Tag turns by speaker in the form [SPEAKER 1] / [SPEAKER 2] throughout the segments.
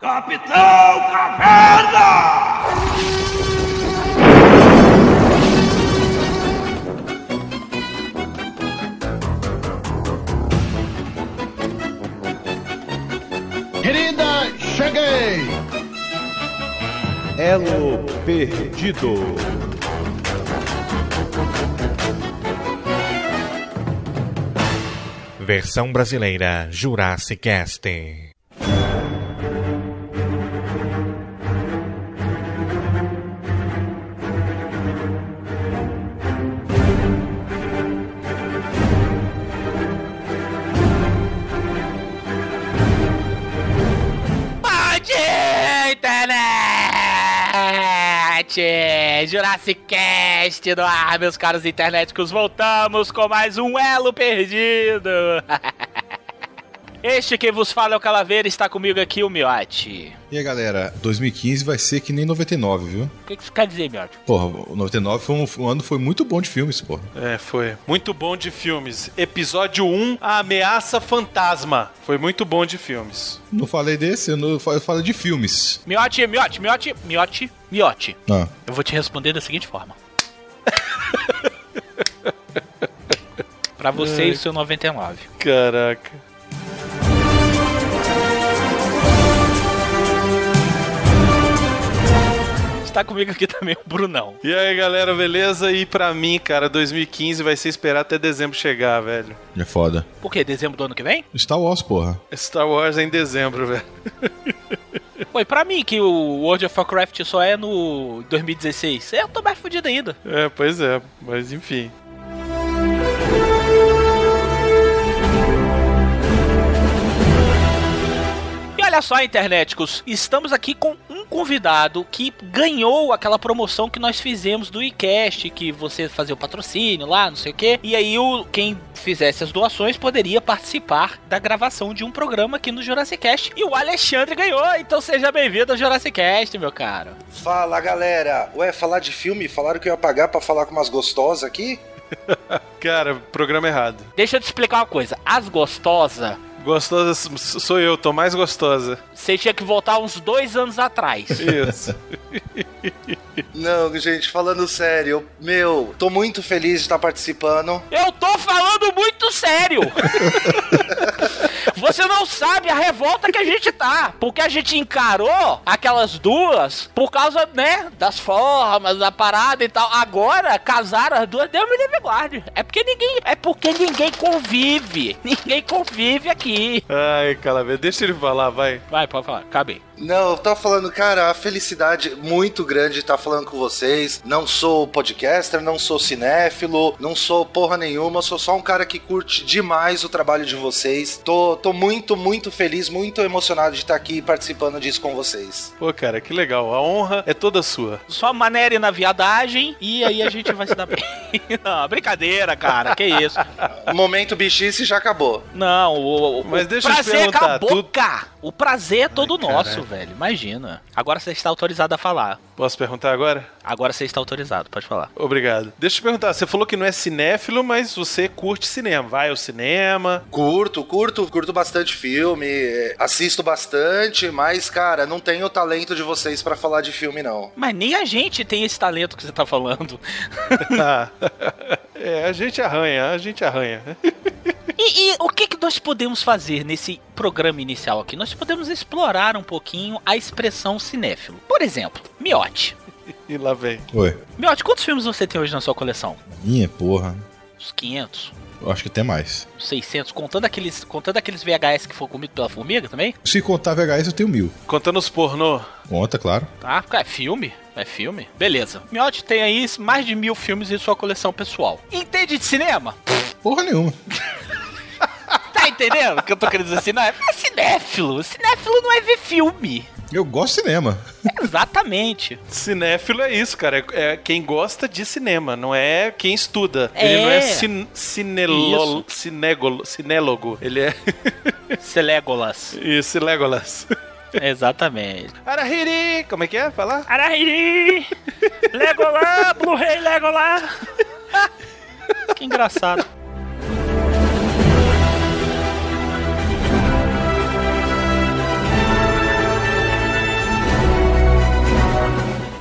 [SPEAKER 1] Capitão Caverna!
[SPEAKER 2] Querida, cheguei!
[SPEAKER 3] Elo Perdido.
[SPEAKER 4] Versão brasileira Jurassic Cast.
[SPEAKER 5] Bom dia, internet! Jurassic Cast no ar, meus caros internéticos, voltamos com mais um Elo Perdido! Este que vos fala é o Calaveira, está comigo aqui o Miote.
[SPEAKER 6] E aí, galera, 2015 vai ser que nem 99, viu?
[SPEAKER 5] O que, que isso quer dizer, Miote?
[SPEAKER 6] Porra, o 99 foi um, um ano foi muito bom de filmes, porra.
[SPEAKER 7] É, foi. Muito bom de filmes. Episódio 1, A Ameaça Fantasma. Foi muito bom de filmes.
[SPEAKER 6] Não falei desse, eu, não, eu falei de filmes.
[SPEAKER 5] Miote, Miote, Miote, Miote, Miote.
[SPEAKER 6] Ah.
[SPEAKER 5] Eu vou te responder da seguinte forma. Pra você é um e o seu 99.
[SPEAKER 7] Caraca.
[SPEAKER 5] Está comigo aqui também o Brunão.
[SPEAKER 7] E aí, galera, beleza? E pra mim, cara, 2015 vai ser esperar até dezembro chegar, velho.
[SPEAKER 6] É foda.
[SPEAKER 5] Por quê? Dezembro do ano que vem?
[SPEAKER 6] Star Wars, porra.
[SPEAKER 7] Star Wars é em dezembro, velho.
[SPEAKER 5] Foi pra mim que o World of Warcraft só é no 2016. Eu tô mais fudido ainda.
[SPEAKER 7] É, pois é. Mas enfim.
[SPEAKER 5] E olha só, internéticos, estamos aqui com um convidado que ganhou aquela promoção que nós fizemos do iCast, que você fazia o patrocínio lá, não sei o quê. E aí o, quem fizesse as doações poderia participar da gravação de um programa aqui no Jurassic Cast. E o Alexandre ganhou, então seja bem-vindo ao Jurassic Cast, meu caro.
[SPEAKER 8] Fala galera! Ué, falar de filme? Falaram que eu ia pagar pra falar com umas gostosas aqui?
[SPEAKER 7] Cara, programa errado.
[SPEAKER 5] Deixa eu te explicar uma coisa. As gostosas,
[SPEAKER 7] Gostosa s- s- sou eu, tô mais gostosa.
[SPEAKER 5] você tinha que voltar uns dois anos atrás.
[SPEAKER 7] Isso.
[SPEAKER 8] Não, gente, falando sério, eu- meu, tô muito feliz de estar participando.
[SPEAKER 5] Eu tô falando muito sério! Você não sabe a revolta que a gente tá. Porque a gente encarou aquelas duas por causa, né, das formas, da parada e tal. Agora, casaram as duas, Deus me livre e guarde. É porque ninguém. É porque ninguém convive. Ninguém convive aqui.
[SPEAKER 7] Ai, Calaveira, deixa ele falar, vai.
[SPEAKER 5] Vai, pode falar, acabei.
[SPEAKER 8] Não, eu tava falando, cara, a felicidade muito grande de estar falando com vocês. Não sou podcaster, não sou cinéfilo, não sou porra nenhuma, sou só um cara que curte demais o trabalho de vocês. Tô, tô muito, muito feliz, muito emocionado de estar aqui participando disso com vocês.
[SPEAKER 7] Pô, cara, que legal. A honra é toda sua.
[SPEAKER 5] Só manere na viadagem e aí a gente vai se dar bem. Não, brincadeira, cara. Que isso.
[SPEAKER 8] O momento bichice já acabou.
[SPEAKER 5] Não, o, o-
[SPEAKER 7] Mas
[SPEAKER 5] o
[SPEAKER 7] deixa eu te
[SPEAKER 5] prazer
[SPEAKER 7] perguntar,
[SPEAKER 5] cala a
[SPEAKER 7] tu-
[SPEAKER 5] boca. O prazer é todo
[SPEAKER 7] Ai,
[SPEAKER 5] nosso,
[SPEAKER 7] caralho.
[SPEAKER 5] velho. Imagina. Agora você está autorizado a falar.
[SPEAKER 7] Posso perguntar agora?
[SPEAKER 5] Agora você está autorizado, pode falar.
[SPEAKER 7] Obrigado. Deixa eu te perguntar, você falou que não é cinéfilo, mas você curte cinema. Vai ao cinema.
[SPEAKER 8] Curto, curto, curto bastante filme, eh, assisto bastante, mas, cara, não tenho o talento de vocês pra falar de filme, não.
[SPEAKER 5] Mas nem a gente tem esse talento que você tá falando.
[SPEAKER 7] Ah. é, a gente arranha, a gente arranha.
[SPEAKER 5] E, e o que, que nós podemos fazer nesse programa inicial aqui? Nós podemos explorar um pouquinho a expressão cinéfilo. Por exemplo, Miote.
[SPEAKER 7] E lá vem.
[SPEAKER 6] Oi.
[SPEAKER 5] Miote, quantos filmes você tem hoje na sua coleção?
[SPEAKER 6] Minha porra.
[SPEAKER 5] Uns 500?
[SPEAKER 6] Eu acho que tem mais.
[SPEAKER 5] 600? Contando aqueles, contando aqueles VHS que foram comidos pela formiga também?
[SPEAKER 6] Se contar VHS, eu tenho mil.
[SPEAKER 7] Contando os pornô.
[SPEAKER 6] Conta, claro.
[SPEAKER 5] Tá, é filme? É filme? Beleza. Miotti tem aí mais de mil filmes em sua coleção pessoal. Entende de cinema?
[SPEAKER 6] Porra nenhuma.
[SPEAKER 5] Tá entendendo o que eu tô querendo dizer assim? Não, é é cinéfilo. Cinéfilo não é ver filme.
[SPEAKER 6] Eu gosto de cinema.
[SPEAKER 5] Exatamente.
[SPEAKER 7] Cinéfilo é isso, cara. É é quem gosta de cinema, não é quem estuda.
[SPEAKER 5] É.
[SPEAKER 7] Ele não é cin cinelol-
[SPEAKER 5] Isso.
[SPEAKER 7] cinégolo- cinélogo. Ele é.
[SPEAKER 5] Celégolas.
[SPEAKER 7] Isso, Legolas.
[SPEAKER 5] Exatamente.
[SPEAKER 7] Arahiri! Como é que é? Falar?
[SPEAKER 5] Arahiri! Legolá! Blu-ray Legolá! que engraçado.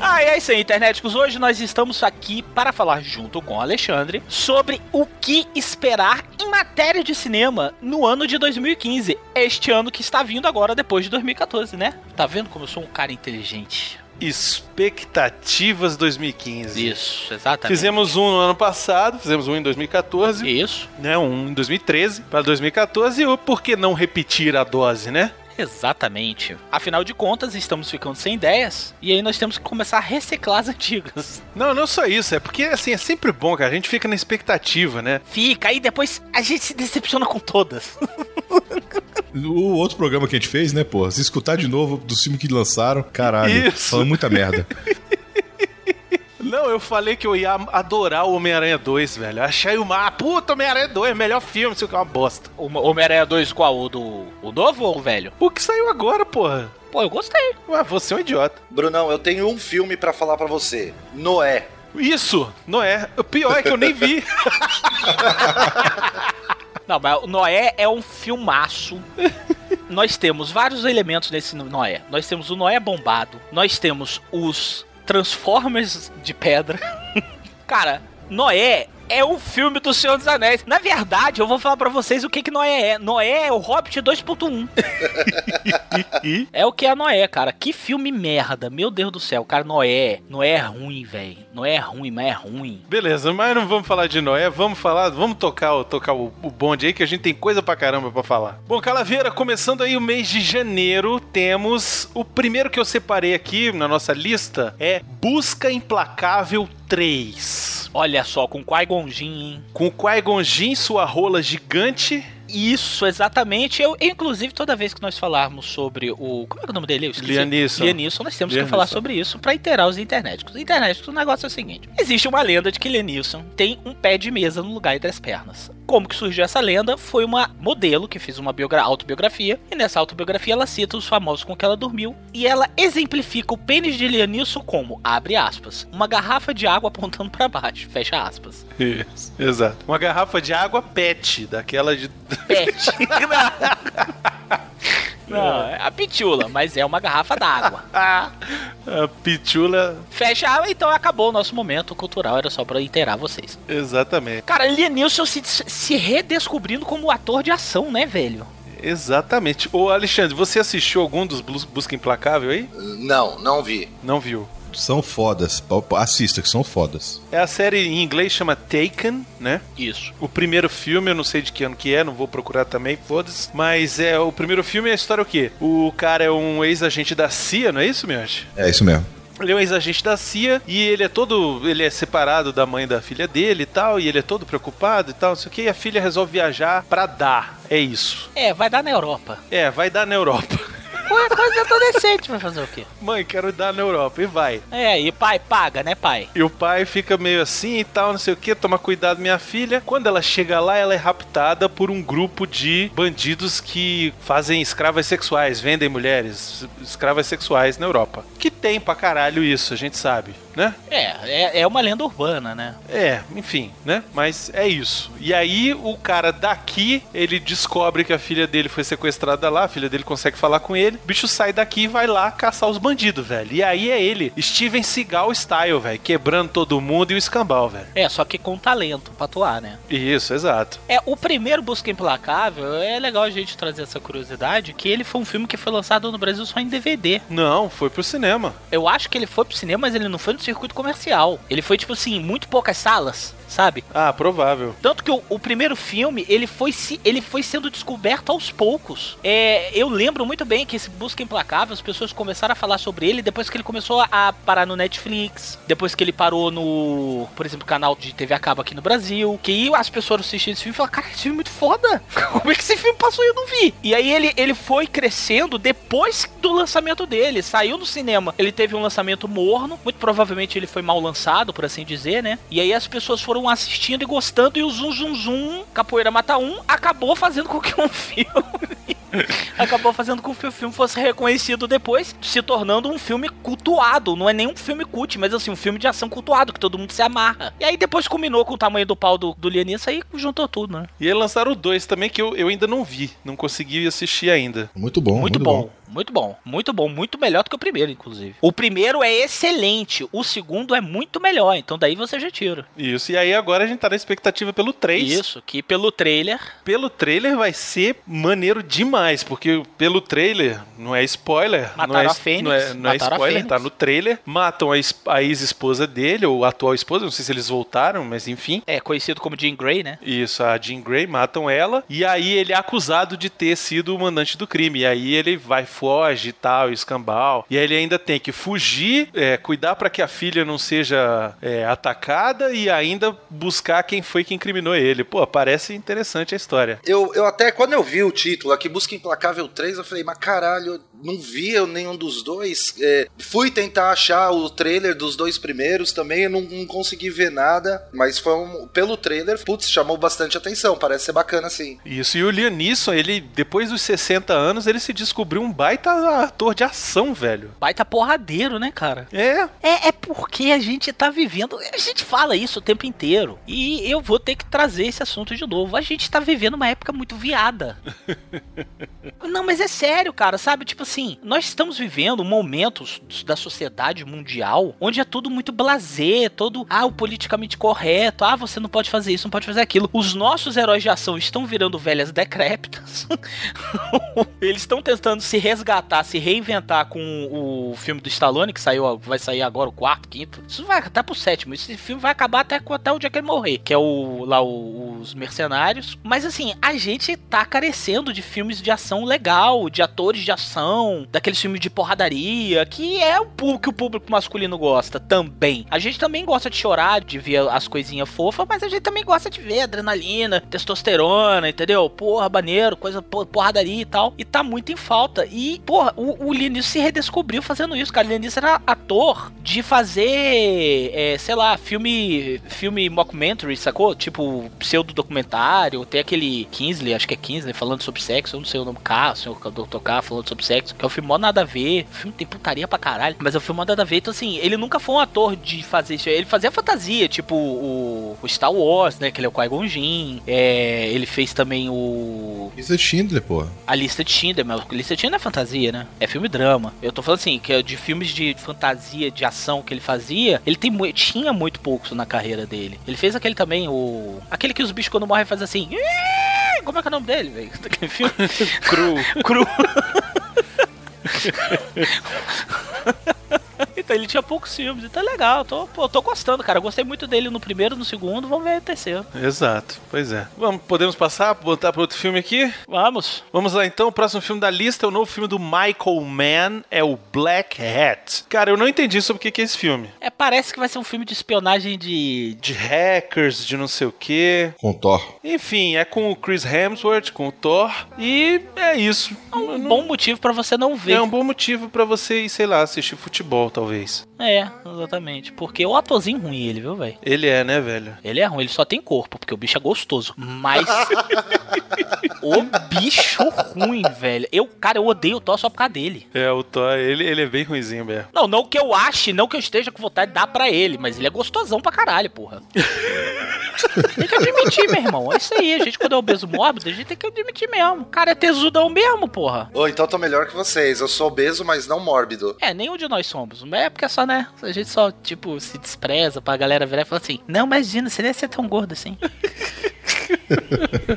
[SPEAKER 5] Ah, é isso aí, internéticos. Hoje nós estamos aqui para falar junto com o Alexandre sobre o que esperar em matéria de cinema no ano de 2015. Este ano que está vindo agora depois de 2014, né? Tá vendo como eu sou um cara inteligente?
[SPEAKER 7] Expectativas 2015.
[SPEAKER 5] Isso, exatamente.
[SPEAKER 7] Fizemos um no ano passado, fizemos um em 2014,
[SPEAKER 5] Isso,
[SPEAKER 7] né? Um em 2013 para 2014 e o por que não repetir a dose, né?
[SPEAKER 5] exatamente. Afinal de contas, estamos ficando sem ideias e aí nós temos que começar a reciclar as antigas.
[SPEAKER 7] Não, não só isso, é porque assim é sempre bom, cara. A gente fica na expectativa, né?
[SPEAKER 5] Fica aí, depois a gente se decepciona com todas.
[SPEAKER 6] O outro programa que a gente fez, né, porra? Se escutar de novo do filme que lançaram, caralho,
[SPEAKER 7] Isso.
[SPEAKER 6] falando muita merda.
[SPEAKER 7] Não, eu falei que eu ia adorar o Homem-Aranha 2, velho. Achei uma puta Homem-Aranha 2, melhor filme, sei o que é uma bosta.
[SPEAKER 5] O Homem-Aranha 2 qual? O do o novo ou o velho?
[SPEAKER 7] O que saiu agora, porra?
[SPEAKER 5] Pô, eu gostei.
[SPEAKER 7] Ué, você é um idiota.
[SPEAKER 8] Brunão, eu tenho um filme pra falar pra você. Noé.
[SPEAKER 7] Isso, Noé. O pior é que eu nem vi.
[SPEAKER 5] Não, mas o Noé é um filmaço. nós temos vários elementos nesse Noé. Nós temos o Noé bombado. Nós temos os Transformers de pedra. Cara, Noé é o filme do Senhor dos Anéis. Na verdade, eu vou falar pra vocês o que que Noé é. Noé é o Hobbit 2.1. é o que é Noé, cara. Que filme merda. Meu Deus do céu, cara, Noé. Noé é ruim, velho. Noé é ruim, mas é ruim.
[SPEAKER 7] Beleza, mas não vamos falar de Noé, vamos falar, vamos tocar, o- tocar o, o bonde aí que a gente tem coisa pra caramba pra falar. Bom, Calaveira, começando aí o mês de janeiro, temos o primeiro que eu separei aqui na nossa lista é Busca Implacável 3,
[SPEAKER 5] Olha só, com Qui-Gon Jinn, hein?
[SPEAKER 7] com o Qui-Gon Jinn, sua rola gigante.
[SPEAKER 5] Isso, exatamente. Eu, inclusive, toda vez que nós falarmos sobre o. Como é o nome dele? Eu esqueci.
[SPEAKER 7] Lianisson.
[SPEAKER 5] Lianisson, nós temos que
[SPEAKER 7] Lianisson.
[SPEAKER 5] falar sobre isso pra inteirar os internéticos. Internéticos, o negócio é o seguinte: existe uma lenda de que Lianisson tem um pé de mesa no lugar entre as pernas. Como que surgiu essa lenda? Foi uma modelo que fez uma biogra- autobiografia, e nessa autobiografia ela cita os famosos com que ela dormiu, e ela exemplifica o pênis de Lianisson como, abre aspas, uma garrafa de água apontando pra baixo, fecha aspas.
[SPEAKER 7] Isso, exato. Uma garrafa de água PET, daquela de.
[SPEAKER 5] pet. Não. Não, é a pitula, mas é uma garrafa d'água.
[SPEAKER 7] Ah, a pitula.
[SPEAKER 5] Fecha, a- então acabou o nosso momento cultural, era só pra inteirar vocês.
[SPEAKER 7] Exatamente.
[SPEAKER 5] Cara, Lianilson se, se redescobrindo como ator de ação, né, velho?
[SPEAKER 7] Exatamente. Ô, Alexandre, você assistiu algum dos Bus- Busca Implacável aí?
[SPEAKER 8] Não, não vi.
[SPEAKER 7] Não viu.
[SPEAKER 6] São fodas. Pa- pa- Assista, que são fodas.
[SPEAKER 7] É a série em inglês chama Taken, né?
[SPEAKER 5] Isso.
[SPEAKER 7] O primeiro filme, eu não sei de que ano que é, não vou procurar também, foda-se. Mas é o primeiro filme é a história o quê? O cara é um ex-agente da CIA, não é isso, Miotti?
[SPEAKER 6] É isso mesmo.
[SPEAKER 7] Ele é um ex-agente da CIA e ele é todo. Ele é separado da mãe da filha dele e tal, e ele é todo preocupado e tal, não sei o que, e a filha resolve viajar pra dar. É isso.
[SPEAKER 5] É, vai dar na Europa.
[SPEAKER 7] É, vai dar na Europa.
[SPEAKER 5] Coisa, coisa adolescente vai fazer o quê?
[SPEAKER 7] Mãe, quero dar na Europa. E vai.
[SPEAKER 5] É, e pai, paga, né, pai?
[SPEAKER 7] E o pai fica meio assim e tal, não sei o que, toma cuidado, minha filha. Quando ela chega lá, ela é raptada por um grupo de bandidos que fazem escravas sexuais, vendem mulheres, escravas sexuais na Europa. Que tem pra caralho isso, a gente sabe, né?
[SPEAKER 5] É, é, é uma lenda urbana, né?
[SPEAKER 7] É, enfim, né? Mas é isso. E aí o cara daqui, ele descobre que a filha dele foi sequestrada lá, a filha dele consegue falar com ele. O bicho sai daqui e vai lá caçar os bandidos, velho. E aí é ele, Steven Seagal style, velho, quebrando todo mundo e o escambau, velho.
[SPEAKER 5] É, só que com talento pra atuar, né?
[SPEAKER 7] Isso, exato.
[SPEAKER 5] É, o primeiro Busca Implacável, é legal a gente trazer essa curiosidade, que ele foi um filme que foi lançado no Brasil só em DVD.
[SPEAKER 7] Não, foi pro cinema.
[SPEAKER 5] Eu acho que ele foi pro cinema, mas ele não foi no circuito comercial. Ele foi, tipo assim, em muito poucas salas, sabe?
[SPEAKER 7] Ah, provável.
[SPEAKER 5] Tanto que o, o primeiro filme, ele foi, se, ele foi sendo descoberto aos poucos. É, eu lembro muito bem que esse Busca Implacável, as pessoas começaram a falar sobre ele depois que ele começou a, a parar no Netflix, depois que ele parou no, por exemplo, canal de TV a cabo aqui no Brasil, que aí as pessoas assistindo esse filme e falaram, cara, esse filme é muito foda. Como é que esse filme passou e eu não vi? E aí ele, ele foi crescendo depois do lançamento dele, saiu no cinema. Ele teve um lançamento morno, muito provavelmente ele foi mal lançado, por assim dizer, né? E aí as pessoas foram assistindo e gostando, e o Zum Zum Zum, Capoeira Mata Um, acabou fazendo com que um filme. acabou fazendo com que o filme fosse reconhecido depois, se tornando um filme cultuado. Não é nenhum filme cult, mas assim, um filme de ação cultuado, que todo mundo se amarra. E aí depois combinou com o tamanho do pau do, do Lianissa e juntou tudo, né?
[SPEAKER 7] E aí lançaram o dois também, que eu, eu ainda não vi. Não consegui assistir ainda.
[SPEAKER 6] Muito bom, muito, bom.
[SPEAKER 5] Muito bom, muito bom, muito melhor do que o primeiro, inclusive. O primeiro é excelente, o segundo é muito melhor, então daí você já tira.
[SPEAKER 7] Isso. E aí agora a gente tá na expectativa pelo 3.
[SPEAKER 5] Isso, que pelo trailer.
[SPEAKER 7] Pelo trailer vai ser maneiro demais, porque pelo trailer, não é spoiler.
[SPEAKER 5] Mataram
[SPEAKER 7] não é,
[SPEAKER 5] a Fênix,
[SPEAKER 7] Não é, não é
[SPEAKER 5] mataram a
[SPEAKER 7] spoiler,
[SPEAKER 5] Fênix.
[SPEAKER 7] tá no trailer. Matam a, es- a ex-esposa dele, ou a atual esposa, não sei se eles voltaram, mas enfim.
[SPEAKER 5] É conhecido como Jean Grey, né?
[SPEAKER 7] Isso, a Jean Grey, matam ela. E aí ele é acusado de ter sido o mandante do crime. E aí ele vai, foge e tal, escambau. E aí ele ainda tem que fugir, é, cuidar pra que a filha não seja é, atacada e ainda buscar quem foi que incriminou ele. Pô, parece interessante a história.
[SPEAKER 8] Eu, eu até, quando eu vi o título aqui, Busca Implacável 3, eu falei, mas caralho, eu não vi eu nenhum dos dois. É, fui tentar achar o trailer dos dois primeiros também, eu não, não consegui ver nada, mas foi um, pelo trailer, putz, chamou bastante atenção, parece ser bacana assim.
[SPEAKER 7] Isso, e o Leonisson, ele, depois dos 60 anos, ele se descobriu um baita ator de ação, velho.
[SPEAKER 5] Baita porradeiro, né, cara?
[SPEAKER 7] É,
[SPEAKER 5] É, é porque a gente tá vivendo. A gente fala isso o tempo inteiro. E eu vou ter que trazer esse assunto de novo. A gente tá vivendo uma época muito viada. Não, mas é sério, cara, sabe? Tipo assim, nós estamos vivendo momentos da sociedade mundial onde é tudo muito blazer, todo, ah, o politicamente correto, ah, você não pode fazer isso, não pode fazer aquilo. Os nossos heróis de ação estão virando velhas decrépitas. Eles estão tentando se resgatar, se reinventar com o filme do Stallone, que saiu, vai sair agora o quarto, quinto. Isso vai até pro sétimo. Esse filme vai acabar até, até o dia que ele morrer, que é o lá o- os mercenários. Mas assim, a gente tá carecendo de filmes de ação legal, de atores de ação, daqueles filmes de porradaria, que é o público que o público masculino gosta também. A gente também gosta de chorar, de ver as coisinhas fofas, mas a gente também gosta de ver adrenalina, testosterona, entendeu? Porra, maneiro, coisa po- porradaria e tal. E tá muito em falta. E, porra, o, o Lianis se redescobriu fazendo isso, cara. O Lianis era ator de fazer, é, sei lá, filme filme mockumentary, sacou? Tipo, pseudo-documentário. Tem aquele Kinsley, acho que é Kinsley, falando sobre sexo. Eu não sei o nome, K, o senhor Dr. K, falando sobre sexo. Que é um filme mó nada a ver. O filme tem putaria pra caralho. Mas é um filme mó nada a ver. Então, assim, ele nunca foi um ator de fazer isso. Ele fazia fantasia, tipo o, o Star Wars, né? Que ele é o Qui-Gon Jinn. É, ele fez também o...
[SPEAKER 6] Isso é Schindler, porra.
[SPEAKER 5] A lista de Tinder, mas a lista de Tinder é fantasia, né? É filme drama. Eu tô falando assim, que é de filmes de fantasia, de ação que ele fazia, ele tem, mui- tinha muito poucos na carreira dele. Ele fez aquele também, o. Aquele que os bichos quando morrem fazem assim. "Ih!" Como é que é o nome dele, velho? Daquele filme?
[SPEAKER 7] cru.
[SPEAKER 5] Cru. Então, ele tinha poucos filmes, então é legal, tô, pô, tô gostando, cara. Eu gostei muito dele no primeiro, no segundo, vamos ver o terceiro.
[SPEAKER 7] Exato, pois é. Vamos, podemos passar, botar pra outro filme aqui?
[SPEAKER 5] Vamos!
[SPEAKER 7] Vamos lá então, o próximo filme da lista é o novo filme do Michael Mann, é o Black Hat. Cara, eu não entendi sobre o que que é esse filme.
[SPEAKER 5] É, parece que vai ser um filme de espionagem de,
[SPEAKER 7] De hackers, de não sei o quê.
[SPEAKER 6] Com Thor.
[SPEAKER 7] Enfim, é com o Chris Hemsworth, com o Thor. E é isso. Eu não-
[SPEAKER 5] um bom motivo pra você não ver.
[SPEAKER 7] É um bom motivo pra você ir, sei lá, assistir futebol, talvez.
[SPEAKER 5] É, exatamente. Porque o atorzinho ruim ele, viu, velho?
[SPEAKER 7] Ele é, né, velho?
[SPEAKER 5] Ele é ruim, ele só tem corpo, porque o bicho é gostoso. Mas. o bicho ruim, velho. Eu, cara, eu odeio o Thor só por causa dele.
[SPEAKER 7] É, o Thor, ele, ele é bem ruimzinho, velho.
[SPEAKER 5] Não, não que eu ache, não que eu esteja com vontade de dar pra ele, mas ele é gostosão pra caralho, porra. tem que admitir, meu irmão. É isso aí, a gente quando é obeso mórbido, a gente tem que admitir mesmo. O cara é tesudão mesmo, porra.
[SPEAKER 8] Ô, então tô melhor que vocês, eu sou obeso, mas não mórbido.
[SPEAKER 5] É, nenhum de nós somos. Mas É porque só, né? A gente só, tipo, se despreza pra galera virar e falar assim: Não, imagina, você nem ia ser tão gordo assim.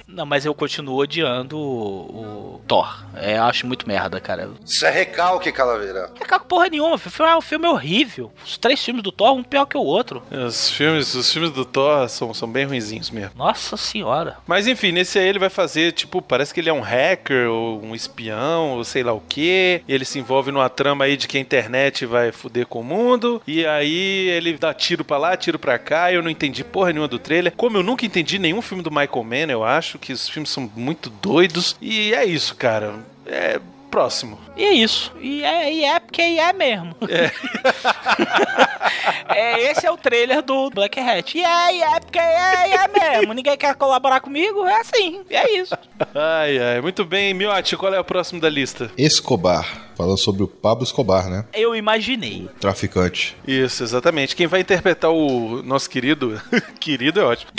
[SPEAKER 5] Não, mas eu continuo odiando o, o Thor. É, eu acho muito merda, cara.
[SPEAKER 8] Isso é recalque, Calaveira.
[SPEAKER 5] É caco porra nenhuma. O filme, é- o filme é horrível. Os três filmes do Thor, um pior que o outro.
[SPEAKER 7] Os filmes, os filmes do Thor são, são bem ruinzinhos mesmo.
[SPEAKER 5] Nossa senhora.
[SPEAKER 7] Mas enfim, nesse aí ele vai fazer, tipo, parece que ele é um hacker ou um espião ou sei lá o quê. Ele se envolve numa trama aí de que a internet vai fuder com o mundo. E aí ele dá tiro pra lá, tiro pra cá. Eu não entendi porra nenhuma do trailer. Como eu nunca entendi nenhum filme do Michael Mann, eu acho que os filmes são muito doidos. E é isso, cara. É. Próximo.
[SPEAKER 5] E é isso. E é, e é porque é mesmo. É, esse é o trailer do Black Hat. E aí, é porque é, é mesmo. Ninguém quer colaborar comigo? É assim, é isso.
[SPEAKER 7] Ai, ai. Muito bem, Miotti, qual é o próximo da lista?
[SPEAKER 6] Escobar. Falando sobre o Pablo Escobar, né?
[SPEAKER 5] Eu imaginei.
[SPEAKER 6] Traficante.
[SPEAKER 7] Isso, exatamente. Quem vai interpretar o nosso querido. querido é ótimo.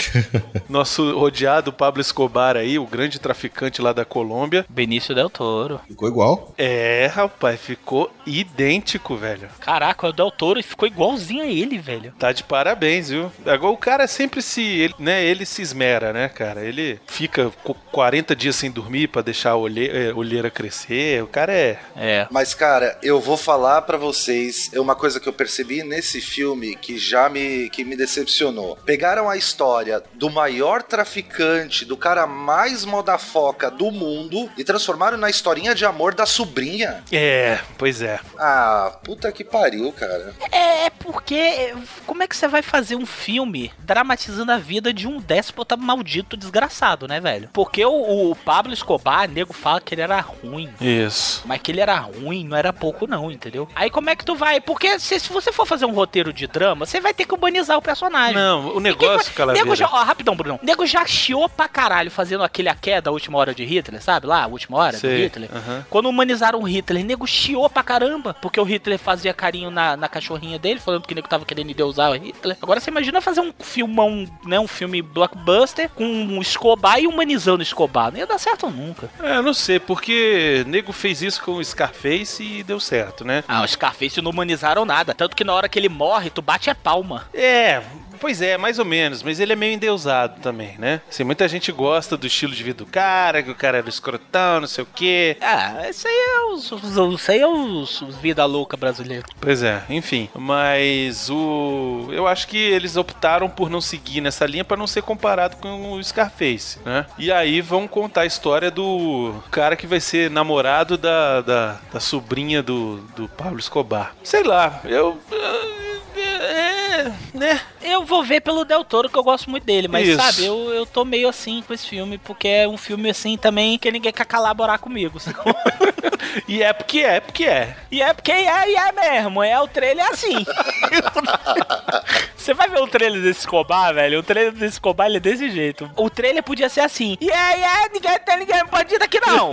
[SPEAKER 7] Nosso rodeado Pablo Escobar aí, o grande traficante lá da Colômbia.
[SPEAKER 5] Benício Del Toro.
[SPEAKER 6] Ficou igual.
[SPEAKER 7] É, rapaz, ficou idêntico, velho.
[SPEAKER 5] Caraca, o Del Toro ficou igualzinho a ele, velho.
[SPEAKER 7] Tá de parabéns, viu? Agora o cara sempre se, ele, né, ele se esmera, né, cara? Ele fica co- 40 dias sem dormir pra deixar a olhe- eh, olheira crescer. O cara é
[SPEAKER 5] É.
[SPEAKER 8] Mas, cara, eu vou falar pra vocês é uma coisa que eu percebi nesse filme que já me, que me decepcionou. Pegaram a história do maior traficante, do cara mais modafoca do mundo e transformaram na historinha de amor da sobrinha.
[SPEAKER 7] É, pois é.
[SPEAKER 8] Ah, puta que pariu, cara.
[SPEAKER 5] É, é porque. é, Como é que você vai fazer um filme dramatizando a vida de um déspota maldito desgraçado, né, velho? Porque o, o Pablo Escobar, nego, fala que ele era ruim.
[SPEAKER 7] Isso.
[SPEAKER 5] Mas que ele era ruim, não era pouco não, entendeu? Aí como é que tu vai? Porque se, se você for fazer um roteiro de drama, você vai ter que humanizar o personagem.
[SPEAKER 7] Não, o
[SPEAKER 5] Quem vai-
[SPEAKER 7] negócio, Calaveira...
[SPEAKER 5] Nego já, ó, rapidão, Bruno. Nego já chiou pra caralho fazendo aquele a queda, a última hora de Hitler, sabe? Lá, a última hora do tá
[SPEAKER 7] Sei.
[SPEAKER 5] Hitler.
[SPEAKER 7] Aham.
[SPEAKER 5] Quando humanizaram o Hitler, nego chiou pra caramba, porque o Hitler fazia carinho na, na cachorrinha dele, falando que o nego tava querendo endeusar o Hitler. Agora você imagina fazer um filmão, né, um filme blockbuster com um Escobar e humanizando o Escobar. Não ia dar certo nunca.
[SPEAKER 7] É, eu não sei, porque nego fez isso com o Scarface e deu certo, né?
[SPEAKER 5] Ah, o Scarface não humanizaram nada, tanto que na hora que ele morre, tu bate a palma.
[SPEAKER 7] É, pois é, mais ou menos, mas ele é meio endeusado também, né? Assim, muita gente gosta do estilo de vida do cara, que o cara era escrotão, não sei o quê.
[SPEAKER 5] Ah, isso aí é os, os- isso aí é os, os vida louca brasileiro.
[SPEAKER 7] Pois é, enfim. Mas o. Eu acho que eles optaram por não seguir nessa linha pra não ser comparado com o Scarface, né? E aí vão contar a história do cara que vai ser namorado da, da, da sobrinha do, do Pablo Escobar. Sei lá, eu. É, né?
[SPEAKER 5] Eu vou ver pelo Del Toro, que eu gosto muito dele, mas
[SPEAKER 7] Isso.
[SPEAKER 5] sabe, eu, eu tô meio assim com esse filme, porque é um filme assim também que ninguém quer colaborar comigo. sacou?
[SPEAKER 7] E é porque é, porque é.
[SPEAKER 5] e é porque é, e é mesmo, é o trailer é assim. Você vai ver o trailer desse Escobar, velho? O trailer desse Escobar ele é desse jeito. O trailer podia ser assim. E é, e é, ninguém tem ninguém bandido aqui não.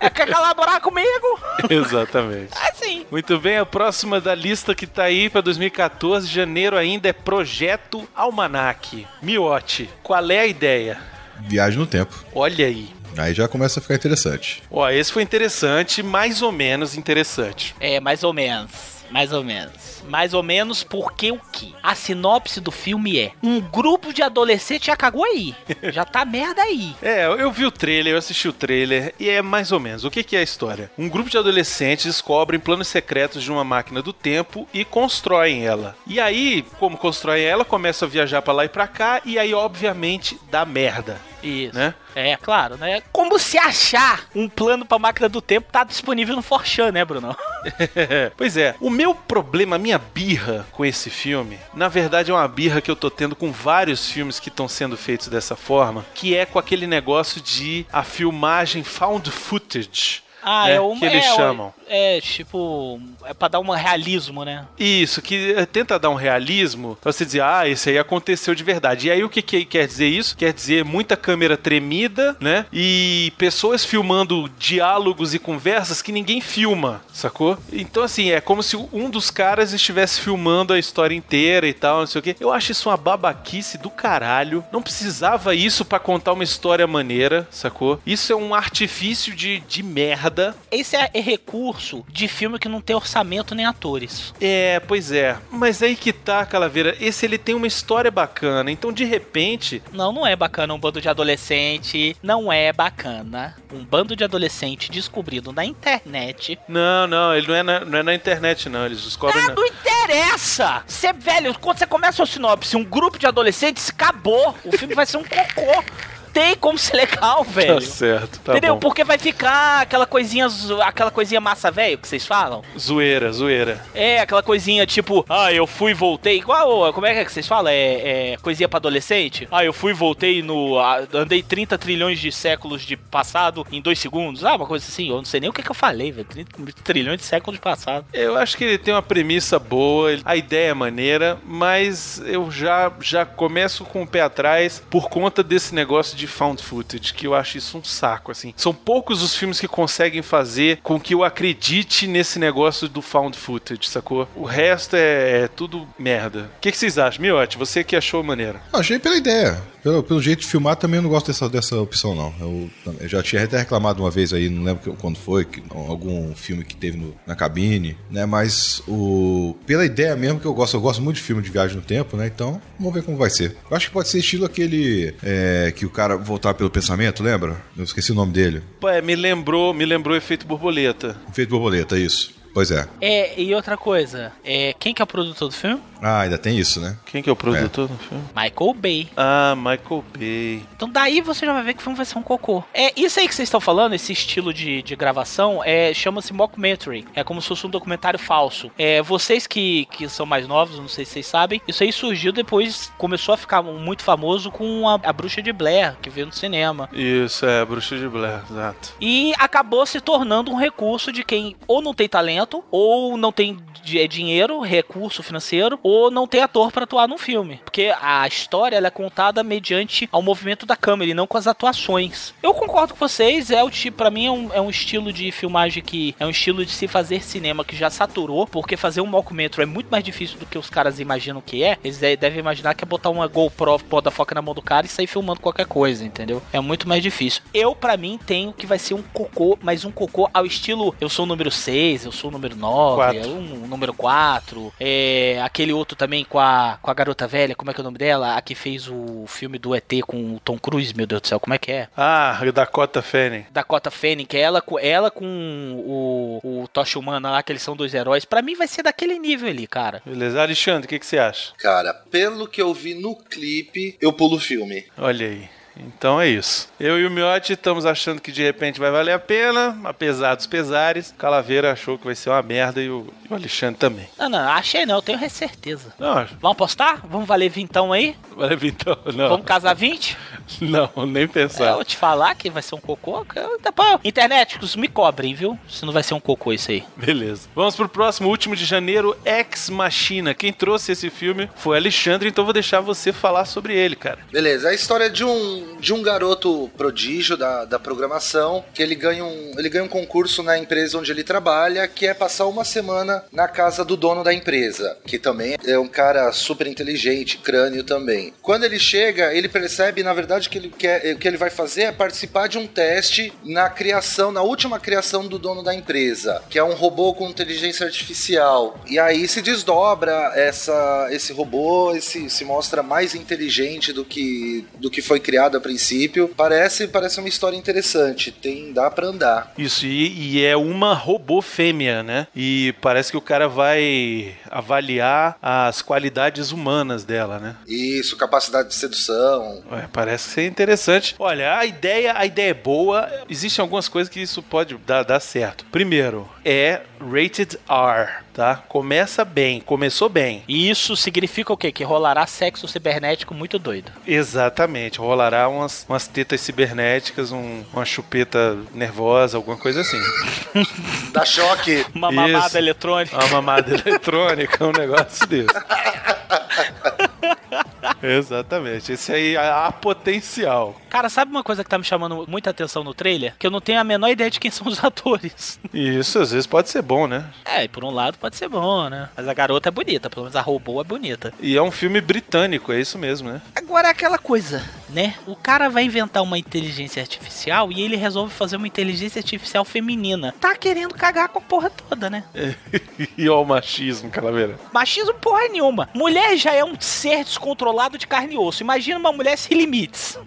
[SPEAKER 5] É, quer colaborar comigo?
[SPEAKER 7] Exatamente.
[SPEAKER 5] Assim.
[SPEAKER 7] Muito bem, a próxima da lista que tá aí pra 2014, janeiro ainda, é Projeto Almanac. Miote, qual é a ideia?
[SPEAKER 6] Viagem no tempo.
[SPEAKER 7] Olha aí.
[SPEAKER 6] Aí já começa a ficar interessante.
[SPEAKER 7] Ó, esse foi interessante, mais ou menos interessante.
[SPEAKER 5] É, mais ou menos. Mais ou menos. Mais ou menos porque o que? A sinopse do filme é: um grupo de adolescentes já cagou aí. Já tá merda aí.
[SPEAKER 7] É, eu vi o trailer, eu assisti o trailer, e é mais ou menos. O que, que é a história? Um grupo de adolescentes descobrem planos secretos de uma máquina do tempo e constroem ela. E aí, como constroem ela, começa a viajar pra lá e pra cá, e aí, obviamente, dá merda,
[SPEAKER 5] Isso.
[SPEAKER 7] né?
[SPEAKER 5] É, claro, né? Como se achar um plano pra máquina do tempo tá disponível no Forchan, né, Bruno?
[SPEAKER 7] É, pois é, o meu problema, a minha birra com esse filme, na verdade é uma birra que eu tô tendo com vários filmes que estão sendo feitos dessa forma, que é com aquele negócio de a filmagem found footage. né, que eles
[SPEAKER 5] é,
[SPEAKER 7] chamam.
[SPEAKER 5] É, tipo, é pra dar um realismo, né?
[SPEAKER 7] Isso, que eh, tenta dar um realismo pra você dizer, ah, esse aí aconteceu de verdade. E aí o que, que quer dizer isso? Quer dizer muita câmera tremida, né? E pessoas filmando diálogos e conversas que ninguém filma, sacou? Então, assim, é como se um dos caras estivesse filmando a história inteira e tal, não sei o quê. Eu acho isso uma babaquice do caralho. Não precisava isso pra contar uma história maneira, sacou? Isso é um artifício de, de merda,
[SPEAKER 5] Esse é, é recurso de filme que não tem orçamento nem atores.
[SPEAKER 7] é, pois é. Mas aí que tá, Calaveira. Esse ele tem uma história bacana. Então, de repente.
[SPEAKER 5] Não, não é bacana um bando de adolescente. Não é bacana um bando de adolescente descobrido na internet.
[SPEAKER 7] Não, não, ele não é na, não é na internet, não. Eles descobrem.
[SPEAKER 5] Ah,
[SPEAKER 7] na-
[SPEAKER 5] não interessa! Você, velho, quando você começa o sinopse, um grupo de adolescentes, acabou. O filme vai ser um cocô. tem como ser legal,
[SPEAKER 7] Tá
[SPEAKER 5] velho.
[SPEAKER 7] certo, tá
[SPEAKER 5] Entendeu?
[SPEAKER 7] bom.
[SPEAKER 5] Porque vai ficar aquela coisinha, zo- aquela coisinha massa velho que vocês falam.
[SPEAKER 7] Zoeira, zoeira.
[SPEAKER 5] É, aquela coisinha tipo, ah, eu fui e voltei. Igual, como é que vocês falam? É, é coisinha pra adolescente? Ah, eu fui e voltei no. ah, andei 30 trilhões de séculos de passado em dois segundos. Ah, uma coisa assim, eu não sei nem o que, que eu falei, velho. 30 trilhões de séculos de passado.
[SPEAKER 7] Eu acho que ele tem uma premissa boa, ele- a ideia é maneira, mas eu já, já começo com o pé atrás por conta desse negócio de found footage, que eu acho isso um saco, assim. São poucos os filmes que conseguem fazer com que eu acredite nesse negócio do found footage, sacou? O resto é, é tudo merda. O que, que vocês acham? Miote, você que achou maneiro.
[SPEAKER 6] Achei pela ideia. Pelo, pelo jeito de filmar, também eu não gosto dessa, dessa opção, não. Eu, eu já tinha até reclamado uma vez aí, não lembro que- quando foi, que, algum filme que teve no- na cabine, né? Mas o. Pela ideia mesmo que eu gosto, eu gosto muito de filme de viagem no tempo, né? Então, vamos ver como vai ser. Eu acho que pode ser estilo aquele. é, que o cara voltar pelo pensamento, lembra? Eu esqueci o nome dele. Um
[SPEAKER 7] Pô, é, me lembrou, me lembrou o efeito borboleta.
[SPEAKER 6] Feito borboleta, isso. Pois é.
[SPEAKER 5] É, e outra coisa, é, quem que é o produtor do filme?
[SPEAKER 6] Ah, ainda tem isso, né?
[SPEAKER 7] Quem que é o produtor do filme?
[SPEAKER 5] Michael Bay.
[SPEAKER 7] Ah, Michael Bay.
[SPEAKER 5] Então daí você já vai ver que o filme vai ser um cocô. É isso aí que vocês estão falando, esse estilo de, de gravação, é chama-se mockumentary. É como se fosse um documentário falso. É vocês que, que são mais novos, não sei se vocês sabem, isso aí surgiu depois, começou a ficar muito famoso com a, a Bruxa de Blair que veio no cinema.
[SPEAKER 7] Isso, é, Bruxa de Blair, exato.
[SPEAKER 5] E acabou se tornando um recurso de quem ou não tem talento, ou não tem di- é, dinheiro, recurso financeiro, ou não tem ator pra atuar num filme. Porque a história ela é contada mediante ao movimento da câmera e não com as atuações. Eu concordo com vocês, é o tipo, pra mim é um, é um estilo de filmagem que é um estilo de se fazer cinema que já saturou, porque fazer um mockumentary é muito mais difícil do que os caras imaginam que é. Eles de- devem imaginar que é botar uma GoPro da foca na mão do cara e sair filmando qualquer coisa, entendeu? É muito mais difícil. Eu, pra mim, tenho que vai ser um cocô, mas um cocô ao estilo eu sou o número 6, eu sou o número 9,
[SPEAKER 7] Quatro.
[SPEAKER 5] eu, um, número 4, é, aquele outro também com a, com a garota velha, como é que é o nome dela? A que fez o filme do ET com o Tom Cruise, meu Deus do céu, como é que é?
[SPEAKER 7] Ah, Dakota Fanning.
[SPEAKER 5] Dakota Fanning, que é ela, com- ela com o, o Tocha Humana lá, que eles são dois heróis, pra mim vai ser daquele nível ali, cara.
[SPEAKER 7] Beleza, Alexandre, o que, que você acha?
[SPEAKER 8] Cara, pelo que eu vi no clipe, eu pulo o filme.
[SPEAKER 7] Olha aí. Então é isso. Eu e o Miotti estamos achando que de repente vai valer a pena, apesar dos pesares. Calaveira achou que vai ser uma merda e o, e o Alexandre também.
[SPEAKER 5] Não, não, achei não, tenho certeza.
[SPEAKER 7] Não, acho-
[SPEAKER 5] Vamos apostar? Vamos valer vintão aí?
[SPEAKER 7] vale então. Não,
[SPEAKER 5] Vamos casar 20?
[SPEAKER 7] não, nem
[SPEAKER 5] É, eu
[SPEAKER 7] pensar.
[SPEAKER 5] vou te falar que vai ser um cocô. cara, tá bom. Internéticos, me cobrem, viu? Se não vai ser um cocô isso aí.
[SPEAKER 7] Beleza. Vamos pro próximo, último de janeiro, Ex Machina. Quem trouxe esse filme foi Alexandre, então vou deixar você falar sobre ele, cara.
[SPEAKER 8] Beleza, é a história de um, de um garoto prodígio da, da programação, que ele ganha, um, ele ganha um concurso na empresa onde ele trabalha, que é passar uma semana na casa do dono da empresa, que também é um cara super inteligente, crânio também. Quando ele chega, ele percebe, na verdade, que ele quer, o que ele vai fazer é participar de um teste na criação, na última criação do dono da empresa, que é um robô com inteligência artificial. E aí se desdobra essa, esse robô, esse, se mostra mais inteligente do que, do que foi criado a princípio. Parece, parece uma história interessante, tem dá pra andar.
[SPEAKER 7] Isso, e, e é uma robô fêmea, né? E parece que o cara vai avaliar as qualidades humanas dela, né?
[SPEAKER 8] Isso, capacidade de sedução.
[SPEAKER 7] Ué, parece ser interessante. Olha, a ideia, a ideia é boa. Existem algumas coisas que isso pode dar, dar certo. Primeiro, é rated R, tá? Começa bem, começou bem.
[SPEAKER 5] E isso significa o quê? Que rolará sexo cibernético muito doido.
[SPEAKER 7] Exatamente, rolará umas, umas tetas cibernéticas, um- uma chupeta nervosa, alguma coisa assim.
[SPEAKER 8] Dá choque.
[SPEAKER 5] Uma
[SPEAKER 7] Isso.
[SPEAKER 5] mamada eletrônica.
[SPEAKER 7] Uma mamada eletrônica, um negócio desse. Exatamente, esse aí há há potencial.
[SPEAKER 5] Cara, sabe uma coisa que tá me chamando muita atenção no trailer? Que eu não tenho a menor ideia de quem são os atores.
[SPEAKER 7] E isso às vezes pode ser bom, né?
[SPEAKER 5] É, e por um lado pode ser bom, né? Mas a garota é bonita, pelo menos a robô é bonita.
[SPEAKER 7] E é um filme britânico, é isso mesmo, né?
[SPEAKER 5] Agora é aquela coisa, né? O cara vai inventar uma inteligência artificial e ele resolve fazer uma inteligência artificial feminina. Tá querendo cagar com a porra toda, né?
[SPEAKER 7] e ó, o machismo, Calaveira.
[SPEAKER 5] Machismo porra nenhuma. Mulher já é um ser descontrolado de carne e osso. Imagina uma mulher sem limites.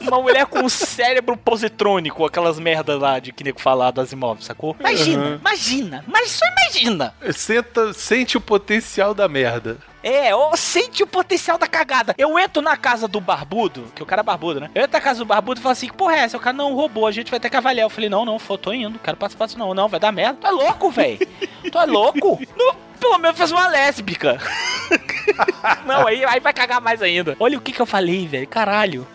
[SPEAKER 5] Uma mulher com um cérebro positrônico, aquelas merdas lá de que nego falar das imóveis, sacou? Imagina, imagina, mas só imagina.
[SPEAKER 7] Senta, sente o potencial da merda.
[SPEAKER 5] É, ó, sente o potencial da cagada. Eu entro na casa do barbudo, que o cara é barbudo, né? Eu entro na casa do barbudo e falo assim: que porra é essa? O cara não roubou, a gente vai ter que avaliar. Eu falei: não, não, fô, tô indo, quero participar disso não. Não, vai dar merda. Tu é louco, velho. Tu é louco? Não, pelo menos fez uma lésbica. não, aí, aí vai cagar mais ainda. Olha o que que eu falei, velho. Caralho.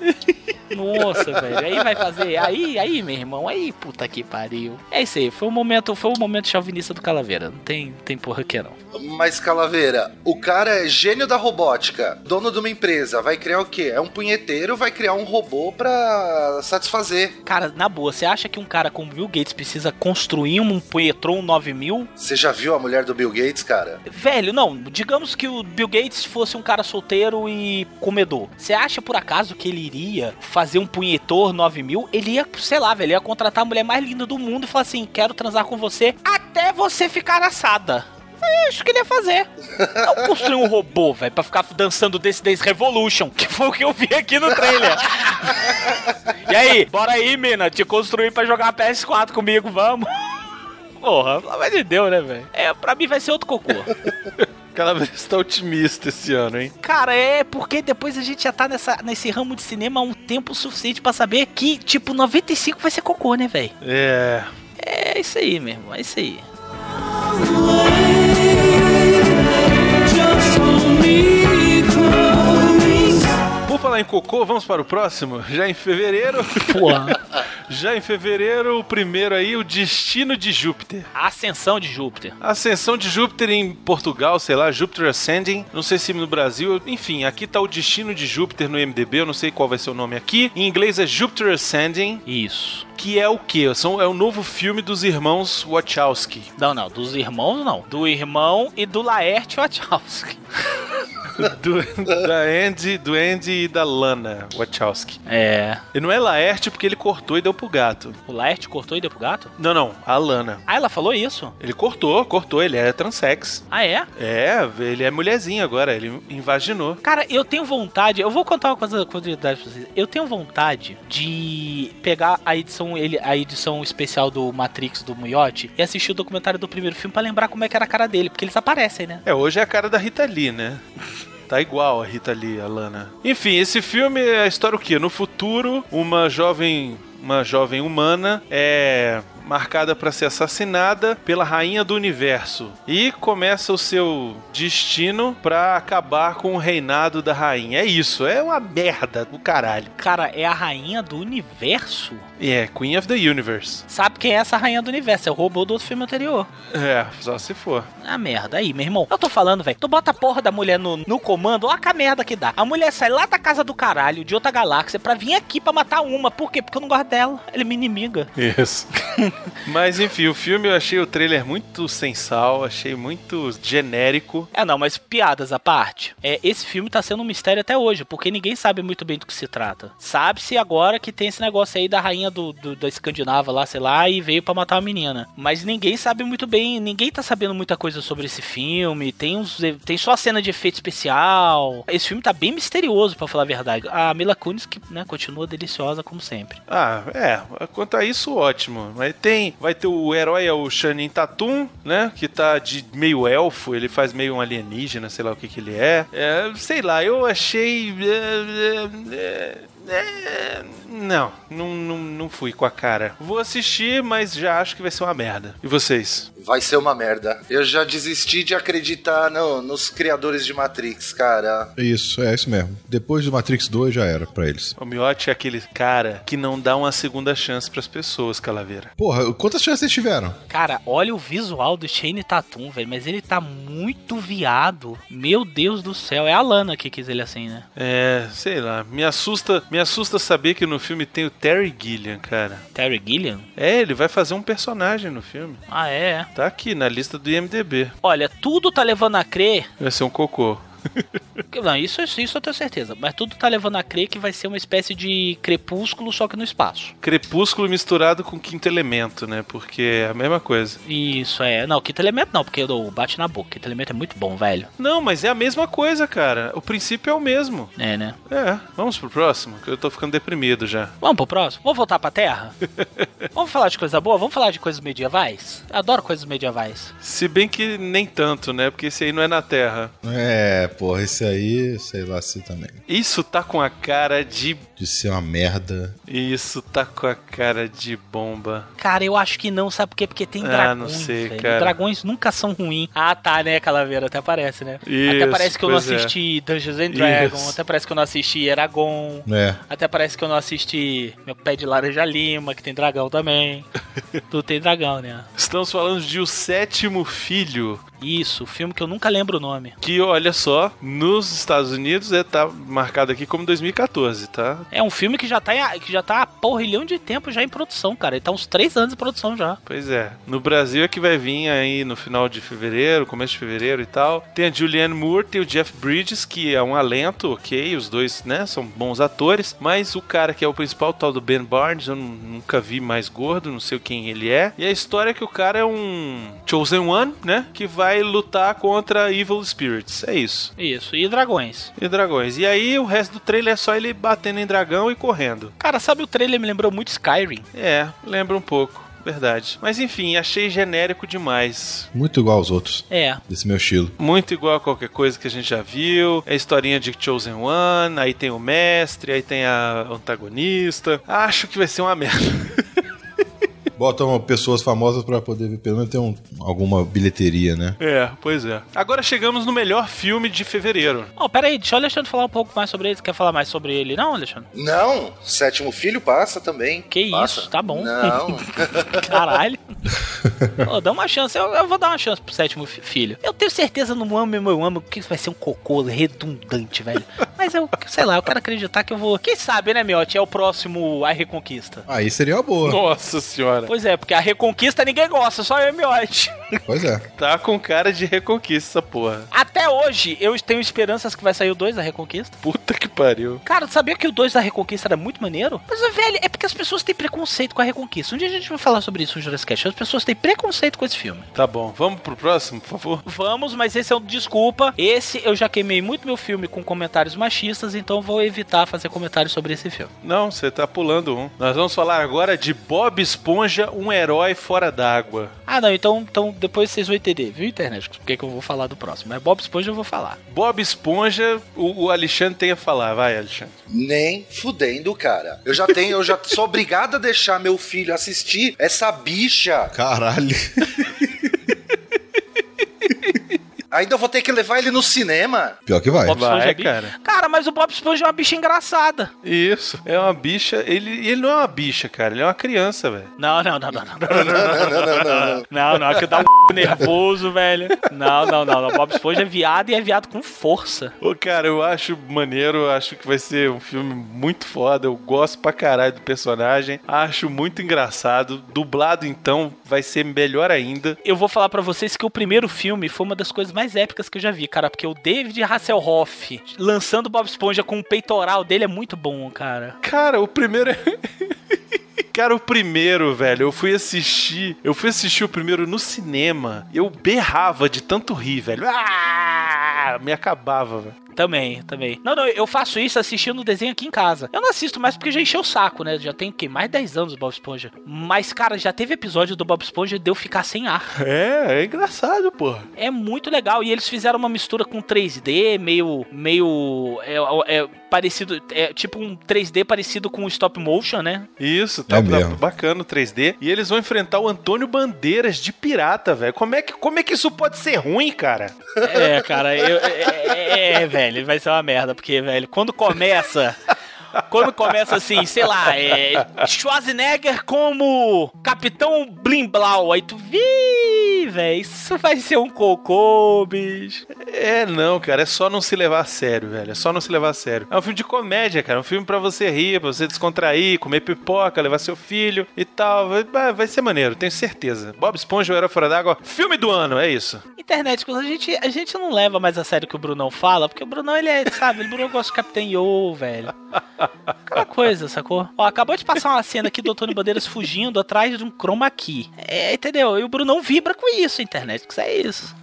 [SPEAKER 5] Nossa, velho. Aí vai fazer. Aí, aí, meu irmão. Aí, puta que pariu. É isso aí. Foi o momento, foi o momento chauvinista do Calaveira. Não tem, tem porra que não.
[SPEAKER 8] Mas, Calaveira, o cara é gênio da robótica, dono de uma empresa, vai criar o quê? É um punheteiro, vai criar um robô pra satisfazer.
[SPEAKER 5] Cara, na boa, você acha que um cara como Bill Gates precisa construir um Poetron 9000?
[SPEAKER 8] Você já viu a mulher do Bill Gates, cara?
[SPEAKER 5] Velho, não. Digamos que o Bill Gates fosse um cara solteiro e comedor. Você acha por acaso que ele iria fazer um punhetor 9000? Ele ia, sei lá, velho, ia contratar a mulher mais linda do mundo e falar assim: quero transar com você até você ficar assada. É isso que ele ia fazer. Não construir um robô, velho, pra ficar dançando Dance Dance Revolution, que foi o que eu vi aqui no trailer. e aí, bora aí, mina, te construir pra jogar PS4 comigo, vamos. Porra, pelo amor de Deus, né, velho? É, pra mim vai ser outro cocô.
[SPEAKER 7] Calaveira está otimista esse ano, hein?
[SPEAKER 5] Cara, é porque depois a gente já tá nessa, nesse ramo de cinema há um tempo suficiente pra saber que, tipo, 95 vai ser cocô, né, velho?
[SPEAKER 7] É.
[SPEAKER 5] É isso aí, meu irmão, é isso aí.
[SPEAKER 7] Por falar em cocô, vamos para o próximo? Já em fevereiro.
[SPEAKER 5] Porra.
[SPEAKER 7] Já em fevereiro, o primeiro aí, o Destino de Júpiter.
[SPEAKER 5] A ascensão de Júpiter.
[SPEAKER 7] Ascensão de Júpiter em Portugal, sei lá, Júpiter Ascending, não sei se no Brasil, enfim, aqui tá o Destino de Júpiter no MDB, eu não sei qual vai ser o nome aqui. Em inglês é Júpiter Ascending,
[SPEAKER 5] Isso.
[SPEAKER 7] que é o quê? São, é o novo filme dos irmãos Wachowski.
[SPEAKER 5] Não, não, dos irmãos não. Do irmão e do Laerte Wachowski.
[SPEAKER 7] Do- da Andy, do Andy e da Lana Wachowski.
[SPEAKER 5] É.
[SPEAKER 7] E não é Laerte porque ele cortou e deu pro gato.
[SPEAKER 5] O Laerte cortou e deu pro gato?
[SPEAKER 7] Não, não, a Lana.
[SPEAKER 5] Ah, ela falou isso?
[SPEAKER 7] Ele cortou, cortou, ele é transex.
[SPEAKER 5] Ah, é?
[SPEAKER 7] É, ele é mulherzinho agora, ele invaginou.
[SPEAKER 5] Cara, eu tenho vontade. Eu vou contar uma coisa curiosidade pra vocês. Eu tenho vontade de pegar a edição, ele, a edição especial do Matrix do Muyote e assistir o documentário do primeiro filme pra lembrar como é que era a cara dele, porque eles aparecem, né?
[SPEAKER 7] É, hoje é a cara da Rita Lee, né? Tá igual a Rita Lee, a Lana. Enfim, esse filme é a história o quê? No futuro, uma jovem, uma jovem humana é marcada para ser assassinada pela rainha do universo e começa o seu destino pra acabar com o reinado da rainha. É isso, é uma merda do caralho.
[SPEAKER 5] Cara, é a rainha do universo?
[SPEAKER 7] E é Queen of the Universe.
[SPEAKER 5] Sabe quem é essa rainha do universo? É o robô do outro filme anterior.
[SPEAKER 7] É, só se for.
[SPEAKER 5] Ah, merda. Aí, meu irmão, eu tô falando, velho. Tu bota a porra da mulher no, no comando, olha que a merda que dá. A mulher sai lá da casa do caralho, de outra galáxia, pra vir aqui pra matar uma. Por quê? Porque eu não gosto dela. Ela é minha inimiga.
[SPEAKER 7] Isso. Mas enfim, o filme eu achei o trailer muito sem sal, achei muito genérico.
[SPEAKER 5] É, não, mas piadas à parte. É, esse filme tá sendo um mistério até hoje, porque ninguém sabe muito bem do que se trata. Sabe-se agora que tem esse negócio aí da rainha do, do- da Escandinava lá, sei lá, e veio pra matar a menina. Mas ninguém sabe muito bem, ninguém tá sabendo muita coisa sobre esse filme. Tem uns, tem só a cena de efeito especial. Esse filme tá bem misterioso, pra falar a verdade. A Mila Kunis, que né, continua deliciosa como sempre.
[SPEAKER 7] Ah, é, quanto a isso, ótimo. Mas tem, vai ter o herói, é o Shanin Tatum, né? Que tá de meio elfo, ele faz meio um alienígena, sei lá o que que ele é. É, sei lá, eu achei. é, é, é, é, não, não, não, não fui com a cara. Vou assistir, mas já acho que vai ser uma merda. E vocês?
[SPEAKER 8] Vai ser uma merda. Eu já desisti de acreditar no- nos criadores de Matrix, cara.
[SPEAKER 6] Isso, é isso mesmo. Depois do Matrix 2 já era pra eles.
[SPEAKER 7] O Miotti é aquele cara que não dá uma segunda chance pras pessoas, Calaveira.
[SPEAKER 6] Porra, quantas chances eles tiveram?
[SPEAKER 5] Cara, olha o visual do Shane Tatum, velho. Mas ele tá muito viado. Meu Deus do céu. É a Lana que quis ele assim, né?
[SPEAKER 7] É, sei lá. Me assusta, me assusta saber que no filme tem o Terry Gilliam, cara.
[SPEAKER 5] Terry Gilliam?
[SPEAKER 7] É, ele vai fazer um personagem no filme.
[SPEAKER 5] Ah, é.
[SPEAKER 7] Tá aqui na lista do IMDb.
[SPEAKER 5] Olha, tudo tá levando a crer.
[SPEAKER 7] Vai ser um cocô.
[SPEAKER 5] Não, isso, isso isso eu tenho certeza. Mas tudo tá levando a crer que vai ser uma espécie de crepúsculo, só que no espaço.
[SPEAKER 7] Crepúsculo misturado com Quinto Elemento, né? Porque é a mesma coisa.
[SPEAKER 5] Isso é. Não, Quinto Elemento não, porque eu bate na boca. Quinto Elemento é muito bom, velho.
[SPEAKER 7] Não, mas é a mesma coisa, cara. O princípio é o mesmo.
[SPEAKER 5] É, né?
[SPEAKER 7] É, vamos pro próximo, que eu tô ficando deprimido já.
[SPEAKER 5] Vamos pro próximo? Vamos voltar pra Terra? Vamos falar de coisa boa? Vamos falar de coisas medievais? Adoro coisas medievais.
[SPEAKER 7] Se bem que nem tanto, né? Porque esse aí não é na Terra.
[SPEAKER 6] É, porra, esse aí, sei lá se também.
[SPEAKER 7] Isso tá com a cara de.
[SPEAKER 6] De ser uma merda.
[SPEAKER 7] Isso tá com a cara de bomba.
[SPEAKER 5] Cara, eu acho que não, sabe por quê? Porque tem
[SPEAKER 7] Ah,
[SPEAKER 5] dragões.
[SPEAKER 7] não sei,
[SPEAKER 5] velho.
[SPEAKER 7] cara.
[SPEAKER 5] Dragões nunca são ruins. Ah, tá, né, Calaveira? Até parece, né? até
[SPEAKER 7] Isso,
[SPEAKER 5] parece que eu não
[SPEAKER 7] pois é.
[SPEAKER 5] assisti Dungeons and Dragons,
[SPEAKER 7] Isso.
[SPEAKER 5] até parece que eu não assisti Eragon.
[SPEAKER 6] É.
[SPEAKER 5] Até parece que eu não assisti meu pé de laranja lima, que tem dragão também. Tudo tem dragão, né?
[SPEAKER 7] Estamos falando de O Sétimo Filho,
[SPEAKER 5] Isso, filme que eu nunca lembro o nome.
[SPEAKER 7] que olha só, nos Estados Unidos é, tá marcado aqui como 2014, tá?
[SPEAKER 5] É um filme que já tá, em- que já tá há porrilhão de tempo já em produção, cara. Ele tá uns três anos de produção já.
[SPEAKER 7] Pois é. No Brasil é que vai vir aí no final de fevereiro, começo de fevereiro e tal. Tem a Julianne Moore, tem o Jeff Bridges, que é um alento, ok. Os dois, né, são bons atores. Mas o cara que é o principal, o tal do Ben Barnes, eu nu- nunca vi mais gordo, não sei quem ele é. E a história é que o cara é um Chosen One, né, que vai lutar contra Evil Spirits. É isso.
[SPEAKER 5] Isso, e dragões.
[SPEAKER 7] E dragões. E aí o resto do trailer é só ele batendo em dragão e correndo.
[SPEAKER 5] Cara, sabe o trailer me lembrou muito Skyrim?
[SPEAKER 7] É, lembra um pouco, verdade. Mas enfim, achei genérico demais.
[SPEAKER 6] Muito igual aos outros.
[SPEAKER 5] É,
[SPEAKER 6] Desse meu estilo.
[SPEAKER 7] Muito igual a qualquer coisa que a gente já viu. É a historinha de Chosen One, aí tem o mestre, aí tem a antagonista. Acho que vai ser uma merda.
[SPEAKER 6] Botam pessoas famosas pra poder ver, pelo menos ter um- alguma bilheteria, né?
[SPEAKER 7] É, pois é. Agora chegamos no melhor filme de fevereiro.
[SPEAKER 5] Ó, pera aí, deixa o Alexandre falar um pouco mais sobre ele. Você quer falar mais sobre ele, não, Alexandre?
[SPEAKER 8] Não, sétimo filho passa também.
[SPEAKER 5] Que
[SPEAKER 8] Passa.
[SPEAKER 5] isso, tá bom.
[SPEAKER 8] Não.
[SPEAKER 5] Caralho. Ô, dá uma chance, eu, eu vou dar uma chance pro sétimo fi- filho. Eu tenho certeza no Amo Meu Amo que isso vai ser um cocô redundante, velho. Mas eu, sei lá, eu quero acreditar que eu vou. Quem sabe, né, Miotti? É o próximo A Reconquista.
[SPEAKER 6] Aí seria uma boa.
[SPEAKER 7] Nossa senhora.
[SPEAKER 5] Pois é, porque a Reconquista ninguém gosta, só eu e Miotti.
[SPEAKER 6] Pois é.
[SPEAKER 7] Tá com cara de reconquista, essa porra.
[SPEAKER 5] Até hoje, eu tenho esperanças que vai sair o 2 da Reconquista.
[SPEAKER 7] Puta que pariu.
[SPEAKER 5] Cara, sabia que o 2 da Reconquista era muito maneiro? Mas, velho, é porque as pessoas têm preconceito com a Reconquista. Um dia a gente vai falar sobre isso no Jurassic Cast. As pessoas têm preconceito com esse filme.
[SPEAKER 7] Tá bom, vamos pro próximo, por favor?
[SPEAKER 5] Vamos, mas esse é um desculpa. Esse eu já queimei muito meu filme com comentários machistas, então vou evitar fazer comentários sobre esse filme.
[SPEAKER 7] Não, você tá pulando um. Nós vamos falar agora de Bob Esponja, um herói fora d'água.
[SPEAKER 5] Ah, não, então, então depois vocês vão entender, viu, internet? Porque é que eu vou falar do próximo. Mas Bob Esponja eu vou falar.
[SPEAKER 7] Bob Esponja, o, o Alexandre tem a falar, vai, Alexandre.
[SPEAKER 8] Nem fudendo, cara. Eu já tenho, eu já sou obrigado a deixar meu filho assistir essa bicha.
[SPEAKER 6] Caralho.
[SPEAKER 8] Ainda vou ter que levar ele no cinema.
[SPEAKER 6] Pior que vai.
[SPEAKER 5] Bob
[SPEAKER 7] Vai,
[SPEAKER 5] Esponja é bi-
[SPEAKER 7] cara.
[SPEAKER 5] Cara, mas o Bob Esponja é uma bicha engraçada.
[SPEAKER 7] Isso, é uma bicha. Ele, ele não é uma bicha, cara, ele é uma criança, velho.
[SPEAKER 5] Não, não, não, não, não. Não, não, não, não, é que dá um nervoso, velho. Não, não, não, não. Bob Esponja é viado e é viado com força.
[SPEAKER 7] Ô, cara, eu acho maneiro, eu acho que vai ser um filme muito foda. Eu gosto pra caralho do personagem, acho muito engraçado. Dublado, então, vai ser melhor ainda.
[SPEAKER 5] Eu vou falar pra vocês que o primeiro filme foi uma das coisas mais épicas que eu já vi, cara, porque o David Hasselhoff lançando Bob Esponja com o peitoral dele é muito bom, cara.
[SPEAKER 7] Cara, o primeiro é. Cara, o primeiro, velho, eu fui assistir. Eu fui assistir o primeiro no cinema. Eu berrava de tanto rir, velho. Ah, me acabava, velho.
[SPEAKER 5] Também, também. Não, não, eu faço isso assistindo o desenho aqui em casa. Eu não assisto mais porque já encheu o saco, né? Já tem o quê? Mais de 10 anos o Bob Esponja. Mas, cara, já teve episódio do Bob Esponja de eu ficar sem ar.
[SPEAKER 7] É, é engraçado, porra.
[SPEAKER 5] É muito legal. E eles fizeram uma mistura com 3D, meio. meio. É, é parecido. É tipo um 3D parecido com stop motion, né?
[SPEAKER 7] Isso, tá,
[SPEAKER 6] É
[SPEAKER 7] tá
[SPEAKER 6] mesmo.
[SPEAKER 7] bacana o 3D. E eles vão enfrentar o Antônio Bandeiras de pirata, velho. Como é, que, como é que isso pode ser ruim, cara?
[SPEAKER 5] É, cara, eu- é, é, é, velho, vai ser uma merda, porque, velho, quando começa. Quando começa assim, sei lá, é. Schwarzenegger como Capitão Blimblau. Aí tu. Vi, velho, isso vai ser um cocô, bicho.
[SPEAKER 7] É, não, cara. É só não se levar a sério, velho. É só não se levar a sério. É um filme de comédia, cara. É um filme pra você rir, pra você descontrair, comer pipoca, levar seu filho e tal. Vai- Vai, vai ser maneiro, tenho certeza. Bob Esponja, o Herói Fora d'Água. Filme do ano, é isso.
[SPEAKER 5] Internet, a gente, a gente não leva mais a sério o que o Brunão fala, porque o Brunão, ele é, sabe, o Brunão gosta do Capitão Yo, velho. Aquela coisa, sacou? Ó, acabou de passar uma cena aqui do Antônio Bandeiras fugindo atrás de um chroma key. É, entendeu? E o Brunão vibra com isso, internet, que isso é isso.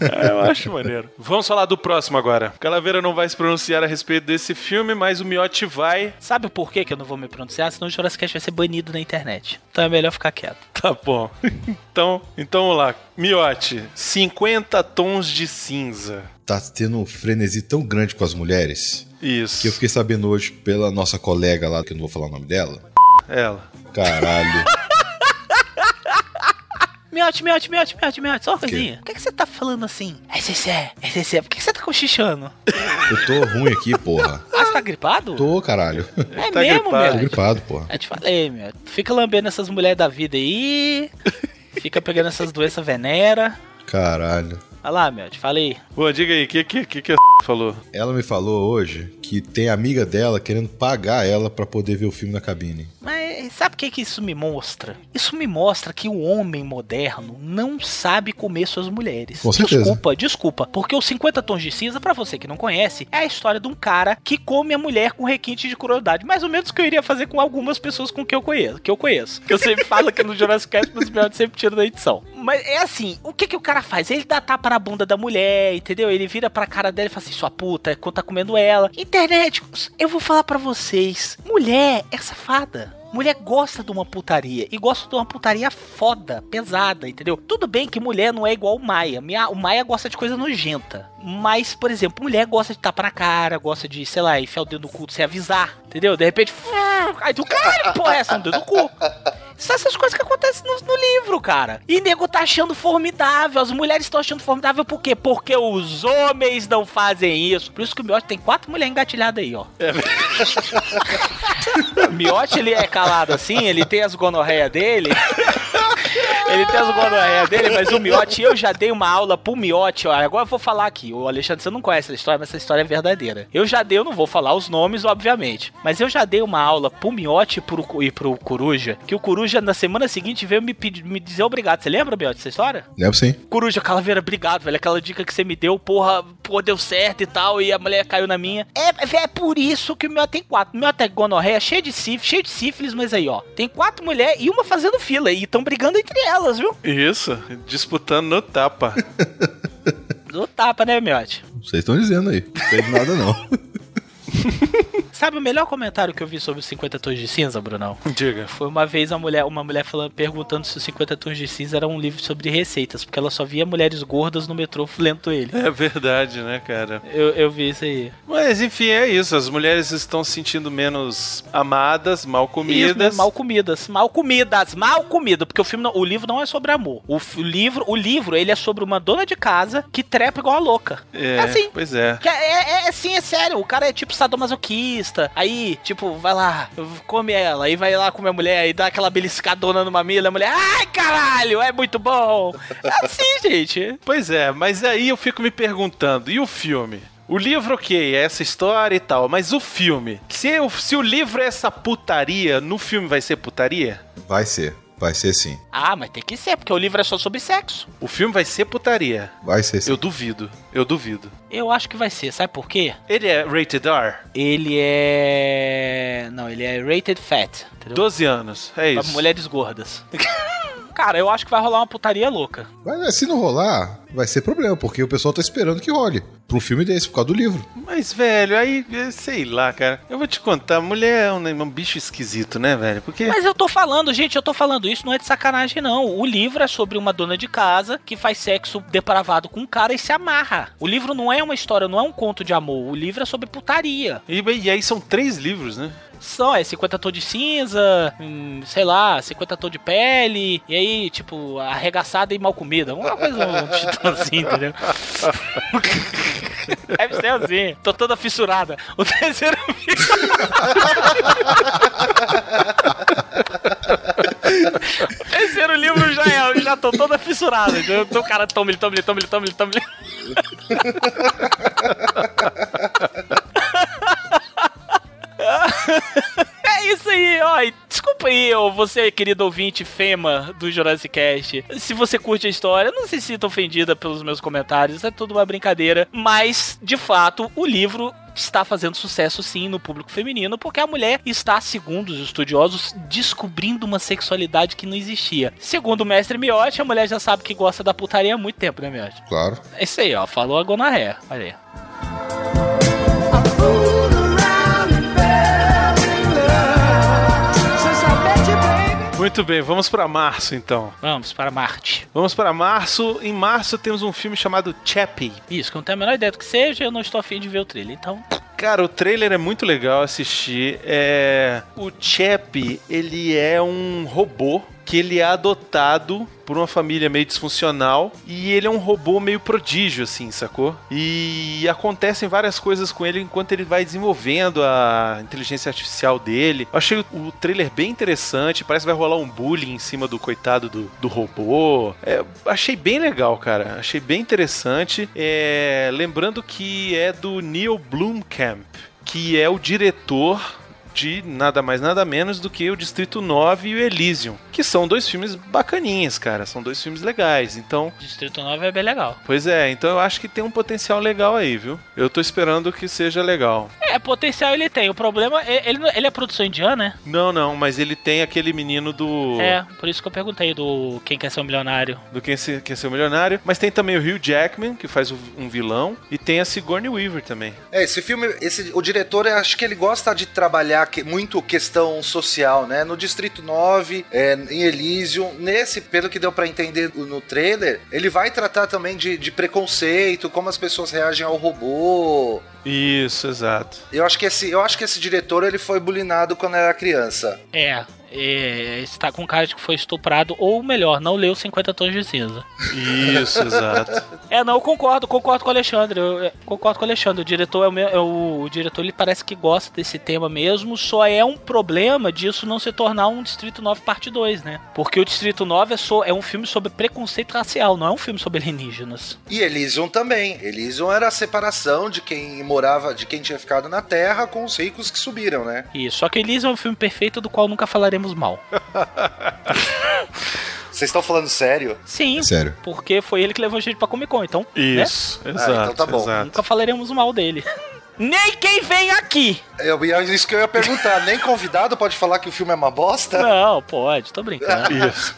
[SPEAKER 7] Ah, eu acho maneiro. Vamos falar do próximo agora. Calaveira não vai se pronunciar a respeito desse filme, mas o Miotti vai.
[SPEAKER 5] Sabe por que que eu não vou me pronunciar? Senão o Jurassic Cast vai ser banido na internet. Então é melhor ficar quieto.
[SPEAKER 7] Tá bom. Então, então vamos lá. Miotti, 50 tons de cinza.
[SPEAKER 6] Tá tendo um frenesi tão grande com as mulheres
[SPEAKER 7] Isso.
[SPEAKER 6] que eu fiquei sabendo hoje pela nossa colega lá, que eu não vou falar o nome dela.
[SPEAKER 7] Ela.
[SPEAKER 6] Caralho.
[SPEAKER 5] Miote, miote, miote, miote, miote. Só uma coisinha.
[SPEAKER 6] quê?
[SPEAKER 5] Por que, que você tá falando assim? SSE, SSE. Por que, que você tá cochichando?
[SPEAKER 6] Eu tô ruim aqui, porra.
[SPEAKER 5] Ah, você tá gripado?
[SPEAKER 6] Tô, caralho.
[SPEAKER 5] É
[SPEAKER 7] Tá
[SPEAKER 5] mesmo,
[SPEAKER 7] gripado.
[SPEAKER 6] Tô
[SPEAKER 5] meu.
[SPEAKER 6] gripado, porra.
[SPEAKER 5] Eu te falei, meu. Fica lambendo essas mulheres da vida aí. Fica pegando essas doenças venera.
[SPEAKER 6] Caralho.
[SPEAKER 5] Olha lá, meu. Te falei.
[SPEAKER 7] Bom, diga aí, o que, que, que, que a falou?
[SPEAKER 6] Ela me falou hoje que tem amiga dela querendo pagar ela pra poder ver o filme na cabine.
[SPEAKER 5] Mas sabe o que, que isso me mostra? Isso me mostra que o homem moderno não sabe comer suas mulheres.
[SPEAKER 6] Com certeza.
[SPEAKER 5] Desculpa, desculpa. Porque os 50 Tons de Cinza, pra você que não conhece, é a história de um cara que come a mulher com requinte de crueldade. Mais ou menos o que eu iria fazer com algumas pessoas com que eu conheço. Que eu conheço. Que eu sempre falo aqui no Jurassic Cast, mas o melhor sempre tiro da edição. Mas é assim, o que que o cara faz? Ele dá tapa na bunda da mulher, entendeu? Ele vira pra cara dela e fala assim, sua puta, quando tá comendo ela. Internet, eu vou falar pra vocês. Mulher é safada. Mulher gosta de uma putaria e gosta de uma putaria foda, pesada, entendeu? Tudo bem que mulher não é igual o Maia. Minha- O Maia gosta de coisa nojenta. Mas, por exemplo, mulher gosta de tapa na cara, gosta de, sei lá, enfiar o dedo no cu sem avisar, entendeu? De repente, aí tu, caralho, porra, essa é um dedo no cu. São essas coisas que acontecem no, no livro, cara. E nego tá achando formidável. As mulheres estão achando formidável por quê? Porque os homens não fazem isso. Por isso que o Miotti tem quatro mulheres engatilhadas aí, ó. o Miotti, ele é calado assim, ele tem as gonorreias dele. Ele tem as gonorreias dele, mas o Miotti, eu já dei uma aula pro Miotti, ó. Agora eu vou falar aqui. O Alexandre, você não conhece essa história, mas essa história é verdadeira. Eu já dei, eu não vou falar os nomes, obviamente. Mas eu já dei uma aula pro Miotti e pro, Cu- e pro Coruja, que o Coruja na semana seguinte veio me, pedir, me dizer obrigado. Você lembra, Miotti, essa história?
[SPEAKER 6] Lembra sim?
[SPEAKER 5] Coruja, Calaveira, obrigado, velho. Aquela dica que você me deu, porra, pô, deu certo e tal, e a mulher caiu na minha. É, véi, é por isso que o meu tem quatro. O meu tem gonorreia, cheio de sífilis, cheio de sífilis, mas aí, ó. Tem quatro mulheres e uma fazendo fila, e estão brigando entre elas, viu?
[SPEAKER 7] Isso, disputando no tapa.
[SPEAKER 5] Do tapa, né, Miote?
[SPEAKER 6] Vocês estão dizendo aí. Não sei de nada, não.
[SPEAKER 5] Sabe o melhor comentário que eu vi sobre os 50 tons de cinza, Brunão?
[SPEAKER 7] Diga.
[SPEAKER 5] Foi uma vez uma mulher, uma mulher falando, perguntando se os 50 tons de cinza era um livro sobre receitas, porque ela só via mulheres gordas no metrô lento ele.
[SPEAKER 7] É verdade, né, cara?
[SPEAKER 5] Eu, eu vi isso aí.
[SPEAKER 7] Mas enfim, é isso. As mulheres estão se sentindo menos amadas, mal
[SPEAKER 5] Isso, né?
[SPEAKER 7] comidas.
[SPEAKER 5] mal comidas, mal comidas, mal comida, porque o filme, não- o livro não é sobre amor. O, f- o livro, o livro, ele é sobre uma dona de casa que trepa igual a louca.
[SPEAKER 7] É,
[SPEAKER 5] É assim.
[SPEAKER 7] Pois é.
[SPEAKER 5] Que é, é, é- sim, é sério. O cara é tipo sadomasoquista. Aí, tipo, vai lá, come ela. Aí vai lá com a mulher. Aí dá aquela beliscadona no mamilo. A mulher, ai caralho, é muito bom. É assim, gente.
[SPEAKER 7] Pois é, mas aí eu fico me perguntando, e o filme? O livro, ok, é essa história e tal, mas o filme? Se, o- se o livro é essa putaria, no filme vai ser putaria?
[SPEAKER 6] Vai ser. Vai ser sim.
[SPEAKER 5] Ah, mas tem que ser, porque o livro é só sobre sexo.
[SPEAKER 7] O filme vai ser putaria.
[SPEAKER 6] Vai ser sim.
[SPEAKER 7] Eu duvido, eu duvido.
[SPEAKER 5] Eu acho que vai ser, sabe por quê?
[SPEAKER 7] Ele é rated R?
[SPEAKER 5] Ele é. Não, ele é rated fat. Entendeu?
[SPEAKER 7] 12 anos, é
[SPEAKER 5] Pra
[SPEAKER 7] isso.
[SPEAKER 5] mulheres gordas. Cara, eu acho que vai rolar uma putaria louca.
[SPEAKER 6] Mas né, se não rolar, vai ser problema, porque o pessoal tá esperando que role. Pra um filme desse, por causa do livro.
[SPEAKER 7] Mas, velho, aí, eh, sei lá, cara. Eu vou te contar, mulher é um, um bicho esquisito, né, velho? Porque...
[SPEAKER 5] Mas eu tô falando, gente, eu tô falando isso, não é de sacanagem, não. O livro é sobre uma dona de casa que faz sexo depravado com um cara e se amarra. O livro não é uma história, não é um conto de amor. O livro é sobre putaria.
[SPEAKER 7] E, e aí são três livros, né?
[SPEAKER 5] São, é 50 tons de cinza, hum, sei lá, 50 tons de pele, e aí, tipo, arregaçada e mal comida. Uma coisa um título assim, entendeu? Deve ser assim. Tô toda fissurada. O terceiro O terceiro livro já é, eu já tô toda fissurada. Eu tô, cara, toma ele, toma ele, toma ele, toma ele, toma ele. É isso aí, ó. E Desculpa aí, ó, você, querido ouvinte fema do Jurassic Cast. Se você curte a história, não se sinta ofendida pelos meus comentários, é tudo uma brincadeira. Mas, de fato, o livro está fazendo sucesso sim no público feminino, porque a mulher está, segundo os estudiosos, descobrindo uma sexualidade que não existia. Segundo o mestre Miotti, a mulher já sabe que gosta da putaria há muito tempo, né, Miotti?
[SPEAKER 6] Claro.
[SPEAKER 5] É isso aí, ó. Falou a gonorreia. Olha aí.
[SPEAKER 7] Muito bem, vamos pra março então.
[SPEAKER 5] Vamos para Marte.
[SPEAKER 7] Vamos pra março. Em março temos um filme chamado Chappie.
[SPEAKER 5] Isso, que eu não tenho a menor ideia do que seja, eu não estou afim de ver o trailer. Então,
[SPEAKER 7] Cara, o trailer é muito legal assistir. É... O Chap, ele é um robô que ele é adotado por uma família meio disfuncional e ele é um robô meio prodígio, assim, sacou? E acontecem várias coisas com ele enquanto ele vai desenvolvendo a inteligência artificial dele. Eu achei o- o trailer bem interessante, parece que vai rolar um bullying em cima do coitado do, do robô. É, achei bem legal, cara. Achei bem interessante. É, lembrando que é do Neil Blomkamp, que é o diretor de nada mais nada menos do que o Distrito 9 e o Elysium, que são dois filmes bacaninhas, cara, são dois filmes legais. Então,
[SPEAKER 5] Distrito 9 é bem legal.
[SPEAKER 7] pois é, então eu acho que tem um potencial legal aí, viu? Eu tô esperando que seja legal.
[SPEAKER 5] É, potencial ele tem. O problema é. Ele, não- ele é produção indiana, né?
[SPEAKER 7] Não, não, mas ele tem aquele menino do
[SPEAKER 5] É, por isso que eu perguntei do Quem Quer Ser um Milionário.
[SPEAKER 7] do quem ser, quem ser o milionário, mas tem também o Hugh Jackman, que faz o- um vilão, e tem a Sigourney Weaver também.
[SPEAKER 8] É, esse filme, esse, o diretor, eu acho que ele gosta de trabalhar que- muito questão social, né? No Distrito 9, é, em Elysium, nesse, pelo que deu pra entender no trailer, ele vai tratar também de, de preconceito, como as pessoas reagem ao robô.
[SPEAKER 7] Isso, exato.
[SPEAKER 8] Eu acho que esse, eu acho que esse diretor ele foi bulinado quando era criança.
[SPEAKER 5] É, é, está com cara de que foi estuprado, ou melhor, não leu 50 tons de cinza.
[SPEAKER 7] Isso, exato.
[SPEAKER 8] Né?
[SPEAKER 5] É, não, eu concordo, concordo com o Alexandre. eu, é, concordo com o Alexandre. O diretor é o, me- é o- o diretor, ele parece que gosta desse tema mesmo. Só é um problema disso não se tornar um Distrito 9 parte 2, né? Porque o Distrito 9 é, so- é um filme sobre preconceito racial, não é um filme sobre alienígenas.
[SPEAKER 8] E Elysium também. Elysium era a separação de quem morava, de quem tinha ficado na Terra com os ricos que subiram, né?
[SPEAKER 5] E só que Elise é um filme perfeito do qual nunca falaremos mal.
[SPEAKER 8] Vocês estão falando sério?
[SPEAKER 5] Sim,
[SPEAKER 6] Sério.
[SPEAKER 5] porque foi ele que levou a gente pra Comic Con, então
[SPEAKER 7] Isso, exato.
[SPEAKER 8] então tá bom.
[SPEAKER 7] exato.
[SPEAKER 5] nunca falaremos mal dele. Nem quem vem aqui!
[SPEAKER 8] Eu, e é isso que eu ia perguntar. Nem convidado pode falar que o filme é uma bosta?
[SPEAKER 5] Não, pode, tô
[SPEAKER 8] tá
[SPEAKER 5] brincando.
[SPEAKER 7] Isso.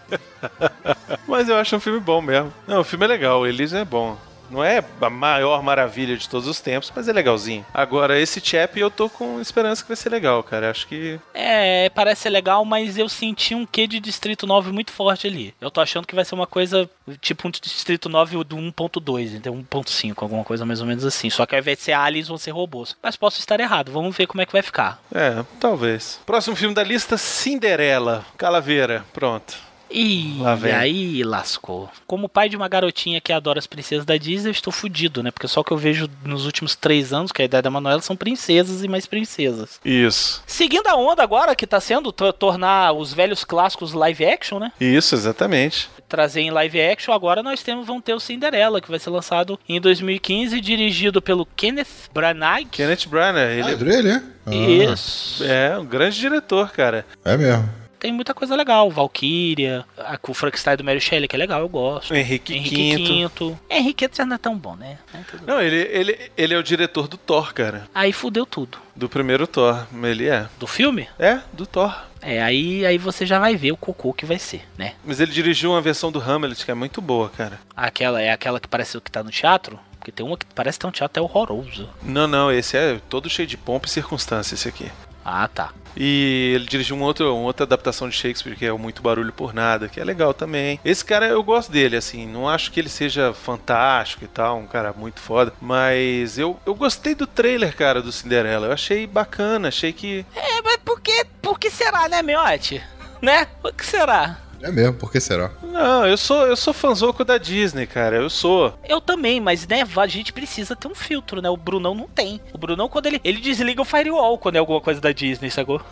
[SPEAKER 7] Mas eu acho um filme bom mesmo. Não, o filme é legal, o Elysium é bom. Não é a maior maravilha de todos os tempos, mas é legalzinho. Agora, esse chap eu tô com esperança que vai ser legal, cara. Acho que.
[SPEAKER 5] É, parece ser legal, mas eu senti um quê de Distrito 9 muito forte ali. Eu tô achando que vai ser uma coisa tipo um Distrito 9 do 1.2, então 1.5, alguma coisa mais ou menos assim. Só que ao invés de ser aliens, vão ser robôs. Mas posso estar errado, vamos ver como é que vai ficar.
[SPEAKER 7] É, talvez. Próximo filme da lista: Cinderela. Calaveira. Pronto.
[SPEAKER 5] E
[SPEAKER 7] Lá vem.
[SPEAKER 5] aí lascou. Como pai de uma garotinha que adora as princesas da Disney, eu estou fudido, né? Porque só o que eu vejo nos últimos três anos, que é a idade da Manuela, são princesas e mais princesas.
[SPEAKER 7] Isso.
[SPEAKER 5] Seguindo a onda agora, que tá sendo to- tornar os velhos clássicos live action, né?
[SPEAKER 7] Isso, exatamente.
[SPEAKER 5] Trazer em live action, agora nós temos vão ter o Cinderela, que vai ser lançado em 2015, dirigido pelo Kenneth Branagh.
[SPEAKER 7] Kenneth Branagh, ele
[SPEAKER 6] Ele... Ele, é? Ah,
[SPEAKER 5] Isso.
[SPEAKER 7] é um grande diretor, cara.
[SPEAKER 6] É mesmo.
[SPEAKER 5] Tem muita coisa legal. Valkyria, a, com o Frankenstein do Mary Shelley, que é legal, eu gosto.
[SPEAKER 7] O Henrique,
[SPEAKER 5] Henrique
[SPEAKER 7] V.
[SPEAKER 5] Quinto. Henrique Quinto já não é tão bom, né? É tudo-
[SPEAKER 7] Não, ele, ele, ele é o diretor do Thor, cara.
[SPEAKER 5] Aí fudeu tudo.
[SPEAKER 7] Do primeiro Thor. Ele é.
[SPEAKER 5] Do filme?
[SPEAKER 7] É, do Thor.
[SPEAKER 5] É, aí, aí você já vai ver o cocô que vai ser, né?
[SPEAKER 7] Mas ele dirigiu uma versão do Hamlet que é muito boa, cara.
[SPEAKER 5] Aquela é aquela que parece que tá no teatro? Porque tem uma que parece que tá no teatro, é horroroso.
[SPEAKER 7] Não, não, esse é todo cheio de pompa e circunstância, esse aqui.
[SPEAKER 5] Ah, tá.
[SPEAKER 7] E ele dirigiu um outro, uma outra adaptação de Shakespeare, que é o Muito Barulho por Nada, que é legal também. Esse cara, eu gosto dele, assim, não acho que ele seja fantástico e tal, um cara muito foda, mas eu, eu gostei do trailer, cara, do Cinderela. Eu achei bacana, achei que...
[SPEAKER 5] É, mas por que, por que será, né, Miote? Né? Por que será?
[SPEAKER 6] É mesmo, por que será?
[SPEAKER 7] Não, eu sou, eu sou fanzoco da Disney, cara, eu sou.
[SPEAKER 5] Eu também, mas né, a gente precisa ter um filtro, né? O Brunão não tem. O Brunão, quando ele. Ele desliga o firewall quando é alguma coisa da Disney, sacou?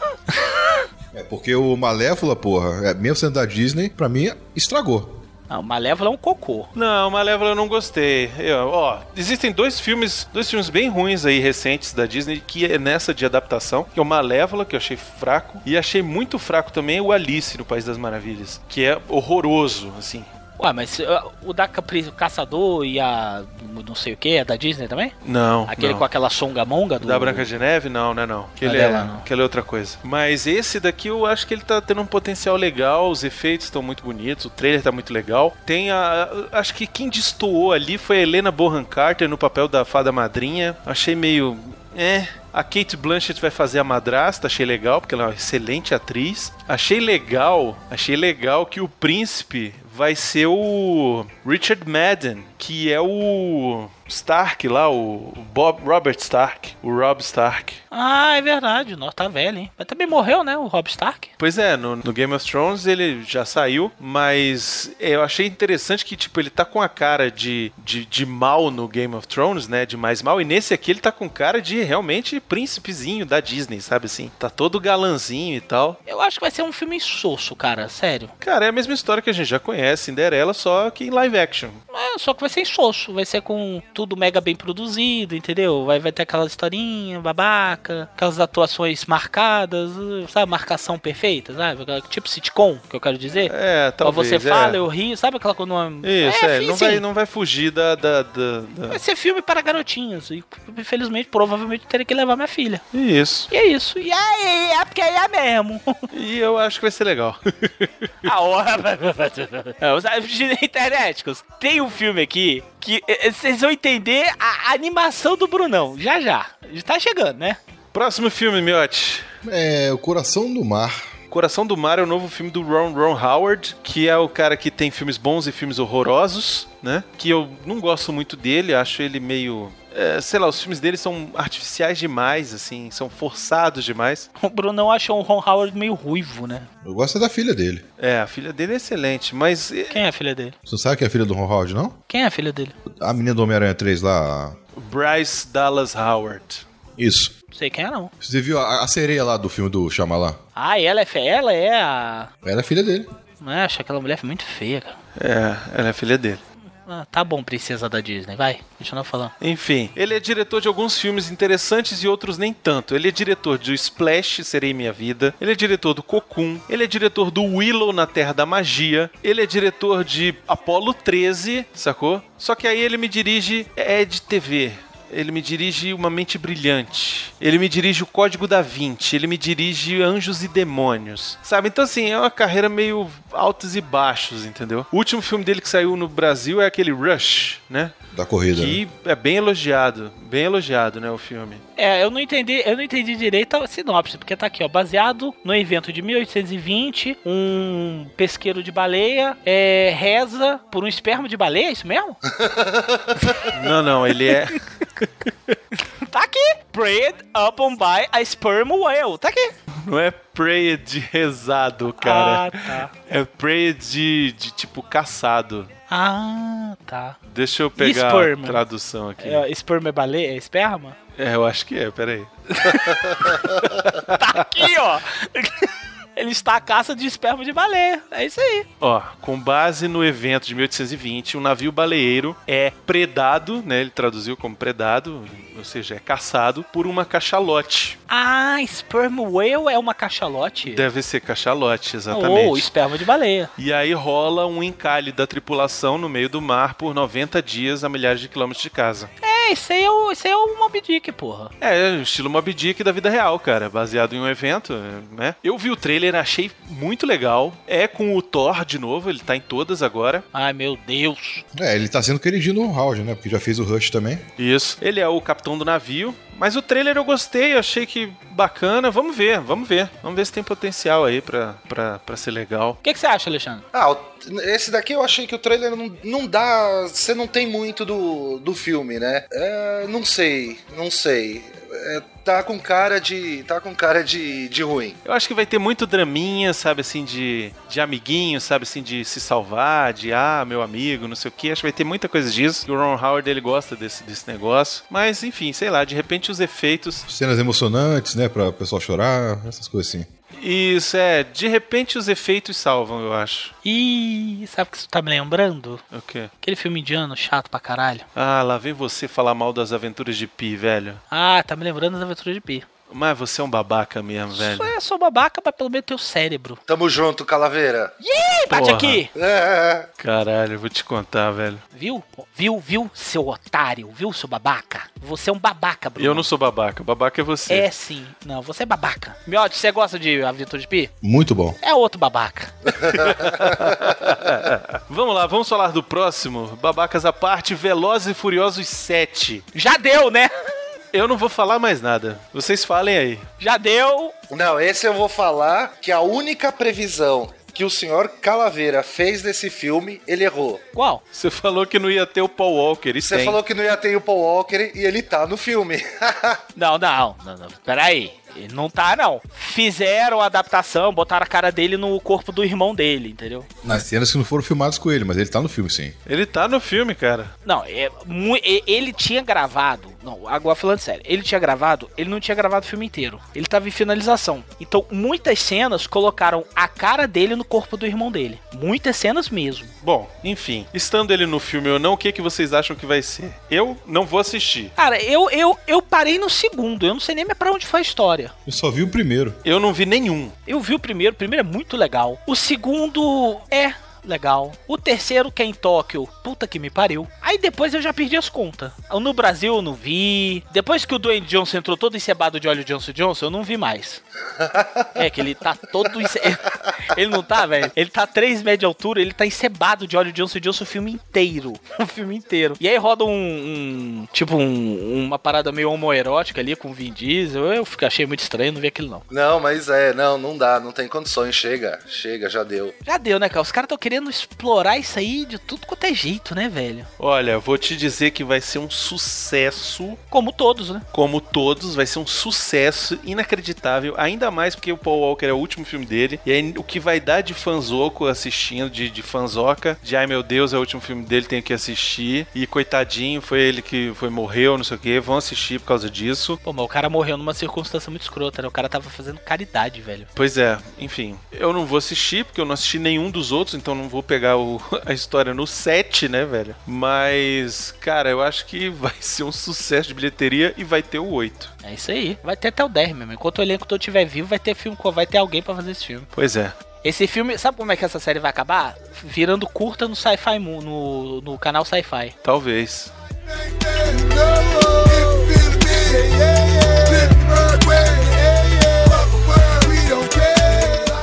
[SPEAKER 6] É porque o Malévola, porra, é, mesmo sendo da Disney, pra mim, estragou.
[SPEAKER 5] Ah, o Malévola é um cocô.
[SPEAKER 7] Não, Malévola eu não gostei. Eu, ó, existem dois filmes, dois filmes bem ruins aí recentes da Disney que é nessa de adaptação, que é o Malévola que eu achei fraco e achei muito fraco também o Alice no País das Maravilhas, que é horroroso, assim.
[SPEAKER 5] Ué, mas uh, o da Capri- Caçador e a. não sei o que, é da Disney também?
[SPEAKER 7] Não.
[SPEAKER 5] Aquele
[SPEAKER 7] não.
[SPEAKER 5] com aquela songamonga do.
[SPEAKER 7] Da Branca de Neve? Não, não é não. Aquele,
[SPEAKER 5] é
[SPEAKER 7] é,
[SPEAKER 5] dela, não.
[SPEAKER 7] aquele é outra coisa. Mas esse daqui eu acho que ele tá tendo um potencial legal, os efeitos estão muito bonitos, o trailer tá muito legal. Tem a. Acho que quem destoou ali foi a Helena Bohan Carter no papel da fada madrinha. Achei meio. É. A Kate Blanchett vai fazer a madrasta, achei legal, porque ela é uma excelente atriz. Achei legal, achei legal que o príncipe vai ser o Richard Madden, que é o Stark lá, o Bob Robert Stark, o Rob Stark.
[SPEAKER 5] Ah, é verdade. Nossa, tá velho, hein? Mas também morreu, né? O Rob Stark.
[SPEAKER 7] Pois é, no, no Game of Thrones ele já saiu, mas eu achei interessante que, tipo, ele tá com a cara de, de, de mal no Game of Thrones, né? De mais mal, e nesse aqui ele tá com cara de realmente príncipezinho da Disney, sabe assim? Tá todo galanzinho e tal.
[SPEAKER 5] Eu acho que vai ser um filme insosso, cara, sério.
[SPEAKER 7] Cara, é a mesma história que a gente já conhece, Cinderela, só que em live action.
[SPEAKER 5] É, só que vai ser insosso, vai ser com tudo mega bem produzido, entendeu? Vai, vai ter aquela historinha babaca, aquelas atuações marcadas, uh, sabe? Marcação perfeita, sabe? Aquela- Tipo sitcom, que eu quero dizer.
[SPEAKER 7] É,
[SPEAKER 5] Ou
[SPEAKER 7] talvez.
[SPEAKER 5] você
[SPEAKER 7] é.
[SPEAKER 5] fala, eu rio, sabe aquela coisa... não-
[SPEAKER 7] Isso, é,
[SPEAKER 5] fi-
[SPEAKER 7] não,
[SPEAKER 5] sim.
[SPEAKER 7] vai, não vai fugir da- da- da- da...
[SPEAKER 5] Vai ser filme para garotinhos. E infelizmente, provavelmente, eu terei que levar minha filha.
[SPEAKER 7] Isso.
[SPEAKER 5] E é isso. E aí, é porque aí é mesmo.
[SPEAKER 7] E eu acho que vai ser legal.
[SPEAKER 5] A hora. É, os amigos Internéticos, tem um filme aqui que eh, eh, vocês vão entender a animação do Brunão. Já já. Tá chegando, né?
[SPEAKER 7] Próximo filme, Miotti.
[SPEAKER 6] É, o Coração do Mar.
[SPEAKER 7] Coração do Mar é o novo filme do Ron Ron Howard, que é o cara que tem filmes bons e filmes horrorosos, né? Que eu não gosto muito dele, acho ele meio. é, sei lá, os filmes dele são artificiais demais, assim, são forçados demais.
[SPEAKER 5] O Brunão achou o Ron Howard meio ruivo, né?
[SPEAKER 6] Eu gosto é da filha dele.
[SPEAKER 7] É, a filha dele é excelente, mas. é,
[SPEAKER 5] Quem é a filha dele?
[SPEAKER 6] Você não sabe que é a filha do Ron Howard, não?
[SPEAKER 5] Quem é a filha dele?
[SPEAKER 6] A menina do Homem-Aranha 3 lá.
[SPEAKER 7] Bryce Dallas Howard.
[SPEAKER 6] Isso.
[SPEAKER 5] Não sei quem é, não.
[SPEAKER 6] Você viu a, a sereia lá do filme do Shyamalan?
[SPEAKER 5] Ah, ela é, fe- ela é a.
[SPEAKER 6] Ela é filha dele.
[SPEAKER 5] Não é, acho aquela mulher muito feia, cara.
[SPEAKER 7] É, ela é filha dele.
[SPEAKER 5] Ah, tá bom, princesa da Disney, vai. Deixa eu não falar.
[SPEAKER 7] Enfim, ele é diretor de alguns filmes interessantes e outros nem tanto. Ele é diretor de Splash, Serei Minha Vida. Ele é diretor do Cocoon. Ele é diretor do Willow na Terra da Magia. Ele é diretor de Apollo 13, sacou? Só que aí ele me dirige é, Ed TV. Ele me dirige Uma Mente Brilhante. Ele me dirige O Código da Vinci. Ele me dirige Anjos e Demônios. Sabe? Então, assim, é uma carreira meio altos e baixos, entendeu? O último filme dele que saiu no Brasil é aquele Rush, né?
[SPEAKER 6] Da corrida. né?
[SPEAKER 7] Que é bem elogiado, bem elogiado, né, o filme.
[SPEAKER 5] É, eu não entendi, eu não entendi direito a sinopse, porque tá aqui, ó, baseado no evento de 1820, um pesqueiro de baleia é, reza por um esperma de baleia, é isso mesmo?
[SPEAKER 7] Não, não, ele é.
[SPEAKER 5] tá aqui! Preyed upon by a sperm whale, tá aqui!
[SPEAKER 7] Não é prey de rezado, cara.
[SPEAKER 5] Ah, tá.
[SPEAKER 7] É prey de, de, tipo caçado.
[SPEAKER 5] Ah, tá.
[SPEAKER 7] Deixa eu pegar
[SPEAKER 5] Sperm.
[SPEAKER 7] a tradução aqui. É.
[SPEAKER 5] É, sperm é baleia, é esperma?
[SPEAKER 7] eu acho que é, peraí.
[SPEAKER 5] Tá aqui, ó! Ele está à caça de esperma de baleia, é isso aí.
[SPEAKER 7] Ó, com base no evento de 1820, um navio baleeiro é predado, né? Ele traduziu como predado, ou seja, é caçado por uma cachalote.
[SPEAKER 5] Ah, sperm whale é uma cachalote?
[SPEAKER 7] Deve ser cachalote, exatamente.
[SPEAKER 5] Ou esperma de baleia.
[SPEAKER 7] E aí rola um encalhe da tripulação no meio do mar por 90 dias a milhares de quilômetros de casa.
[SPEAKER 5] É, isso aí é, o, isso aí é o Moby Dick, porra.
[SPEAKER 7] É, o estilo Mob Dick da vida real, cara, baseado em um evento, né? Eu vi o trailer, achei muito legal. É com o Thor de novo, ele tá em todas agora.
[SPEAKER 5] Ai, meu Deus.
[SPEAKER 6] É, ele tá sendo queridinho no Ron Howard, né? Porque já fez o Rush também.
[SPEAKER 7] Isso. Ele é o capitão do navio. Mas o trailer eu gostei, eu achei que bacana. Vamos ver, vamos ver. Vamos ver se tem potencial aí pra, pra, pra ser legal.
[SPEAKER 5] O que, que você acha, Alexandre?
[SPEAKER 8] Ah, o- esse daqui eu achei que o trailer não, não dá. Você não tem muito do, do filme, né? É, não sei, não sei. É, tá com cara de. tá com cara de, de ruim.
[SPEAKER 7] Eu acho que vai ter muito draminha, sabe, assim, de, de amiguinho, sabe, assim, de se salvar, de ah, meu amigo, não sei o que. Acho que vai ter muita coisa disso. E o Ron Howard, ele gosta desse, desse negócio. Mas, enfim, sei lá, de repente os efeitos.
[SPEAKER 6] Cenas emocionantes, né? Pra o pessoal chorar, essas coisas assim.
[SPEAKER 7] Isso, é, de repente os efeitos salvam, eu acho.
[SPEAKER 5] Ih, sabe o que você tá me lembrando?
[SPEAKER 7] O quê?
[SPEAKER 5] Aquele filme indiano chato pra caralho.
[SPEAKER 7] Ah, lá vem você falar mal das aventuras de Pi, velho.
[SPEAKER 5] Ah, tá me lembrando das aventuras de Pi.
[SPEAKER 7] Mas você é um babaca mesmo, velho.
[SPEAKER 5] Sou, eu sou babaca, mas pelo menos tenho cérebro.
[SPEAKER 8] Tamo junto, Calaveira.
[SPEAKER 5] Ih, bate
[SPEAKER 7] Porra.
[SPEAKER 5] aqui!
[SPEAKER 8] É.
[SPEAKER 7] Caralho, eu vou te contar, velho.
[SPEAKER 5] Viu? Viu, viu, seu otário? Viu, seu babaca? Você é um babaca, Bruno.
[SPEAKER 7] Eu não sou babaca, babaca é você.
[SPEAKER 5] É sim. Não, você é babaca. Miotti, você gosta de A Aventura de Pi?
[SPEAKER 6] Muito bom.
[SPEAKER 5] É outro babaca.
[SPEAKER 7] Vamos lá, vamos falar do próximo. Babacas à parte, Velozes e Furiosos 7.
[SPEAKER 5] Já deu, né?
[SPEAKER 7] Eu não vou falar mais nada. Vocês falem aí.
[SPEAKER 5] Já deu.
[SPEAKER 8] Não, esse eu vou falar que a única previsão que o senhor Calaveira fez desse filme, ele errou.
[SPEAKER 5] Qual?
[SPEAKER 7] Você falou que não ia ter o Paul Walker, e
[SPEAKER 8] Você
[SPEAKER 7] tem.
[SPEAKER 8] falou que não ia ter o Paul Walker e ele tá no filme.
[SPEAKER 5] Não, não, não, não. Peraí. Ele Não tá, não. Fizeram a adaptação, botaram a cara dele no corpo do irmão dele, entendeu?
[SPEAKER 6] Nas cenas que não foram filmadas com ele, mas ele tá no filme, sim.
[SPEAKER 7] Ele tá no filme, cara.
[SPEAKER 5] Não, é, mu- e- ele tinha gravado. Não, agora falando sério, ele tinha gravado, ele não tinha gravado o filme inteiro. Ele tava em finalização. Então, muitas cenas colocaram a cara dele no corpo do irmão dele. Muitas cenas mesmo.
[SPEAKER 7] Bom, enfim. Estando ele no filme ou não, o que, que vocês acham que vai ser? Eu não vou assistir.
[SPEAKER 5] Cara, eu, eu, eu parei no segundo, eu não sei nem mais pra onde foi a história.
[SPEAKER 6] Eu só vi o primeiro.
[SPEAKER 7] Eu não vi nenhum.
[SPEAKER 5] Eu vi o primeiro, o primeiro é muito legal. O segundo é legal. O terceiro, que é em Tóquio, puta que me pariu. Aí depois eu já perdi as contas. No Brasil eu não vi. Depois que o Dwayne Johnson entrou todo encebado de óleo Johnson Johnson, eu não vi mais. É que ele tá todo. ence- Ele não tá, velho? Ele tá 3 metros de altura, ele tá encebado de óleo Johnson Johnson o filme inteiro. O filme inteiro. E aí roda um. um- tipo, um- uma parada meio homoerótica ali com o Vin Diesel. Eu fico- achei muito estranho, não vi aquilo não.
[SPEAKER 8] não, mas é, não, não dá, não tem condições. Chega, chega, já deu.
[SPEAKER 5] Já deu, né, cara? Os caras estão querendo explorar isso aí de tudo quanto é jeito, né, velho?
[SPEAKER 7] Olha, vou te dizer que vai ser um sucesso,
[SPEAKER 5] Como todos, né?
[SPEAKER 7] como todos, vai ser um sucesso inacreditável, ainda mais porque o Paul Walker é o último filme dele, e aí o que vai dar de fanzoco assistindo, de, de fanzoca, de ai meu Deus, é o último filme dele, tenho que assistir, e coitadinho, foi ele que foi morreu, não sei o que, vão assistir por causa disso.
[SPEAKER 5] Pô, mas o cara morreu numa circunstância muito escrota, né? O cara tava fazendo caridade, velho.
[SPEAKER 7] Pois é, enfim, eu não vou assistir, porque eu não assisti nenhum dos outros, então não vou pegar o- a história no set, né, velho? Mas, cara, eu acho que vai ser um sucesso de bilheteria e vai ter o 8.
[SPEAKER 5] É isso aí. Vai ter até o 10 mesmo. Enquanto o elenco todo estiver vivo, vai ter filme, com- vai ter alguém pra fazer esse filme.
[SPEAKER 7] Pois é.
[SPEAKER 5] Esse filme, sabe como é que essa série vai acabar? Virando curta no Sci-Fi Moon, no, no canal Sci-Fi.
[SPEAKER 7] Talvez.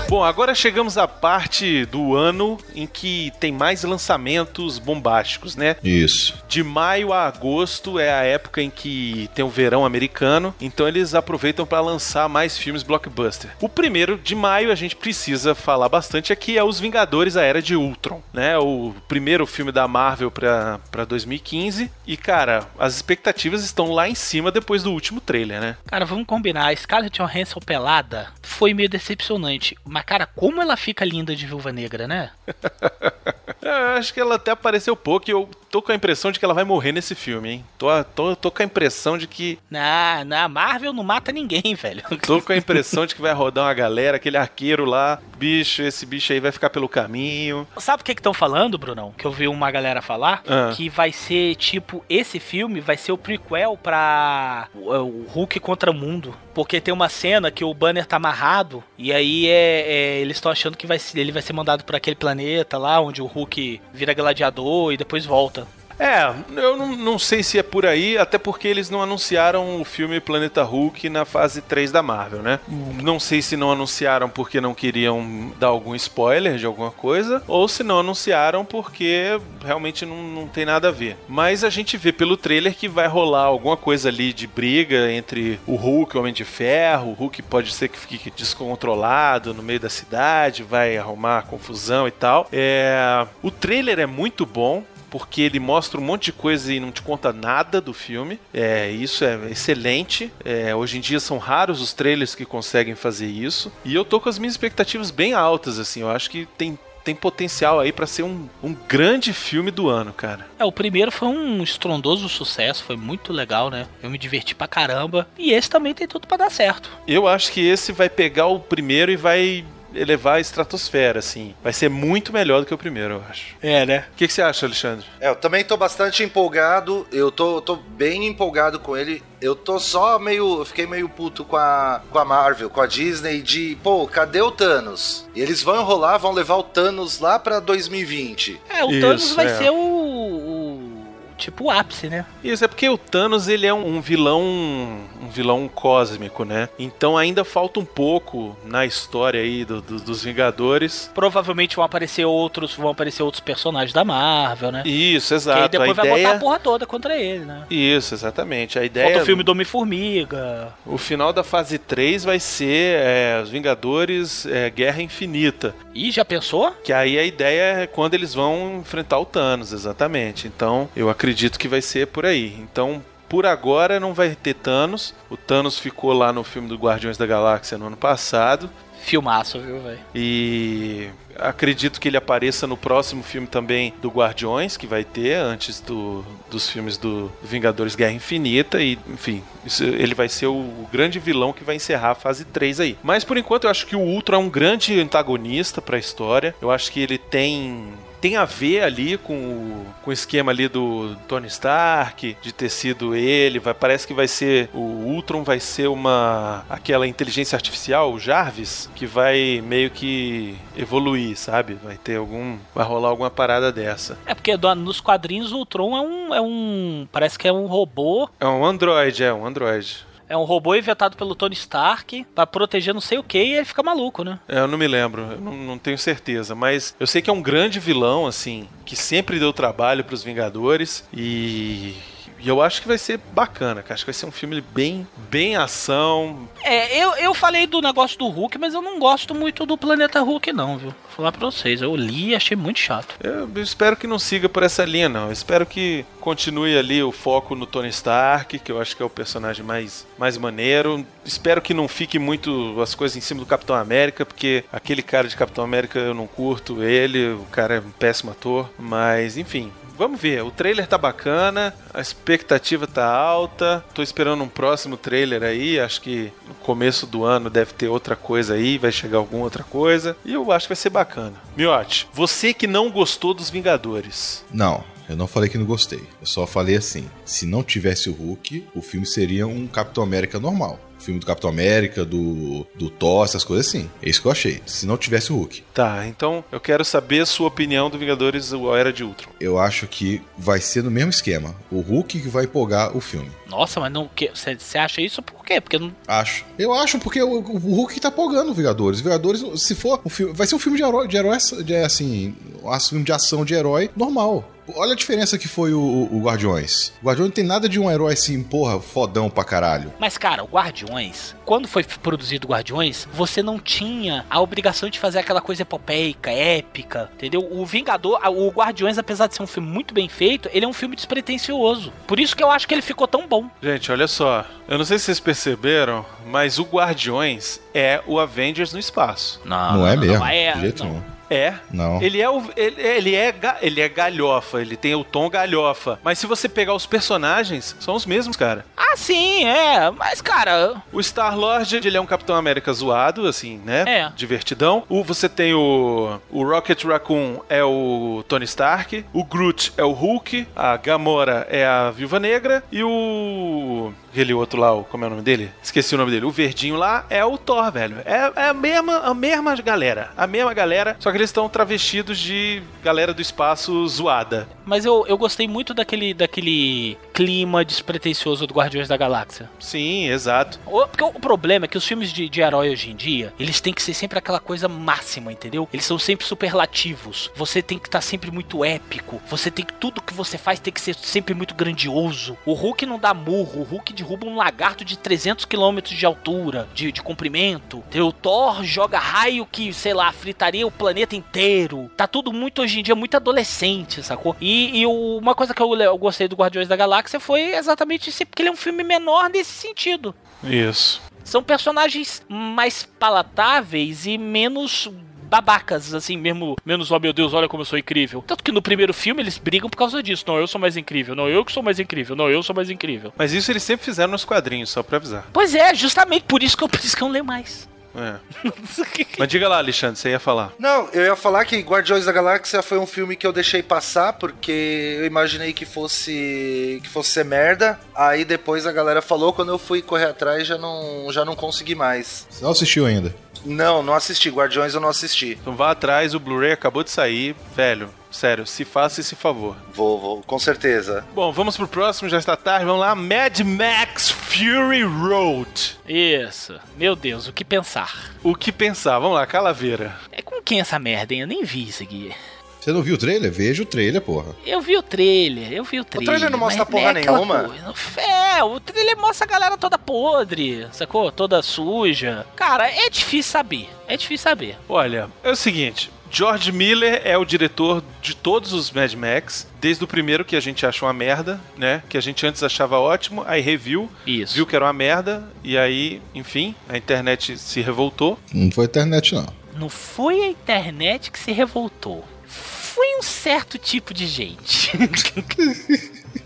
[SPEAKER 7] Bom, agora chegamos à parte do ano em que tem mais lançamentos bombásticos, né?
[SPEAKER 6] Isso.
[SPEAKER 7] De maio a agosto é a época em que tem o verão americano, então eles aproveitam para lançar mais filmes blockbuster. O primeiro de maio a gente precisa falar bastante aqui é Os Vingadores A Era de Ultron, né? O primeiro filme da Marvel pra pra 2015 e cara, as expectativas estão lá em cima depois do último trailer, né?
[SPEAKER 5] Cara, vamos combinar. A Scarlett Johansson pelada foi meio decepcionante. Mas, cara, como ela fica linda de viúva negra, né?
[SPEAKER 7] É, eu acho que ela até apareceu pouco e eu tô com a impressão de que ela vai morrer nesse filme, hein? Tô, tô, tô com a impressão de que
[SPEAKER 5] Na, na Marvel não mata ninguém, velho.
[SPEAKER 7] Tô com a impressão de que vai rodar uma galera, aquele arqueiro lá. Bicho, esse bicho aí vai ficar pelo caminho.
[SPEAKER 5] Sabe o que estão falando, Brunão? Que eu vi uma galera falar
[SPEAKER 7] Ah.
[SPEAKER 5] que vai ser tipo esse filme vai ser o prequel pra o, é, o Hulk contra o mundo, porque tem uma cena que o Banner tá amarrado e aí é, é, eles estão achando que vai ser- ele vai ser mandado pra aquele planeta lá onde o Hulk vira gladiador e depois volta.
[SPEAKER 7] É, eu não, não sei se é por aí, até porque eles não anunciaram o filme Planeta Hulk na fase 3 da Marvel, né? Não sei se não anunciaram porque não queriam dar algum spoiler de alguma coisa, ou se não anunciaram porque realmente não, não tem nada a ver. Mas a gente vê pelo trailer que vai rolar alguma coisa ali de briga entre o Hulk e o Homem de Ferro. O Hulk pode ser que fique descontrolado no meio da cidade, vai arrumar confusão e tal. É, o trailer é muito bom porque ele mostra um monte de coisa e não te conta nada do filme. É, isso é excelente. É, hoje em dia são raros os trailers que conseguem fazer isso. E eu tô com as minhas expectativas bem altas, assim. Eu acho que tem, tem potencial aí pra ser um, um grande filme do ano, cara.
[SPEAKER 5] É, o primeiro foi um estrondoso sucesso, foi muito legal, né? Eu me diverti pra caramba. E esse também tem tudo pra dar certo.
[SPEAKER 7] Eu acho que esse vai pegar o primeiro e vai elevar a estratosfera, assim. Vai ser muito melhor do que o primeiro, eu acho.
[SPEAKER 5] É, né?
[SPEAKER 7] O que, que você acha, Alexandre?
[SPEAKER 8] É, eu também tô bastante empolgado. Eu tô, tô bem empolgado com ele. Eu tô só meio. Eu fiquei meio puto com a, com a Marvel, com a Disney, de pô, cadê o Thanos? E eles vão enrolar, vão levar o Thanos lá pra 2020.
[SPEAKER 5] É, o
[SPEAKER 7] Isso,
[SPEAKER 5] Thanos vai
[SPEAKER 7] é.
[SPEAKER 5] ser o, o- Tipo o ápice, né?
[SPEAKER 7] Isso é porque o Thanos ele é um um vilão, um vilão cósmico, né? Então ainda falta um pouco na história aí do- do- dos Vingadores.
[SPEAKER 5] Provavelmente vão aparecer outros, vão aparecer outros personagens da Marvel, né?
[SPEAKER 7] Isso,
[SPEAKER 5] que aí
[SPEAKER 7] exato.
[SPEAKER 5] depois
[SPEAKER 7] a
[SPEAKER 5] vai botar a
[SPEAKER 7] ideia...
[SPEAKER 5] porra toda contra ele, né?
[SPEAKER 7] Isso, exatamente. A ideia. é
[SPEAKER 5] Falta o filme do Homem-Formiga.
[SPEAKER 7] O final da fase 3 vai ser é, os Vingadores é, Guerra Infinita.
[SPEAKER 5] Ih, já pensou?
[SPEAKER 7] Que aí a ideia é quando eles vão enfrentar o Thanos, exatamente. Então eu acredito que vai ser por aí. Então. Por agora não vai ter Thanos. O Thanos ficou lá no filme do Guardiões da Galáxia no ano passado.
[SPEAKER 5] Filmaço, viu, velho?
[SPEAKER 7] E acredito que ele apareça no próximo filme também do Guardiões, que vai ter antes do- dos filmes do Vingadores Guerra Infinita. E, enfim, isso- ele vai ser o, o grande vilão que vai encerrar a fase 3 aí. Mas por enquanto eu acho que o Ultron é um grande antagonista pra história. Eu acho que ele tem. Tem a ver ali com o, com o esquema ali do Tony Stark, de ter sido ele. Vai, parece que vai ser. O Ultron vai ser uma. aquela inteligência artificial, o Jarvis, que vai meio que evoluir, sabe? Vai ter algum. vai rolar alguma parada dessa.
[SPEAKER 5] É porque do- nos quadrinhos o Ultron é um, é um. Parece que é um robô.
[SPEAKER 7] É um Android, é um Android.
[SPEAKER 5] É um robô inventado pelo Tony Stark pra proteger não sei o que e ele fica maluco, né?
[SPEAKER 7] É, Eu não me lembro, eu não, não tenho certeza, mas eu sei que é um grande vilão, assim, que sempre deu trabalho pros Vingadores e. E eu acho que vai ser bacana, cara. Acho que vai ser um filme bem, bem ação.
[SPEAKER 5] É, eu, eu falei do negócio do Hulk, mas eu não gosto muito do planeta Hulk, não, viu? Vou falar pra vocês, eu li e achei muito chato.
[SPEAKER 7] Eu eu espero que não siga por essa linha, não. Eu espero que continue ali o foco no Tony Stark, que eu acho que é o personagem mais, mais maneiro. Espero que não fique muito as coisas em cima do Capitão América, porque aquele cara de Capitão América eu não curto ele, o cara é um péssimo ator. Mas, enfim, Vamos ver, o trailer tá bacana, a expectativa tá alta. Tô esperando um próximo trailer aí, acho que no começo do ano deve ter outra coisa aí, vai chegar alguma outra coisa, e eu acho que vai ser bacana. Miote, você que não gostou dos Vingadores.
[SPEAKER 6] Não, eu não falei que não gostei. Eu só falei assim: se não tivesse o Hulk, o filme seria um Capitão América normal. O filme do Capitão América, do, do Thor, essas coisas assim. É isso que eu achei. Se não tivesse o Hulk.
[SPEAKER 7] Tá, então eu quero saber sua opinião do Vingadores o Era de Ultron.
[SPEAKER 6] Eu acho que vai ser no mesmo esquema. O Hulk que vai empolgar o filme.
[SPEAKER 5] Nossa, mas não. Você acha isso por quê? Porque não.
[SPEAKER 6] Acho. Eu acho porque o, o Hulk tá empolgando o Vingadores. O Vingadores, se for um filme, vai ser um filme de herói, de herói de, assim, um filme de ação de herói normal. Olha a diferença que foi o, o- o Guardiões. O Guardiões não tem nada de um herói assim, porra, fodão pra caralho.
[SPEAKER 5] Mas, cara, o Guardiões, quando foi produzido Guardiões, você não tinha a obrigação de fazer aquela coisa epopeica, épica, entendeu? O Vingador, a- o Guardiões, apesar de ser um filme muito bem feito, ele é um filme despretensioso. Por isso que eu acho que ele ficou tão bom.
[SPEAKER 7] Gente, olha só, eu não sei se vocês perceberam, mas o Guardiões é o Avengers no espaço.
[SPEAKER 6] Não, é mesmo.
[SPEAKER 5] é,
[SPEAKER 6] de jeito
[SPEAKER 5] não.
[SPEAKER 6] nenhum.
[SPEAKER 7] É,
[SPEAKER 6] Não.
[SPEAKER 7] Ele é, o, ele, ele é ga- ele é galhofa, ele tem o tom galhofa. Mas se você pegar os personagens, são os mesmos, cara.
[SPEAKER 5] Ah, sim, é. Mas, cara,
[SPEAKER 7] O Star-Lord, ele é um Capitão América zoado, assim, né?
[SPEAKER 5] É.
[SPEAKER 7] Divertidão. O, você tem o, o Rocket Raccoon, é o Tony Stark. O Groot é o Hulk. A Gamora é a Viúva Negra. E o... Aquele outro lá, o- como é o nome dele? Esqueci o nome dele. O verdinho lá é o Thor, velho. É, é a, mesma, a mesma galera. A mesma galera, só que eles estão travestidos de galera do espaço zoada.
[SPEAKER 5] mas eu, eu gostei muito daquele, daquele clima despretensioso do Guardiões da Galáxia.
[SPEAKER 7] Sim, exato.
[SPEAKER 5] O- Porque o problema é que os filmes de, de herói hoje em dia, eles têm que ser sempre aquela coisa máxima, entendeu? Eles são sempre superlativos. Você tem que estar sempre muito épico. Você tem que. Tudo que você faz tem que ser sempre muito grandioso. O Hulk não dá murro. O Hulk derruba um lagarto de 300 km de altura, de, de comprimento. entendeu? O Thor joga raio que, sei lá, fritaria o planeta inteiro. Tá tudo muito hoje em dia, muito adolescente, sacou? E, e o- uma coisa que eu, le- eu gostei do Guardiões da Galáxia foi exatamente isso, porque ele é um filme menor nesse sentido.
[SPEAKER 7] Isso.
[SPEAKER 5] São personagens mais palatáveis e menos babacas, assim, mesmo menos, ó meu Deus, olha como eu sou incrível. Tanto que no primeiro filme eles brigam por causa disso. Não, eu sou mais incrível. Não, eu que sou mais incrível. Não, eu sou mais incrível.
[SPEAKER 7] Mas isso eles sempre fizeram nos quadrinhos, só pra avisar.
[SPEAKER 5] Pois é, justamente por isso que eu, por isso que eu não leio mais.
[SPEAKER 7] É. Mas diga lá, Alexandre, você ia falar.
[SPEAKER 8] Não, eu ia falar que Guardiões da Galáxia foi um filme que eu deixei passar porque eu imaginei que fosse que fosse ser merda. Aí depois a galera falou, quando eu fui correr atrás já não já não consegui mais.
[SPEAKER 6] Você não assistiu ainda.
[SPEAKER 8] Não, não assisti Guardiões, eu não assisti.
[SPEAKER 7] Então vá atrás, o Blu-ray acabou de sair. Velho, sério, se faça esse favor.
[SPEAKER 8] Vou, vou, com certeza.
[SPEAKER 7] Bom, vamos pro próximo, já está tarde. Vamos lá, Mad Max Fury Road.
[SPEAKER 5] Isso. Meu Deus, o que pensar?
[SPEAKER 7] O que pensar? Vamos lá, Calaveira.
[SPEAKER 5] É com quem essa merda, hein? Eu nem vi isso aqui.
[SPEAKER 6] Você não viu o trailer? Veja o trailer, porra.
[SPEAKER 5] Eu vi o trailer, eu vi o trailer.
[SPEAKER 8] trailer não
[SPEAKER 5] mas
[SPEAKER 8] mostra porra
[SPEAKER 5] é aquela
[SPEAKER 8] nenhuma.
[SPEAKER 5] coisa- É, o trailer mostra a galera toda podre, sacou? Toda suja. Cara, é difícil saber. É difícil saber.
[SPEAKER 7] Olha, é o seguinte. George Miller é o diretor de todos os Mad Max, desde o primeiro que a gente achou uma merda, né? Que a gente antes achava ótimo, aí reviu,
[SPEAKER 5] Isso.
[SPEAKER 7] viu que era uma merda, e aí, enfim, a internet se revoltou.
[SPEAKER 6] Não foi internet, não.
[SPEAKER 5] Não foi a internet que se revoltou. Foi um certo tipo de gente.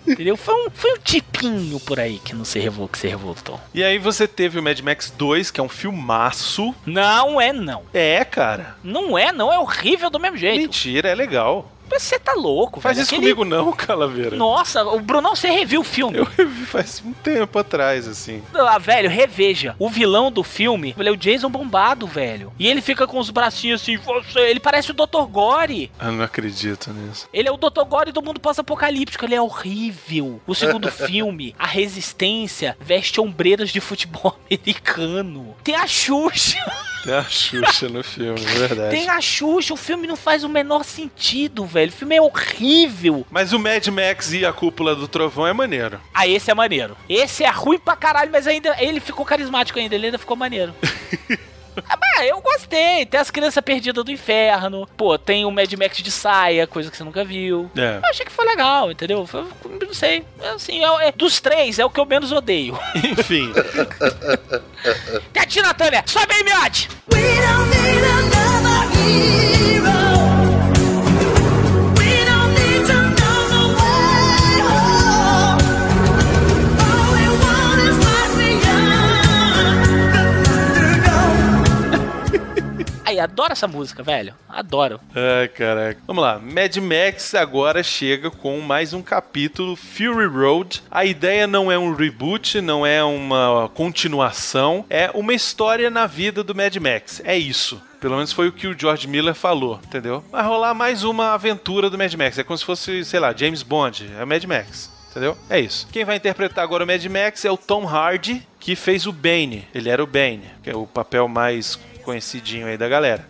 [SPEAKER 5] Entendeu? Foi um, foi um tipinho por aí que não se revoltou, que se revoltou.
[SPEAKER 7] E aí você teve o Mad Max 2, que é um filmaço.
[SPEAKER 5] Não é não.
[SPEAKER 7] É, cara.
[SPEAKER 5] Não é não, é horrível do mesmo jeito.
[SPEAKER 7] Mentira, é legal.
[SPEAKER 5] Mas Você tá louco,
[SPEAKER 7] Faz
[SPEAKER 5] velho.
[SPEAKER 7] isso
[SPEAKER 5] Aquele-
[SPEAKER 7] comigo não, Calaveira.
[SPEAKER 5] Nossa, o Brunão, você reviu o filme.
[SPEAKER 7] Eu revi faz um tempo atrás, assim.
[SPEAKER 5] Ah, velho, reveja. O vilão do filme, ele é o Jason Bombado, velho. E ele fica com os bracinhos assim, você... Ele parece o Dr. Gore.
[SPEAKER 7] Eu não acredito nisso.
[SPEAKER 5] Ele é o Dr. Gore do mundo pós-apocalíptico, ele é horrível. O segundo filme, a Resistência, veste ombreiras de futebol americano. Tem a Xuxa,
[SPEAKER 7] Tem a Xuxa no filme, é verdade.
[SPEAKER 5] tem a Xuxa, o filme não faz o menor sentido, velho. O filme é horrível.
[SPEAKER 7] Mas o Mad Max e a Cúpula do Trovão é maneiro.
[SPEAKER 5] Ah, esse é maneiro. Esse é ruim pra caralho, mas ainda ele ficou carismático ainda, ele ainda ficou maneiro. Ah, mas eu gostei. Tem as crianças perdidas do inferno. Pô, tem o Mad Max de saia, coisa que você nunca viu.
[SPEAKER 7] É.
[SPEAKER 5] Eu achei que foi legal, entendeu? Foi- não sei. Assim, é, é- dos três, é o que eu menos odeio.
[SPEAKER 7] Enfim.
[SPEAKER 5] Tati Natânia, sobe aí, miote!
[SPEAKER 9] We don't need another hero. We don't need another way home. All we want is what we are.
[SPEAKER 5] Aí, adoro essa música, velho. Adoro.
[SPEAKER 7] Ai, caraca. Vamos lá. Mad Max agora chega com mais um capítulo Fury Road. A ideia não é um reboot, não é uma continuação, é uma história na vida do Mad Max. É isso. Pelo menos foi o que o George Miller falou, entendeu? Vai rolar mais uma aventura do Mad Max. É como se fosse, sei lá, James Bond. É o Mad Max. Entendeu? É isso. Quem vai interpretar agora o Mad Max é o Tom Hardy, que fez o Bane. Ele era o Bane, que é o papel mais conhecidinho aí da galera.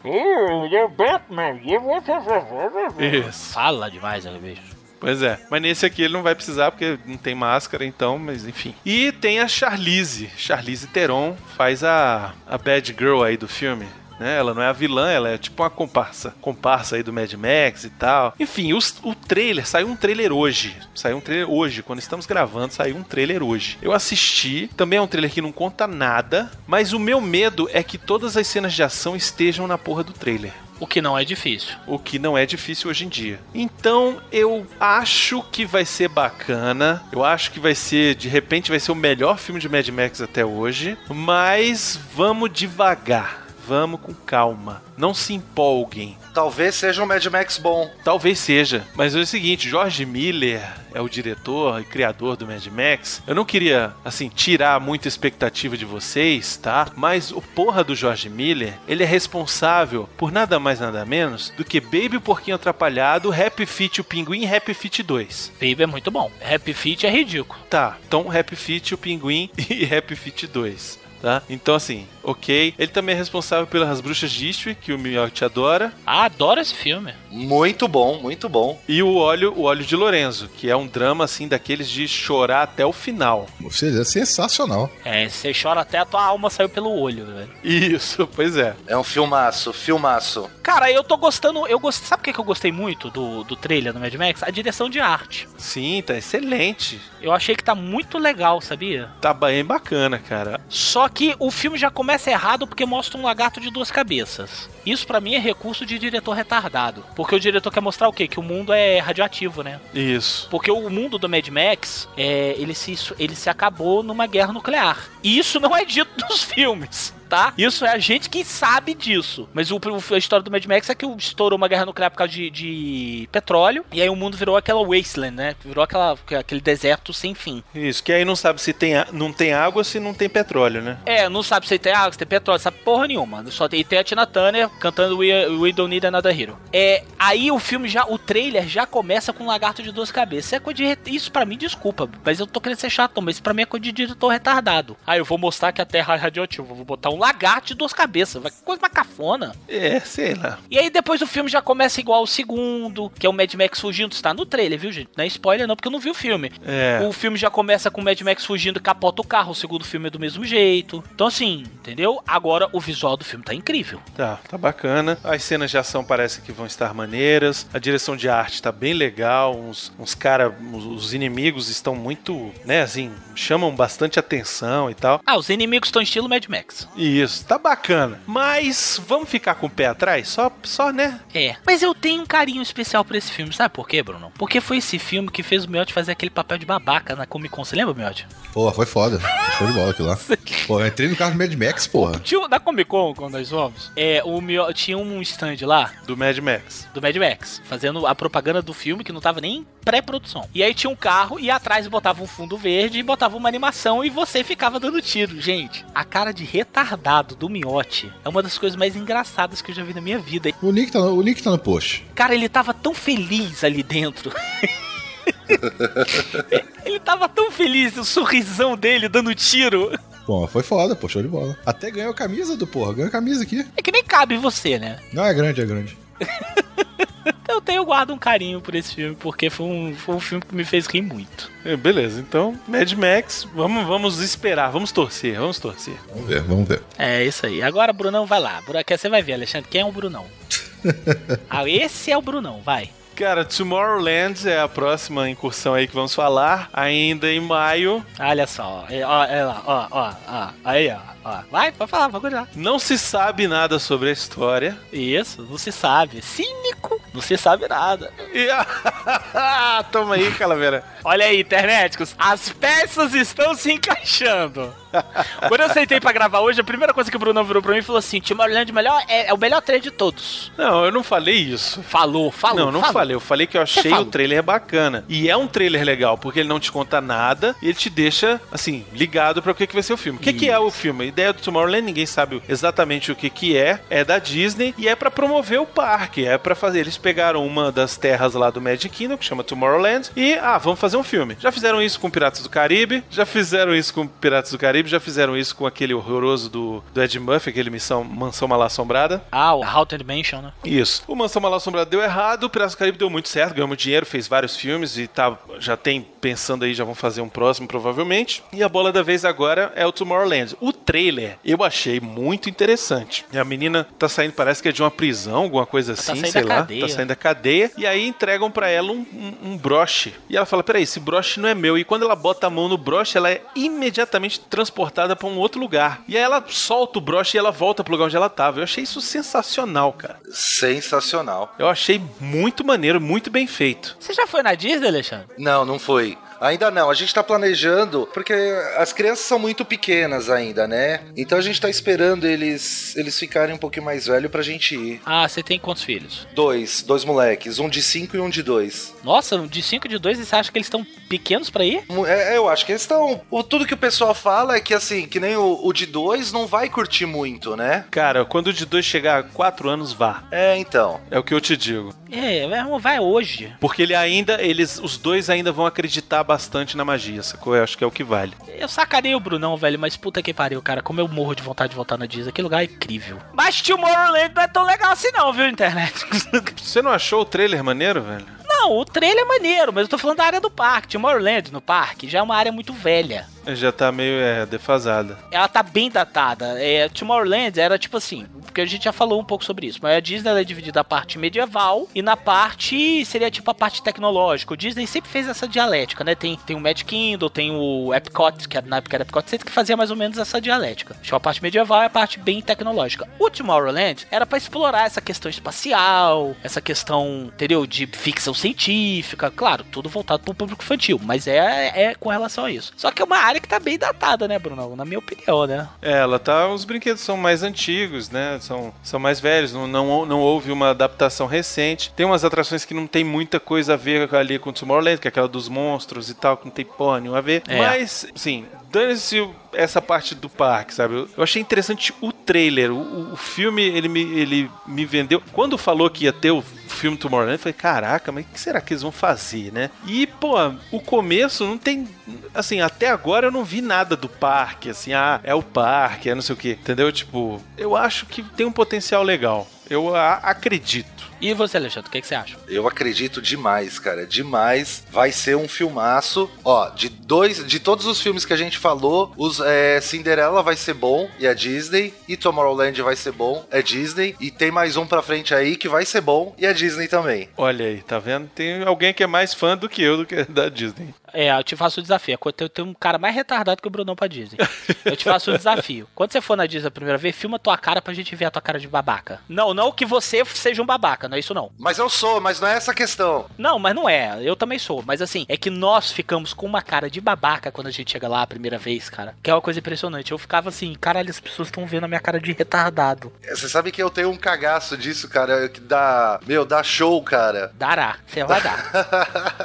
[SPEAKER 7] Isso.
[SPEAKER 5] Fala demais, né, bicho.
[SPEAKER 7] Pois é. Mas nesse aqui ele não vai precisar, porque não tem máscara, então, mas enfim. E tem a Charlize. Charlize Theron faz a, a bad girl aí do filme. Né? Ela não é a vilã, ela é tipo uma comparsa. Comparsa aí do Mad Max e tal. Enfim, os- o trailer, saiu um trailer hoje. Saiu um trailer hoje, quando estamos gravando, saiu um trailer hoje. Eu assisti, também é um trailer que não conta nada, mas o meu medo é que todas as cenas de ação estejam na porra do trailer
[SPEAKER 5] O que não é difícil.
[SPEAKER 7] o que não é difícil hoje em dia. Então eu acho que vai ser bacana. Eu acho que vai ser, de repente, vai ser o melhor filme de Mad Max até hoje. Mas vamos devagar. Vamos com calma. Não se empolguem.
[SPEAKER 8] Talvez seja um Mad Max bom.
[SPEAKER 7] Talvez seja. Mas é o seguinte, George Miller é o diretor e criador do Mad Max. Eu não queria, assim, tirar muita expectativa de vocês, tá? Mas o porra do George Miller, ele é responsável por nada mais nada menos do que Baby o Porquinho Atrapalhado, Happy Feet o Pinguim e Happy Feet 2.
[SPEAKER 5] Baby é muito bom. Rap Fit é ridículo.
[SPEAKER 7] Tá, então Happy Feet o Pinguim e Happy Feet 2. Tá? Então, assim, ok. Ele também é responsável pelas Bruxas de Eastwick, que o Miotti adora.
[SPEAKER 5] Ah, adoro esse filme.
[SPEAKER 8] Muito bom, muito bom.
[SPEAKER 7] E o óleo, o óleo de Lorenzo, que é um drama assim daqueles de chorar até o final.
[SPEAKER 6] Ou seja, é sensacional.
[SPEAKER 5] É, você chora até a tua alma saiu pelo olho, velho.
[SPEAKER 7] Isso, pois é.
[SPEAKER 8] É um filmaço, filmaço.
[SPEAKER 5] Cara, eu tô gostando. Eu gost... Sabe o que que eu gostei muito do, do trailer do Mad Max? A direção de arte.
[SPEAKER 7] Sim, tá excelente.
[SPEAKER 5] Eu achei que tá muito legal, sabia?
[SPEAKER 7] Tá bem bacana, cara.
[SPEAKER 5] Só que o filme já começa errado porque mostra um lagarto de duas cabeças. Isso pra mim é recurso de diretor retardado. Porque o diretor quer mostrar o quê? Que o mundo é radioativo, né?
[SPEAKER 7] Isso.
[SPEAKER 5] Porque o mundo do Mad Max, é, ele, se, ele se acabou numa guerra nuclear. E isso não é dito nos filmes. tá? Isso é a gente que sabe disso. Mas o, o- a história do Mad Max é que o- estourou uma guerra nuclear por causa de, de petróleo, e aí o mundo virou aquela wasteland, né? Virou aquela, aquele deserto sem fim.
[SPEAKER 7] Isso, que aí não sabe se tem a- não tem água se não tem petróleo, né?
[SPEAKER 5] É, não sabe se tem água, se tem petróleo, sabe porra nenhuma. Só tem, e tem a Tina Turner cantando We, We Don't Need Another Hero. É, aí o filme já, o trailer já começa com um lagarto de duas cabeças. É coisa de, re- isso pra mim, desculpa, mas eu tô querendo ser chato, mas isso pra mim é coisa de diretor retardado. Ah, eu vou mostrar que a Terra é radioativa, vou botar um lagarto de duas cabeças, vai que coisa mais cafona.
[SPEAKER 7] É, sei lá.
[SPEAKER 5] E aí depois o filme já começa igual o segundo, que é o Mad Max fugindo, está no trailer, viu gente? Não é spoiler não, porque eu não vi o filme.
[SPEAKER 7] É.
[SPEAKER 5] O filme já começa com o Mad Max fugindo, capota o carro, o segundo filme é do mesmo jeito. Então assim, entendeu? Agora o visual do filme tá incrível.
[SPEAKER 7] Tá, tá bacana. As cenas de ação parecem que vão estar maneiras. A direção de arte tá bem legal. Uns, uns cara, os, os inimigos estão muito, né, assim, chamam bastante atenção e tal.
[SPEAKER 5] Ah, os inimigos estão estilo Mad Max.
[SPEAKER 7] Isso, tá bacana. Mas vamos ficar com o pé atrás? Só, só né?
[SPEAKER 5] É. Mas eu tenho um carinho especial por esse filme, sabe por quê, Bruno? Porque foi esse filme que fez o Miotti fazer aquele papel de babaca na Comic Con, você lembra, Miotti?
[SPEAKER 6] Pô, foi foda. Show de bola aquilo lá. Pô, eu entrei no carro do Mad Max, porra.
[SPEAKER 5] Tinha, na Comic Con, quando nós fomos, é, o Miotti tinha um stand lá
[SPEAKER 7] Do Mad Max.
[SPEAKER 5] do Mad Max, fazendo a propaganda do filme que não tava nem em pré-produção. E aí tinha um carro e atrás botava um fundo verde e botava uma animação e você ficava dando tiro. Gente, a cara de retardado do Miote é uma das coisas mais engraçadas que eu já vi na minha vida.
[SPEAKER 6] O link tá no, o link tá no post.
[SPEAKER 5] Cara, ele tava tão feliz ali dentro. ele tava tão feliz, o sorrisão dele dando tiro.
[SPEAKER 6] Bom, foi foda, pô, show de bola. Até ganhou a camisa do porra, ganhou a camisa aqui.
[SPEAKER 5] É que nem cabe em você, né?
[SPEAKER 6] Não, é grande, é grande.
[SPEAKER 5] Eu tenho eu guardo um carinho por esse filme, porque foi um, foi um filme que me fez rir muito.
[SPEAKER 7] É, Beleza, então Mad Max, vamos, vamos esperar, vamos torcer, vamos torcer.
[SPEAKER 6] Vamos ver, vamos ver.
[SPEAKER 5] É isso aí. Agora, Brunão, vai lá. Bru- Quer- Você vai ver, Alexandre, quem é o Brunão? ah, esse é o Brunão, vai.
[SPEAKER 7] Cara, Tomorrowland é a próxima incursão aí que vamos falar, ainda em maio.
[SPEAKER 5] Olha só, ó, é, ó, é lá, ó, ó, ó, aí, ó, ó. Vai, pode falar, pode continuar.
[SPEAKER 7] Não se sabe nada sobre a história.
[SPEAKER 5] Isso, não se sabe. Cínico, não se sabe nada.
[SPEAKER 7] E a... Toma aí, Calavera.
[SPEAKER 5] Olha aí, interneticos, as peças estão se encaixando. Quando eu sentei pra gravar hoje, a primeira coisa que o Brunão virou pra mim e falou assim: Timorland melhor é, é o melhor trailer de todos.
[SPEAKER 7] Não, eu não falei isso.
[SPEAKER 5] Falou, falou.
[SPEAKER 7] não, não
[SPEAKER 5] falou.
[SPEAKER 7] falei. Eu falei que eu achei
[SPEAKER 5] falou.
[SPEAKER 7] o trailer bacana. E é um trailer legal, porque ele não te conta nada e ele te deixa, assim, ligado pra o que, que vai ser o filme. O que, que é o filme? A ideia do Tomorrowland, ninguém sabe exatamente o que, que é. É da Disney e é pra promover o parque. É pra fazer. Eles pegaram uma das terras lá do Magic Kingdom, que chama Tomorrowland, e, ah, vamos fazer um filme. Já fizeram isso com Piratas do Caribe, já fizeram isso com Piratas do Caribe, já fizeram isso com aquele horroroso do, do Ed Murphy, aquele Missão Mansão Mal Assombrada.
[SPEAKER 5] Ah, o Haunted Mansion, né?
[SPEAKER 7] Isso. O Mansão Mal Assombrado deu errado, o Piratas do Caribe deu muito certo, ganhou muito dinheiro, fez vários filmes e tá, já tem pensando aí, já vão fazer um próximo provavelmente. E a bola da vez agora é o Tomorrowland. O trailer eu achei muito interessante. E a menina tá saindo, parece que é de uma prisão, alguma coisa assim,
[SPEAKER 5] saindo
[SPEAKER 7] sei
[SPEAKER 5] da
[SPEAKER 7] lá.
[SPEAKER 5] cadeia.
[SPEAKER 7] Tá saindo da cadeia. E aí entregam pra ela um, um- um broche. E ela fala: peraí, esse broche não é meu. E quando ela bota a mão no broche, ela é imediatamente transportada pra um outro lugar. E aí ela solta o broche e ela volta pro lugar onde ela tava. Eu achei isso sensacional, cara.
[SPEAKER 8] Sensacional.
[SPEAKER 7] Eu achei muito maneiro, muito bem feito.
[SPEAKER 5] Você já foi na Disney, Alexandre?
[SPEAKER 8] Não, não foi. Ainda não, a gente tá planejando, porque as crianças são muito pequenas ainda, né? Então a gente tá esperando eles eles ficarem um pouquinho mais velhos pra gente ir.
[SPEAKER 5] Ah, você tem quantos filhos?
[SPEAKER 8] Dois, dois moleques, um de cinco e um de dois.
[SPEAKER 5] Nossa, de 5 de 2 e você acha que eles estão pequenos pra ir?
[SPEAKER 8] Mu- é, eu acho que eles estão. o- Tudo que o pessoal fala é que assim, que nem o, o de dois não vai curtir muito, né?
[SPEAKER 7] Cara, quando o de dois chegar a 4 anos, vá.
[SPEAKER 8] É, então.
[SPEAKER 7] É o que eu te digo.
[SPEAKER 5] É, meu irmão, vai hoje.
[SPEAKER 7] Porque ele ainda, eles, os dois ainda vão acreditar bastante na magia, sacou? Eu acho que é o que vale.
[SPEAKER 5] Eu sacarei o Brunão, velho, mas puta que pariu, cara. Como eu morro de vontade de voltar na Disney. Que lugar é incrível. Mas Tomorrowland não é tão legal assim não, viu, internet?
[SPEAKER 7] Você não achou o trailer maneiro, velho?
[SPEAKER 5] não, o trailer é maneiro, mas eu tô falando da área do parque. Tomorrowland no parque já é uma área muito velha.
[SPEAKER 7] Já tá meio é, defasada.
[SPEAKER 5] Ela tá bem datada. É, Tomorrowland era tipo assim, porque a gente já falou um pouco sobre isso, mas a Disney ela é dividida na parte medieval e na parte seria tipo a parte tecnológica. O Disney sempre fez essa dialética, né? Tem, tem o Magic Kingdom, tem o Epcot, que era- na época era Epcot Center, que fazia mais ou menos essa dialética. Tipo, a parte medieval é a parte bem tecnológica. O Tomorrowland era pra explorar essa questão espacial, essa questão, entendeu, de ficção científica, claro, tudo voltado pro público infantil, mas é, é com relação a isso. Só que é uma área área que tá bem datada, né, Bruno? Na minha opinião, né?
[SPEAKER 7] É, Ela tá. Os brinquedos são mais antigos, né? São, são mais velhos. Não, não, não houve uma adaptação recente. Tem umas atrações que não tem muita coisa a ver ali com o Tomorrowland, que é aquela dos monstros e tal, que não tem porra nenhuma a ver.
[SPEAKER 5] É.
[SPEAKER 7] Mas, sim, dane-se o- essa parte do parque, sabe? Eu- Eu achei interessante o trailer. O- O, o filme, ele me, ele me vendeu. Quando falou que ia ter o filme Tomorrowland, eu falei, caraca, mas o que será que eles vão fazer, né? E, pô, o começo não tem. Assim, até agora eu não vi nada do parque. Assim, ah, é o parque, é não sei o quê. Entendeu? Tipo, eu acho que tem um potencial legal. Eu a- acredito.
[SPEAKER 5] E você, Alexandre, o que, que você acha?
[SPEAKER 8] Eu acredito demais, cara. É Demais. Vai ser um filmaço. Ó, de dois. De todos os filmes que a gente falou, os é, Cinderela vai ser bom e a Disney. E Tomorrowland vai ser bom, é Disney. E tem mais um pra frente aí que vai ser bom e a Disney também.
[SPEAKER 7] Olha aí, tá vendo? Tem alguém que é mais fã do que eu do que da Disney.
[SPEAKER 5] É, eu te faço o desafio. Eu tenho- tenho um cara mais retardado que o Brunão pra Disney. Eu te faço o desafio. Quando você for na Disney a primeira vez, filma tua cara pra gente ver a tua cara de babaca. Não, não que você seja um babaca, não é isso não.
[SPEAKER 8] Mas eu sou, mas não é essa a questão.
[SPEAKER 5] Não, mas não é. Eu também sou. Mas assim, é que nós ficamos com uma cara de babaca quando a gente chega lá a primeira vez, cara. Que é uma coisa impressionante. Eu ficava assim, caralho, as pessoas estão vendo a minha cara de retardado.
[SPEAKER 8] É, Você sabe que eu tenho um cagaço disso, cara. Que dá. Meu, dá show, cara.
[SPEAKER 5] Dará. Você vai dar.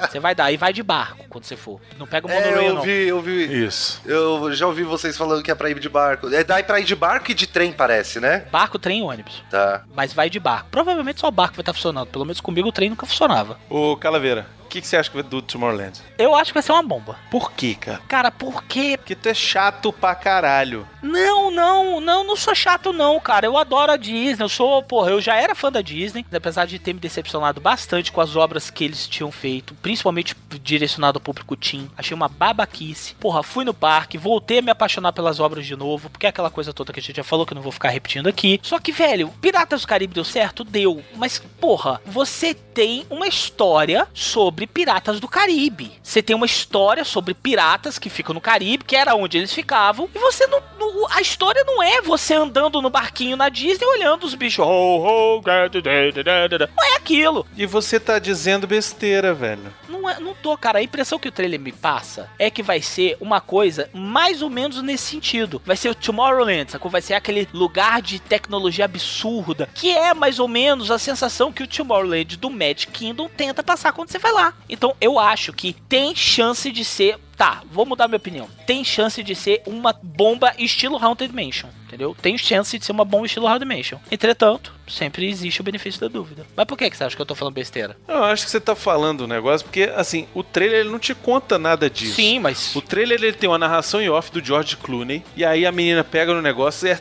[SPEAKER 5] Você vai dar. E vai de barco quando você for. Não pega o
[SPEAKER 8] É,
[SPEAKER 5] monorail,
[SPEAKER 8] eu
[SPEAKER 5] não.
[SPEAKER 8] vi, eu vi.
[SPEAKER 7] Isso.
[SPEAKER 8] Eu já ouvi vocês falando que é pra ir de barco. É, dá pra ir de barco e de trem, parece, né?
[SPEAKER 5] Barco, trem e ônibus.
[SPEAKER 8] Tá.
[SPEAKER 5] Mas vai de barco. Provavelmente só o barco vai estar funcionando. Pelo menos comigo o trem nunca funcionava.
[SPEAKER 7] Ô, Calaveira, o que, que você acha que vai do Tomorrowland?
[SPEAKER 5] Eu acho que vai ser uma bomba.
[SPEAKER 7] Por quê, cara?
[SPEAKER 5] Cara, por quê?
[SPEAKER 7] Porque tu é chato pra caralho.
[SPEAKER 5] Não, não, não, não sou chato não, cara. Eu adoro a Disney, eu sou, porra, eu já era fã da Disney, apesar de ter me decepcionado bastante com as obras que eles tinham feito, principalmente direcionado ao público teen. Achei uma babaquice. Porra, fui no parque, voltei a me apaixonar pelas obras de novo, porque é aquela coisa toda que a gente já falou que eu não vou ficar repetindo aqui. Só que, velho, Piratas do Caribe deu certo? Deu. Mas, porra, você tem uma história sobre Piratas do Caribe. Você tem uma história sobre piratas que ficam no Caribe, que era onde eles ficavam, e você não. não- a história não é você andando no barquinho na Disney olhando os bichos. Ho, ho, da, da, da, da, da, da. Não é aquilo.
[SPEAKER 7] E você tá dizendo besteira, velho.
[SPEAKER 5] Não, é- não tô, cara. A impressão que o trailer me passa é que vai ser uma coisa mais ou menos nesse sentido. Vai ser o Tomorrowland, sacou? Vai ser aquele lugar de tecnologia absurda, que é mais ou menos a sensação que o Tomorrowland do Magic Kingdom tenta passar quando você vai lá. Então eu acho que tem chance de ser. Tá, vou mudar minha opinião. Tem chance de ser uma bomba estilo Haunted Mansion, entendeu? Tem chance de ser uma bomba estilo Haunted Mansion. Entretanto, sempre existe o benefício da dúvida. Mas por que, que você acha que eu tô falando besteira?
[SPEAKER 7] Eu acho que você tá falando um negócio, porque, assim, o trailer ele não te conta nada disso.
[SPEAKER 5] Sim, mas.
[SPEAKER 7] O trailer ele tem uma narração em off do George Clooney, e aí a menina pega no negócio e é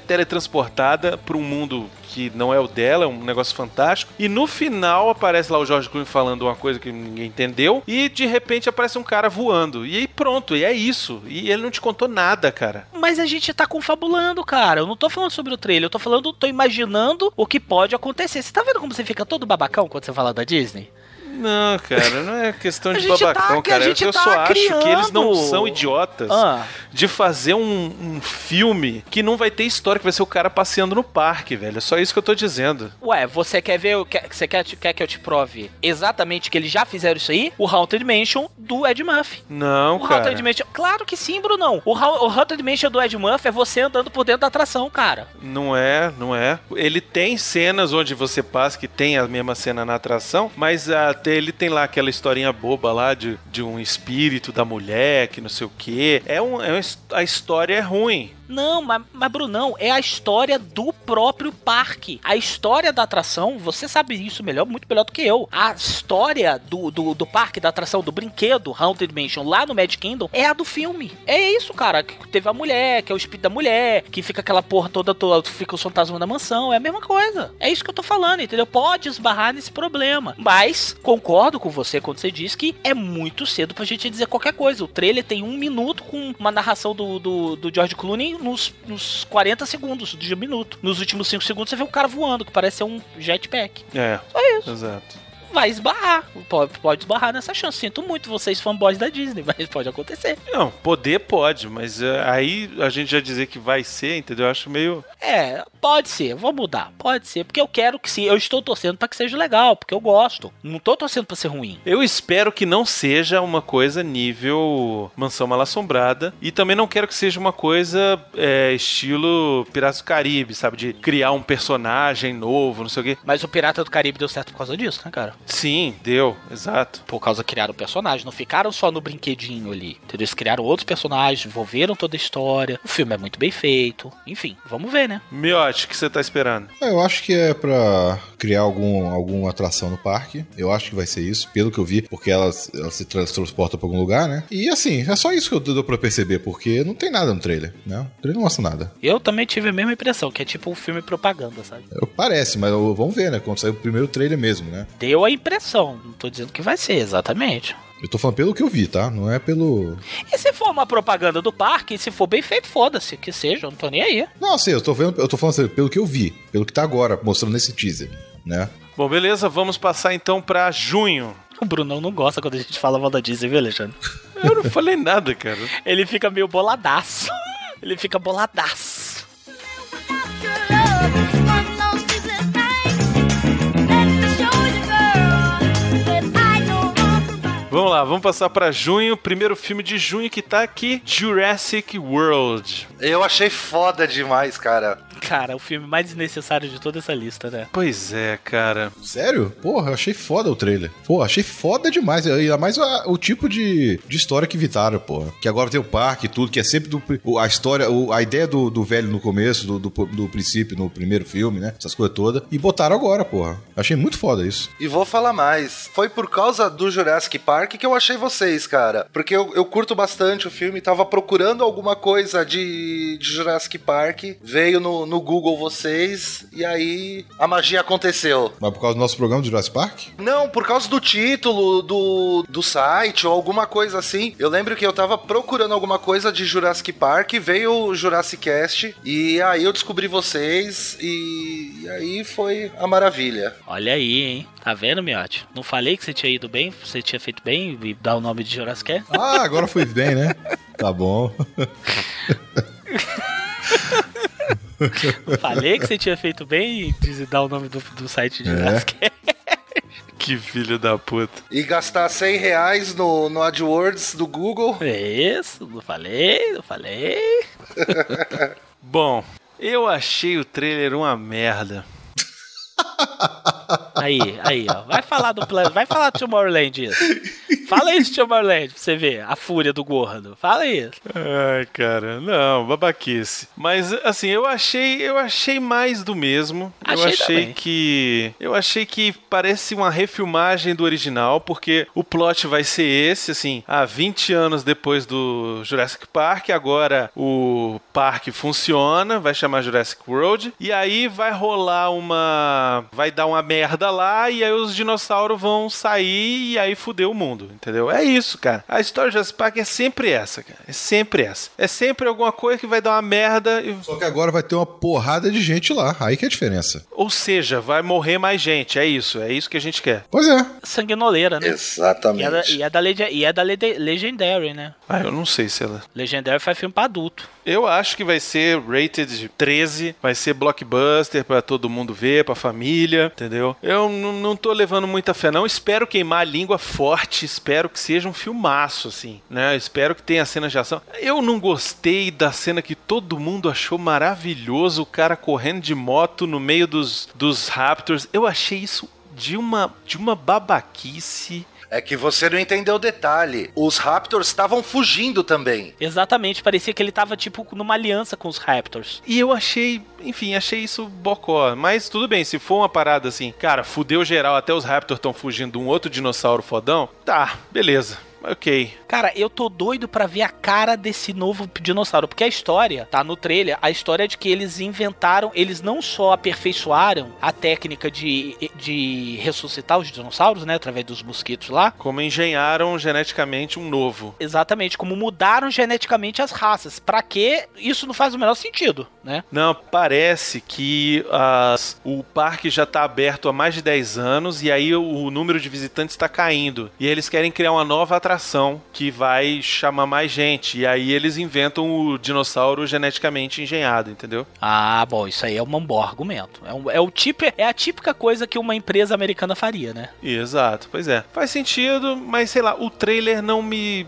[SPEAKER 7] teletransportada pra um mundo que não é o dela, é um negócio fantástico. E no final aparece lá o George Clooney falando uma coisa que ninguém entendeu, e de repente aparece um cara voando. E aí pronto, e é isso. E ele não te contou nada, cara.
[SPEAKER 5] Mas a gente tá confabulando, cara. Eu não tô falando sobre o trailer, eu tô falando, tô imaginando o que pode acontecer. Você tá vendo como você fica todo babacão quando você fala da Disney?
[SPEAKER 7] Não, cara, não é questão
[SPEAKER 5] A
[SPEAKER 7] de
[SPEAKER 5] gente tá-
[SPEAKER 7] babacão,
[SPEAKER 5] que a
[SPEAKER 7] cara.
[SPEAKER 5] gente
[SPEAKER 7] eu
[SPEAKER 5] tá
[SPEAKER 7] só acho que eles não
[SPEAKER 5] criando.
[SPEAKER 7] são idiotas
[SPEAKER 5] Ah,
[SPEAKER 7] de fazer um, um filme que não vai ter história, que vai ser o cara passeando no parque, velho. É só isso que eu tô dizendo.
[SPEAKER 5] ué, você quer ver, o que- você quer, quer que eu te prove exatamente que eles já fizeram isso aí? O Haunted Mansion do Ed Murphy.
[SPEAKER 7] Não,
[SPEAKER 5] O
[SPEAKER 7] cara.
[SPEAKER 5] Haunted Mansion, claro que sim, Brunão. O, Hau- o Haunted Mansion do Ed Murphy é você andando por dentro da atração, cara.
[SPEAKER 7] Não é, não é. Ele tem cenas onde você passa que tem a mesma cena na atração, mas até ele tem lá aquela historinha boba lá de, de um espírito da mulher, que não sei o quê. É um, é um his- a história é ruim.
[SPEAKER 5] Não, mas, mas Brunão, é a história do próprio parque. A história da atração, você sabe isso melhor, muito melhor do que eu. A história do, do, do parque, da atração, do brinquedo, Haunted Mansion, lá no Magic Kingdom, é a do filme. É isso, cara. Que teve a mulher, que é o espírito da mulher, que fica aquela porra toda, toda fica o fantasma da mansão. É a mesma coisa. É isso que eu tô falando, entendeu? Pode esbarrar nesse problema. Mas concordo com você quando você diz que é muito cedo pra gente dizer qualquer coisa. O trailer tem um minuto com uma narração do, do, do George Clooney nos, nos 40 segundos de um minuto. Nos últimos 5 segundos você vê um cara voando, que parece ser um jetpack.
[SPEAKER 7] É.
[SPEAKER 5] Só isso.
[SPEAKER 7] Exato.
[SPEAKER 5] vai esbarrar. Pode, pode esbarrar nessa chance. Sinto muito vocês, fanboys da Disney, mas pode acontecer.
[SPEAKER 7] Não, poder pode, mas é, aí a gente já dizer que vai ser, entendeu? Eu acho meio.
[SPEAKER 5] É, pode ser, vou mudar, pode ser, porque eu quero que sim, eu estou torcendo pra que seja legal, porque eu gosto. Não tô torcendo pra ser ruim.
[SPEAKER 7] Eu espero que não seja uma coisa nível Mansão Mal Assombrada. E também não quero que seja uma coisa é, estilo Piratas do Caribe, sabe? De criar um personagem novo, não sei o quê.
[SPEAKER 5] Mas o Pirata do Caribe deu certo por causa disso, né, cara?
[SPEAKER 7] Sim, deu, exato.
[SPEAKER 5] Por causa que criaram o personagem, não ficaram só no brinquedinho ali. Entendeu? Eles criaram outros personagens, envolveram toda a história. O filme é muito bem feito. Enfim, vamos ver, né?
[SPEAKER 7] Miote, o que você tá esperando?
[SPEAKER 6] É, Eu acho que é pra criar algum, alguma atração no parque. Eu acho que vai ser isso, pelo que eu vi, porque ela, ela se trans- transporta pra algum lugar, né? E assim, é só isso que eu dou pra perceber, porque não tem nada no trailer, né? O trailer não mostra nada.
[SPEAKER 5] Eu também tive a mesma impressão, que é tipo um filme propaganda, sabe?
[SPEAKER 6] Eu- É, Parece, mas eu- vamos ver, né? Quando sair o primeiro trailer mesmo, né?
[SPEAKER 5] Deu a impressão, não tô dizendo que vai ser exatamente.
[SPEAKER 6] Eu tô falando pelo que eu vi, tá? Não é pelo.
[SPEAKER 5] E se for uma propaganda do parque, se for bem feito, foda-se, que seja, eu não tô nem aí.
[SPEAKER 6] Não, assim, eu tô vendo, eu tô falando assim, pelo que eu vi, pelo que tá agora, mostrando nesse teaser, né?
[SPEAKER 7] Bom, beleza, vamos passar então pra junho.
[SPEAKER 5] O Brunão não gosta quando a gente fala mal da Disney, viu, Alexandre?
[SPEAKER 7] Eu não falei nada, cara.
[SPEAKER 5] Ele fica meio boladaço. Ele fica boladaço.
[SPEAKER 7] Vamos lá, vamos passar pra junho. Primeiro filme de junho que tá aqui: Jurassic World.
[SPEAKER 8] Eu achei foda demais, cara.
[SPEAKER 5] Cara, o filme mais desnecessário de toda essa lista, né?
[SPEAKER 7] Pois é, cara.
[SPEAKER 6] Sério? Porra, eu achei foda o trailer. Porra, achei foda demais. E Ainda mais a- o tipo de, de história que evitaram, porra. Que agora tem o parque e tudo, que é sempre do, pri- o- a história, o- a ideia do, do velho no começo, do, do, do princípio, no primeiro filme, né? Essas coisas todas. E botaram agora, porra. Achei muito foda isso.
[SPEAKER 8] E vou falar mais. Foi por causa do Jurassic Park que eu achei vocês, cara. Porque eu, eu curto bastante o filme, tava procurando alguma coisa de, de Jurassic Park. Veio no, no Google vocês, e aí a magia aconteceu.
[SPEAKER 6] Mas por causa do nosso programa do Jurassic Park?
[SPEAKER 8] Não, por causa do título do, do site ou alguma coisa assim. Eu lembro que eu tava procurando alguma coisa de Jurassic Park, veio o Jurassic Cast, e aí eu descobri vocês, e, e aí foi a maravilha.
[SPEAKER 5] Olha aí, hein? Tá vendo, Miote? Não falei que você tinha ido bem, você tinha feito bem e dar o nome de Jurassic? World?
[SPEAKER 6] Ah, agora foi bem, né? Tá bom.
[SPEAKER 5] Não falei que você tinha feito bem e diz- dar o nome do, do site de
[SPEAKER 6] É.
[SPEAKER 5] Jurassic? World?
[SPEAKER 7] Que filho da puta.
[SPEAKER 8] E gastar 100 reais no, no AdWords do Google.
[SPEAKER 5] É isso, não falei, não falei.
[SPEAKER 7] Bom, eu achei o trailer uma merda.
[SPEAKER 5] Aí, aí, ó. Vai falar do plano, vai falar do Tomorrowland isso. Fala isso, Tomorrowland, pra você ver a fúria do gordo. Fala isso.
[SPEAKER 7] Ai, cara, não, babaquice. Mas assim, eu achei, eu achei mais do mesmo. eu
[SPEAKER 5] Achei
[SPEAKER 7] achei
[SPEAKER 5] também.
[SPEAKER 7] que eu achei que parece uma refilmagem do original, porque o plot vai ser esse, assim, há 20 anos depois do Jurassic Park, agora o parque funciona, vai chamar Jurassic World e aí vai rolar uma vai dar uma merda lá e aí os dinossauros vão sair e aí fudeu o mundo, entendeu? É isso, cara. A história de Jurassic Park é sempre essa, cara. É sempre essa. É sempre alguma coisa que vai dar uma merda e
[SPEAKER 6] Só que agora vai ter uma porrada de gente lá. Aí que é a diferença.
[SPEAKER 7] ou seja, vai morrer mais gente. É isso, é isso que a gente quer.
[SPEAKER 6] Pois é.
[SPEAKER 5] Sanguinoleira, né? E é, da,
[SPEAKER 8] Exatamente.
[SPEAKER 5] e é da, Lege- e é da Lede- Legendary, né?
[SPEAKER 7] Ah, eu não sei se ela.
[SPEAKER 5] Legendary faz filme pra adulto.
[SPEAKER 7] Eu acho que vai ser rated 13, vai ser blockbuster pra todo mundo ver, pra família, entendeu? Eu n- não tô levando muita fé não, espero queimar a língua forte, espero que seja um filmaço assim, né? Espero que tenha cenas de ação. Eu não gostei da cena que todo mundo achou maravilhoso, o cara correndo de moto no meio dos, dos Raptors. Eu achei isso de uma de uma babaquice.
[SPEAKER 8] É que você não entendeu o detalhe. Os Raptors estavam fugindo também.
[SPEAKER 5] Exatamente, parecia que ele tava tipo numa aliança com os Raptors.
[SPEAKER 7] E eu achei, enfim, achei isso bocó. Mas tudo bem, se for uma parada assim, cara, fudeu geral, até os Raptors estão fugindo de um outro dinossauro fodão, tá, beleza. Ok.
[SPEAKER 5] Cara, eu tô doido pra ver a cara desse novo dinossauro, porque a história, tá no trailer, a história é de que eles inventaram, eles não só aperfeiçoaram a técnica de, de ressuscitar os dinossauros, né, através dos mosquitos lá,
[SPEAKER 7] Como engenharam geneticamente um novo.
[SPEAKER 5] exatamente como mudaram geneticamente as raças. Pra quê? Isso não faz o menor sentido, né?
[SPEAKER 7] Não, parece que as- o parque já está aberto há mais de 10 anos e aí o, o número de visitantes está caindo. E eles querem criar uma nova atração que vai chamar mais gente. E aí eles inventam o dinossauro geneticamente engenhado, entendeu?
[SPEAKER 5] Ah, bom, isso aí é um bom argumento. É, um- é o tipo, é a típica coisa que uma empresa americana faria, né?
[SPEAKER 7] Exato, pois é. Faz sentido, mas sei lá, o trailer não me.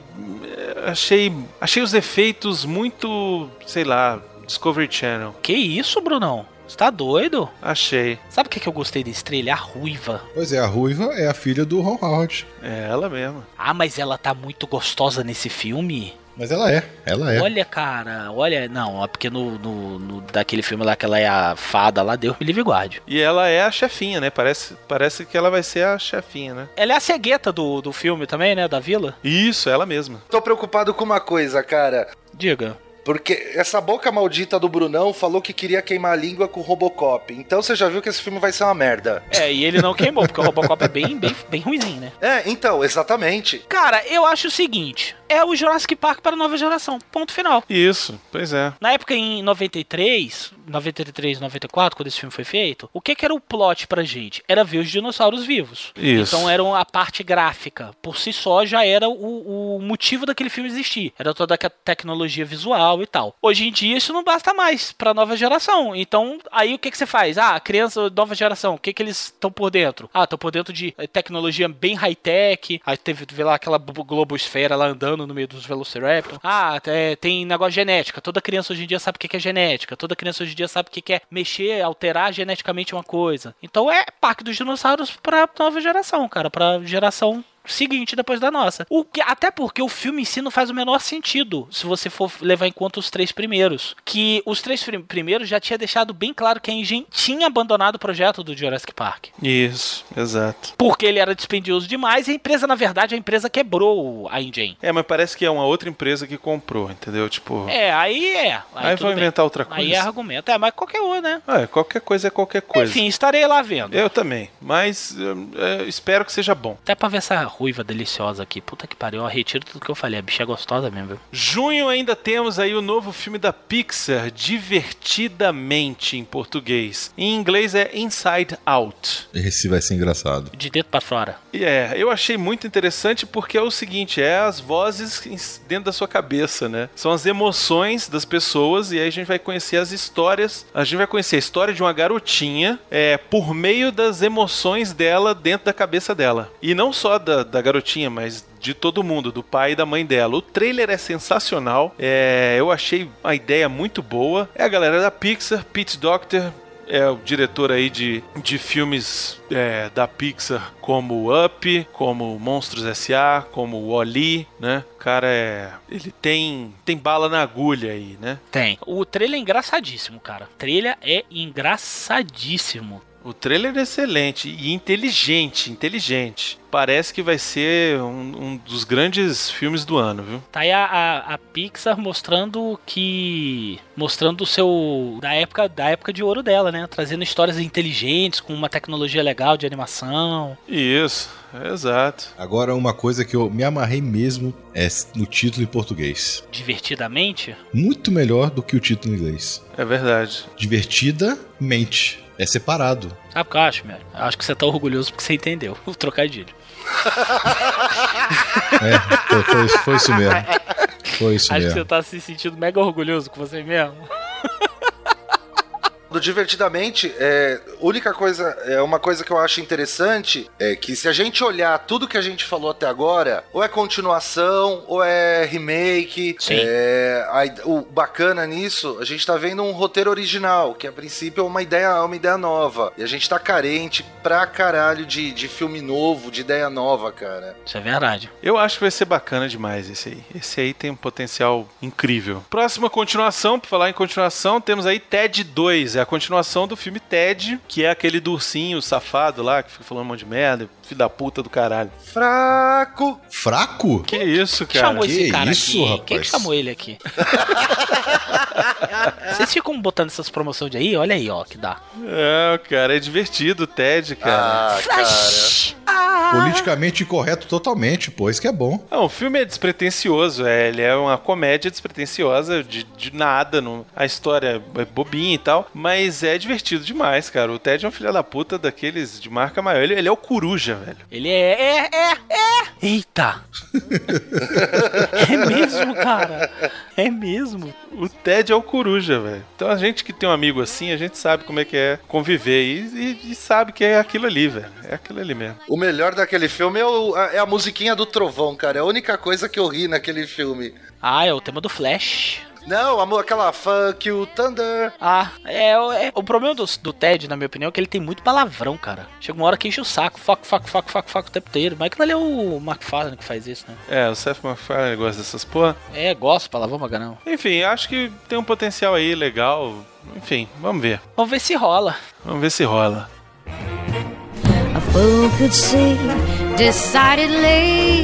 [SPEAKER 7] eh, Achei. Achei os efeitos muito. sei lá. Discovery Channel.
[SPEAKER 5] Que isso, Brunão? Você tá doido?
[SPEAKER 7] Achei.
[SPEAKER 5] Sabe o que, que eu gostei desse trailer? A ruiva.
[SPEAKER 6] Pois é, a Ruiva é a filha do Ron Howard.
[SPEAKER 7] É ela mesma.
[SPEAKER 5] Ah, mas ela tá muito gostosa nesse filme.
[SPEAKER 6] Mas ela é, ela é.
[SPEAKER 5] Olha, cara, olha. Não, é porque no, no, no- daquele filme lá que ela é a fada lá, Deus me livre e guarde.
[SPEAKER 7] E ela é a chefinha, né? Parece, parece que ela vai ser a chefinha, né?
[SPEAKER 5] Ela é a cegueta do, do filme também, né? Da vila?
[SPEAKER 7] Isso, ela mesma.
[SPEAKER 8] Tô preocupado com uma coisa, cara.
[SPEAKER 5] Diga.
[SPEAKER 8] Porque essa boca maldita do Brunão falou que queria queimar a língua com o Robocop. Então você já viu que esse filme vai ser uma merda.
[SPEAKER 5] É, e ele não queimou, porque o Robocop é bem, bem, bem ruimzinho, né?
[SPEAKER 8] É, então, exatamente.
[SPEAKER 5] Cara, eu acho o seguinte: é o Jurassic Park para a nova geração. Ponto final.
[SPEAKER 7] Isso, pois é.
[SPEAKER 5] Na época em 93, 93, 94, quando esse filme foi feito, o que, que era o plot pra gente? Era ver os dinossauros vivos.
[SPEAKER 7] Isso.
[SPEAKER 5] Então era a parte gráfica. Por si só já era o, o motivo daquele filme existir. Era toda a tecnologia visual e tal. Hoje em dia isso não basta mais pra nova geração. Então aí o que, que você faz? Ah, criança, nova geração, o que, que eles estão por dentro? Ah, estão por dentro de eh, tecnologia bem high-tech. Aí teve vê lá aquela bo- globosfera lá andando no meio dos Velociraptor. Ah, é, tem negócio de genética. Toda criança hoje em dia sabe o que que é genética. Toda criança hoje em dia sabe o que que é mexer, alterar geneticamente uma coisa. Então é Parque dos Dinossauros pra nova geração, cara. Pra geração seguinte depois da nossa. O que, até porque o filme em si não faz o menor sentido, se você for levar em conta os três primeiros. Que os três prim- primeiros já tinha deixado bem claro que a Engine tinha abandonado o projeto do Jurassic Park
[SPEAKER 7] Isso, exato.
[SPEAKER 5] porque ele era dispendioso demais e a empresa, na verdade, a empresa quebrou a Engine.
[SPEAKER 7] É, mas parece que é uma outra empresa que comprou, entendeu? Tipo.
[SPEAKER 5] É, aí é.
[SPEAKER 7] Aí
[SPEAKER 5] tudo
[SPEAKER 7] vão
[SPEAKER 5] bem.
[SPEAKER 7] inventar outra coisa.
[SPEAKER 5] Aí é argumento. É, mas qualquer um, né?
[SPEAKER 7] Ah, é, qualquer coisa é qualquer coisa.
[SPEAKER 5] Enfim, estarei lá vendo.
[SPEAKER 7] Eu também, mas hum, é, espero que seja bom.
[SPEAKER 5] Até pra ver essa ruiva deliciosa aqui. Puta que pariu. Eu retiro tudo que eu falei. A bicha é gostosa mesmo, viu?
[SPEAKER 7] Junho ainda temos aí o novo filme da Pixar, Divertidamente em português. Em inglês é Inside Out.
[SPEAKER 6] Esse vai ser engraçado.
[SPEAKER 5] De dentro pra fora.
[SPEAKER 7] E é, eu achei muito interessante porque é o seguinte, é as vozes em- dentro da sua cabeça, né? São as emoções das pessoas e aí a gente vai conhecer as histórias, a gente vai conhecer a história de uma garotinha é, por meio das emoções dela dentro da cabeça dela. E não só da, da garotinha, mas de todo mundo, do pai e da mãe dela. O trailer é sensacional, é, eu achei a ideia muito boa. É a galera da Pixar, Pete Doctor, é o diretor aí de, de filmes é, da Pixar, como Up, como Monstros S.A., como Wall-E, né? O cara é... ele tem, tem bala na agulha aí, né?
[SPEAKER 5] Tem. O trailer é engraçadíssimo, cara. O trailer é engraçadíssimo.
[SPEAKER 7] O trailer é excelente e inteligente, inteligente. Parece que vai ser um, um dos grandes filmes do ano, viu?
[SPEAKER 5] Tá aí a, a, a Pixar mostrando que. Mostrando o seu. Da época, da época de ouro dela, né? Trazendo histórias inteligentes, com uma tecnologia legal de animação.
[SPEAKER 7] Isso, exato.
[SPEAKER 6] Agora, uma coisa que eu me amarrei mesmo é no título em português.
[SPEAKER 5] Divertidamente.
[SPEAKER 6] Muito melhor do que o título em inglês.
[SPEAKER 7] É verdade.
[SPEAKER 6] Divertidamente. É separado.
[SPEAKER 5] Sabe o que eu acho, meu? Eu acho que você tá orgulhoso porque você entendeu o trocadilho.
[SPEAKER 6] É, foi, foi isso- foi isso mesmo. Foi isso
[SPEAKER 7] é.
[SPEAKER 5] acho que
[SPEAKER 6] mesmo.
[SPEAKER 5] você tá se sentindo mega orgulhoso com você mesmo.
[SPEAKER 8] Do Divertidamente, é, única coisa, é uma coisa que eu acho interessante é que se a gente olhar tudo que a gente falou até agora, ou é continuação, ou é remake,
[SPEAKER 5] Sim.
[SPEAKER 8] é, a- o bacana nisso, a gente tá vendo um roteiro original, que a princípio é uma ideia, é uma ideia nova. E a gente tá carente pra caralho de, de filme novo, de ideia nova, cara.
[SPEAKER 5] Isso é verdade.
[SPEAKER 7] Eu acho que vai ser bacana demais esse aí. Esse aí tem um potencial incrível. Próxima continuação, pra falar em continuação, temos aí Ted 2, a é a continuação do filme Ted, que é aquele do ursinho safado lá, que fica falando um monte de merda, filho da puta do caralho.
[SPEAKER 8] Fraco.
[SPEAKER 6] Fraco?
[SPEAKER 7] Que isso,
[SPEAKER 5] Quem
[SPEAKER 7] cara?
[SPEAKER 5] chamou esse
[SPEAKER 6] que
[SPEAKER 5] cara
[SPEAKER 6] isso,
[SPEAKER 5] aqui?
[SPEAKER 6] rapaz?
[SPEAKER 5] Quem que chamou ele aqui? Vocês ficam botando essas promoções de aí? Olha aí, ó, que dá.
[SPEAKER 7] É, cara, é divertido o Ted, cara.
[SPEAKER 8] Ah, cara.
[SPEAKER 5] Ah, é?
[SPEAKER 6] Politicamente incorreto totalmente, pô. Isso que é bom.
[SPEAKER 7] Não, o filme é despretensioso, é, ele é uma comédia despretensiosa de, de nada, não, a história é bobinha e tal, mas é divertido demais, cara. O Ted é um filho da puta daqueles de marca maior, ele, ele é o coruja, velho.
[SPEAKER 5] Ele é, é, é, é. Eita! é mesmo, cara. É mesmo.
[SPEAKER 7] O Ted é o coruja, velho. Então a gente que tem um amigo assim, a gente sabe como é que é conviver e, e- e sabe que é aquilo ali, velho. É aquilo ali mesmo.
[SPEAKER 8] O melhor daquele filme é, o- a- é a musiquinha do trovão, cara. É a única coisa que eu ri naquele filme.
[SPEAKER 5] Ah, é o tema do Flash.
[SPEAKER 8] Não, a mu- aquela funk, o Thunder.
[SPEAKER 5] Ah, é, o- é- o problema do, do Ted, na minha opinião, é que ele tem muito palavrão, cara. Chega uma hora que enche o saco, foco, foco, foco, foco, foco o tempo inteiro. Mas aquilo ali é o McFarlane que faz isso, né?
[SPEAKER 7] É, o Seth MacFarlane gosta dessas porra.
[SPEAKER 5] É, gosto de palavrão, mas não.
[SPEAKER 7] Enfim, acho que tem um potencial aí legal. Enfim, vamos ver.
[SPEAKER 5] Vamos ver se rola.
[SPEAKER 7] Vamos ver se rola.
[SPEAKER 10] A fool could see decidedly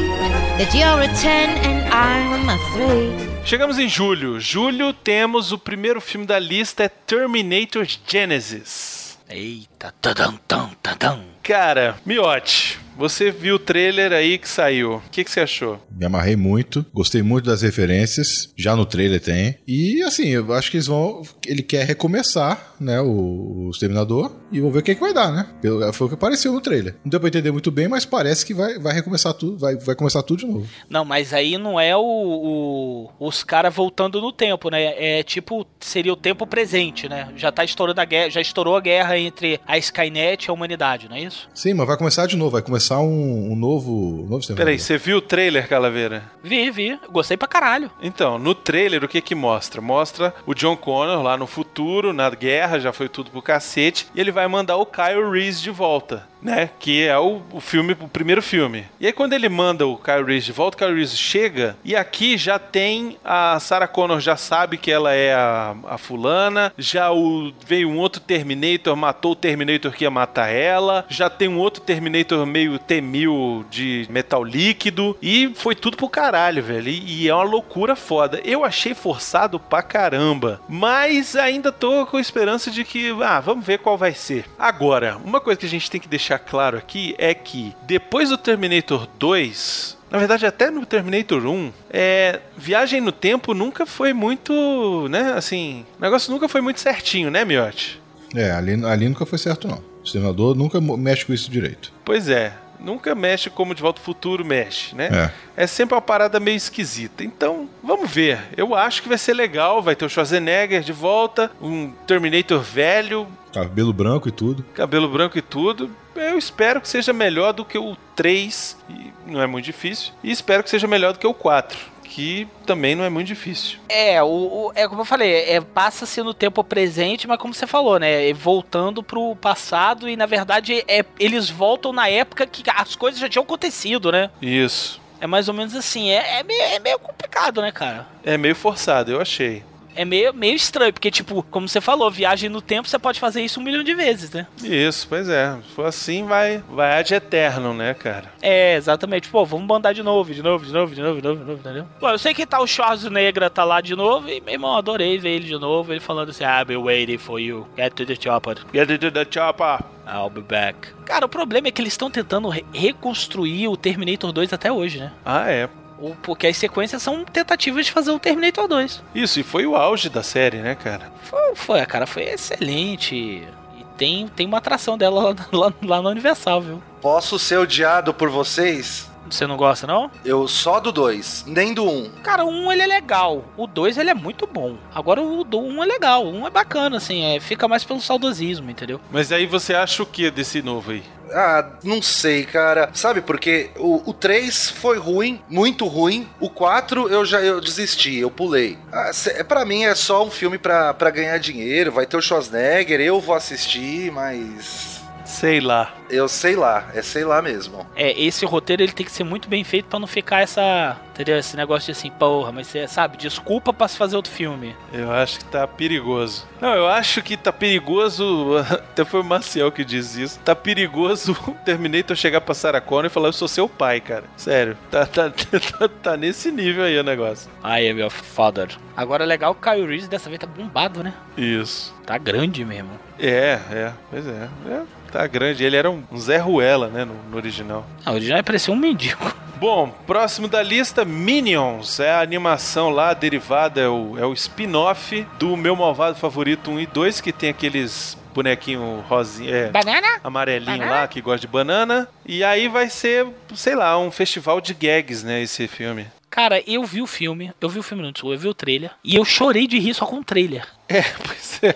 [SPEAKER 10] that you're a 10 and I'm a 3.
[SPEAKER 7] Chegamos em julho. Julho temos o primeiro filme da lista é Terminator Genesis.
[SPEAKER 5] Eita, tadam, tam, tadam.
[SPEAKER 7] Cara, Miote, você viu o trailer aí que saiu. O que, que você achou?
[SPEAKER 6] Me amarrei muito, gostei muito das referências, já no trailer tem. E assim, eu acho que eles vão. Ele quer recomeçar, né? O, o Exterminador. E vou ver o que, que vai dar, né? Pelo- foi o que apareceu no trailer. Não deu pra entender muito bem, mas parece que vai, vai recomeçar tudo, vai, vai começar tudo de novo.
[SPEAKER 5] Não, mas aí não é o, o- os caras voltando no tempo, né? É tipo, seria o tempo presente, né? Já tá estourando a guerra, já estourou a guerra entre a Skynet e a humanidade, não é isso?
[SPEAKER 6] Sim, mas vai começar de novo, vai começar um, um novo. Um novo Exterminador.
[SPEAKER 7] Peraí, você viu o trailer, Calaveira?
[SPEAKER 5] Vi, vi. Gostei pra caralho.
[SPEAKER 7] Então, no trailer, o que que mostra? Mostra o John Connor lá no futuro, na guerra, já foi tudo pro cacete, e ele vai mandar o Kyle Reese de volta, né? Que é o, o filme, o primeiro filme. E aí, quando ele manda o Kyle Reese de volta, o Kyle Reese chega, e aqui já tem a Sarah Connor, já sabe que ela é a, a fulana, já o, veio um outro Terminator, matou o Terminator que ia matar ela, já tem um outro Terminator meio T-1000 de metal líquido, e foi tudo pro caralho, velho. E, e é uma loucura foda. Eu achei forçado pra caramba, mas ainda tô com esperança de que, ah, vamos ver qual vai ser. Agora, uma coisa que a gente tem que deixar claro aqui é que depois do Terminator 2, na verdade, até no Terminator 1, é, viagem no tempo nunca foi muito, né, assim, o negócio nunca foi muito certinho, né, Miotti?
[SPEAKER 6] É, ali, ali nunca foi certo, não. O Exterminador nunca mo- mexe com isso direito.
[SPEAKER 7] Pois é, nunca mexe como De Volta ao Futuro mexe, né?
[SPEAKER 6] É.
[SPEAKER 7] É sempre uma parada meio esquisita. Então, vamos ver. Eu acho que vai ser legal, vai ter o Schwarzenegger de volta, um Terminator velho,
[SPEAKER 6] Cabelo branco e tudo.
[SPEAKER 7] cabelo branco e tudo. Eu espero que seja melhor do que o 3, e não é muito difícil, e espero que seja melhor do que o 4, que também não é muito difícil.
[SPEAKER 5] É, o, o- é como eu falei, é, passa-se no tempo presente, mas como você falou, né? é Voltando pro passado e, na verdade, é, eles voltam na época que as coisas já tinham acontecido, né?
[SPEAKER 7] Isso.
[SPEAKER 5] É mais ou menos assim, é, é meio, é meio complicado, né, cara?
[SPEAKER 7] É meio forçado, eu achei.
[SPEAKER 5] É meio, meio estranho, porque, tipo, como você falou, viagem no tempo, você pode fazer isso um milhão de vezes, né?
[SPEAKER 7] Isso, pois é. Se for assim, vai, vai ad eterno, né, cara?
[SPEAKER 5] É, exatamente. Pô, vamos mandar de novo, de novo, de novo, de novo, de novo, de novo, entendeu? Pô, eu sei que tá o Schwarzenegger, tá lá de novo, e, meu irmão, adorei ver ele de novo, ele falando assim, I've been waiting for you, get to the chopper,
[SPEAKER 7] Get into the chopper.
[SPEAKER 5] I'll be back. Cara, o problema é que eles estão tentando re- reconstruir o Terminator 2 até hoje, né?
[SPEAKER 7] Ah, é.
[SPEAKER 5] O- Porque as sequências são tentativas de fazer o Terminator 2.
[SPEAKER 7] Isso, e foi o auge da série, né, cara?
[SPEAKER 5] Foi, foi, cara, foi excelente. E tem, tem uma atração dela lá, lá, lá na Universal, viu?
[SPEAKER 8] Posso ser odiado por vocês?
[SPEAKER 5] Você não gosta, não?
[SPEAKER 8] Eu só do dois, nem do um.
[SPEAKER 5] Cara, o 1 ele é legal, o 2 ele é muito bom. Agora o 1 é legal, o 1 é bacana, assim, é, fica mais pelo saudosismo, entendeu?
[SPEAKER 7] Mas aí você acha o que desse novo aí?
[SPEAKER 8] Ah, não sei, cara. Sabe porque o, o 3 foi ruim, muito ruim. O 4 eu já eu desisti, eu pulei. Ah, cê- pra mim é só um filme pra, pra ganhar dinheiro, vai ter o Schwarzenegger, eu vou assistir, mas.
[SPEAKER 7] Sei lá.
[SPEAKER 8] Eu sei lá, é sei lá mesmo.
[SPEAKER 5] É, esse roteiro ele tem que ser muito bem feito pra não ficar essa. Entendeu? Esse negócio de assim, porra, mas você sabe, desculpa pra se fazer outro filme.
[SPEAKER 7] Eu acho que tá perigoso. Não, eu acho que tá perigoso. Até foi o Marcial que diz isso. Tá perigoso o Terminator chegar pra Sarah Connor e falar: Eu sou seu pai, cara. Sério. Tá, tá, tá, tá nesse nível aí o negócio.
[SPEAKER 5] I am your father. Agora é legal que o Kyle Reese dessa vez tá bombado, né?
[SPEAKER 7] Isso.
[SPEAKER 5] Tá grande mesmo.
[SPEAKER 7] É, é. Pois é. é tá grande. Ele era um Zé Ruela, né? No, no original.
[SPEAKER 5] Ah, o original parecia um mendigo.
[SPEAKER 7] Bom, próximo da lista, Minions. É a animação lá, derivada, é o, é o spin-off do meu malvado favorito 1 e 2, que tem aqueles bonequinho rosinha, é,
[SPEAKER 10] Banana?
[SPEAKER 7] amarelinho lá, que gosta de banana. E aí vai ser, sei lá, um festival de gags, né, esse filme.
[SPEAKER 5] Cara, eu vi o filme, eu vi o filme não, desculpa, eu vi o trailer, e eu chorei de rir só com o trailer.
[SPEAKER 7] É, pois é.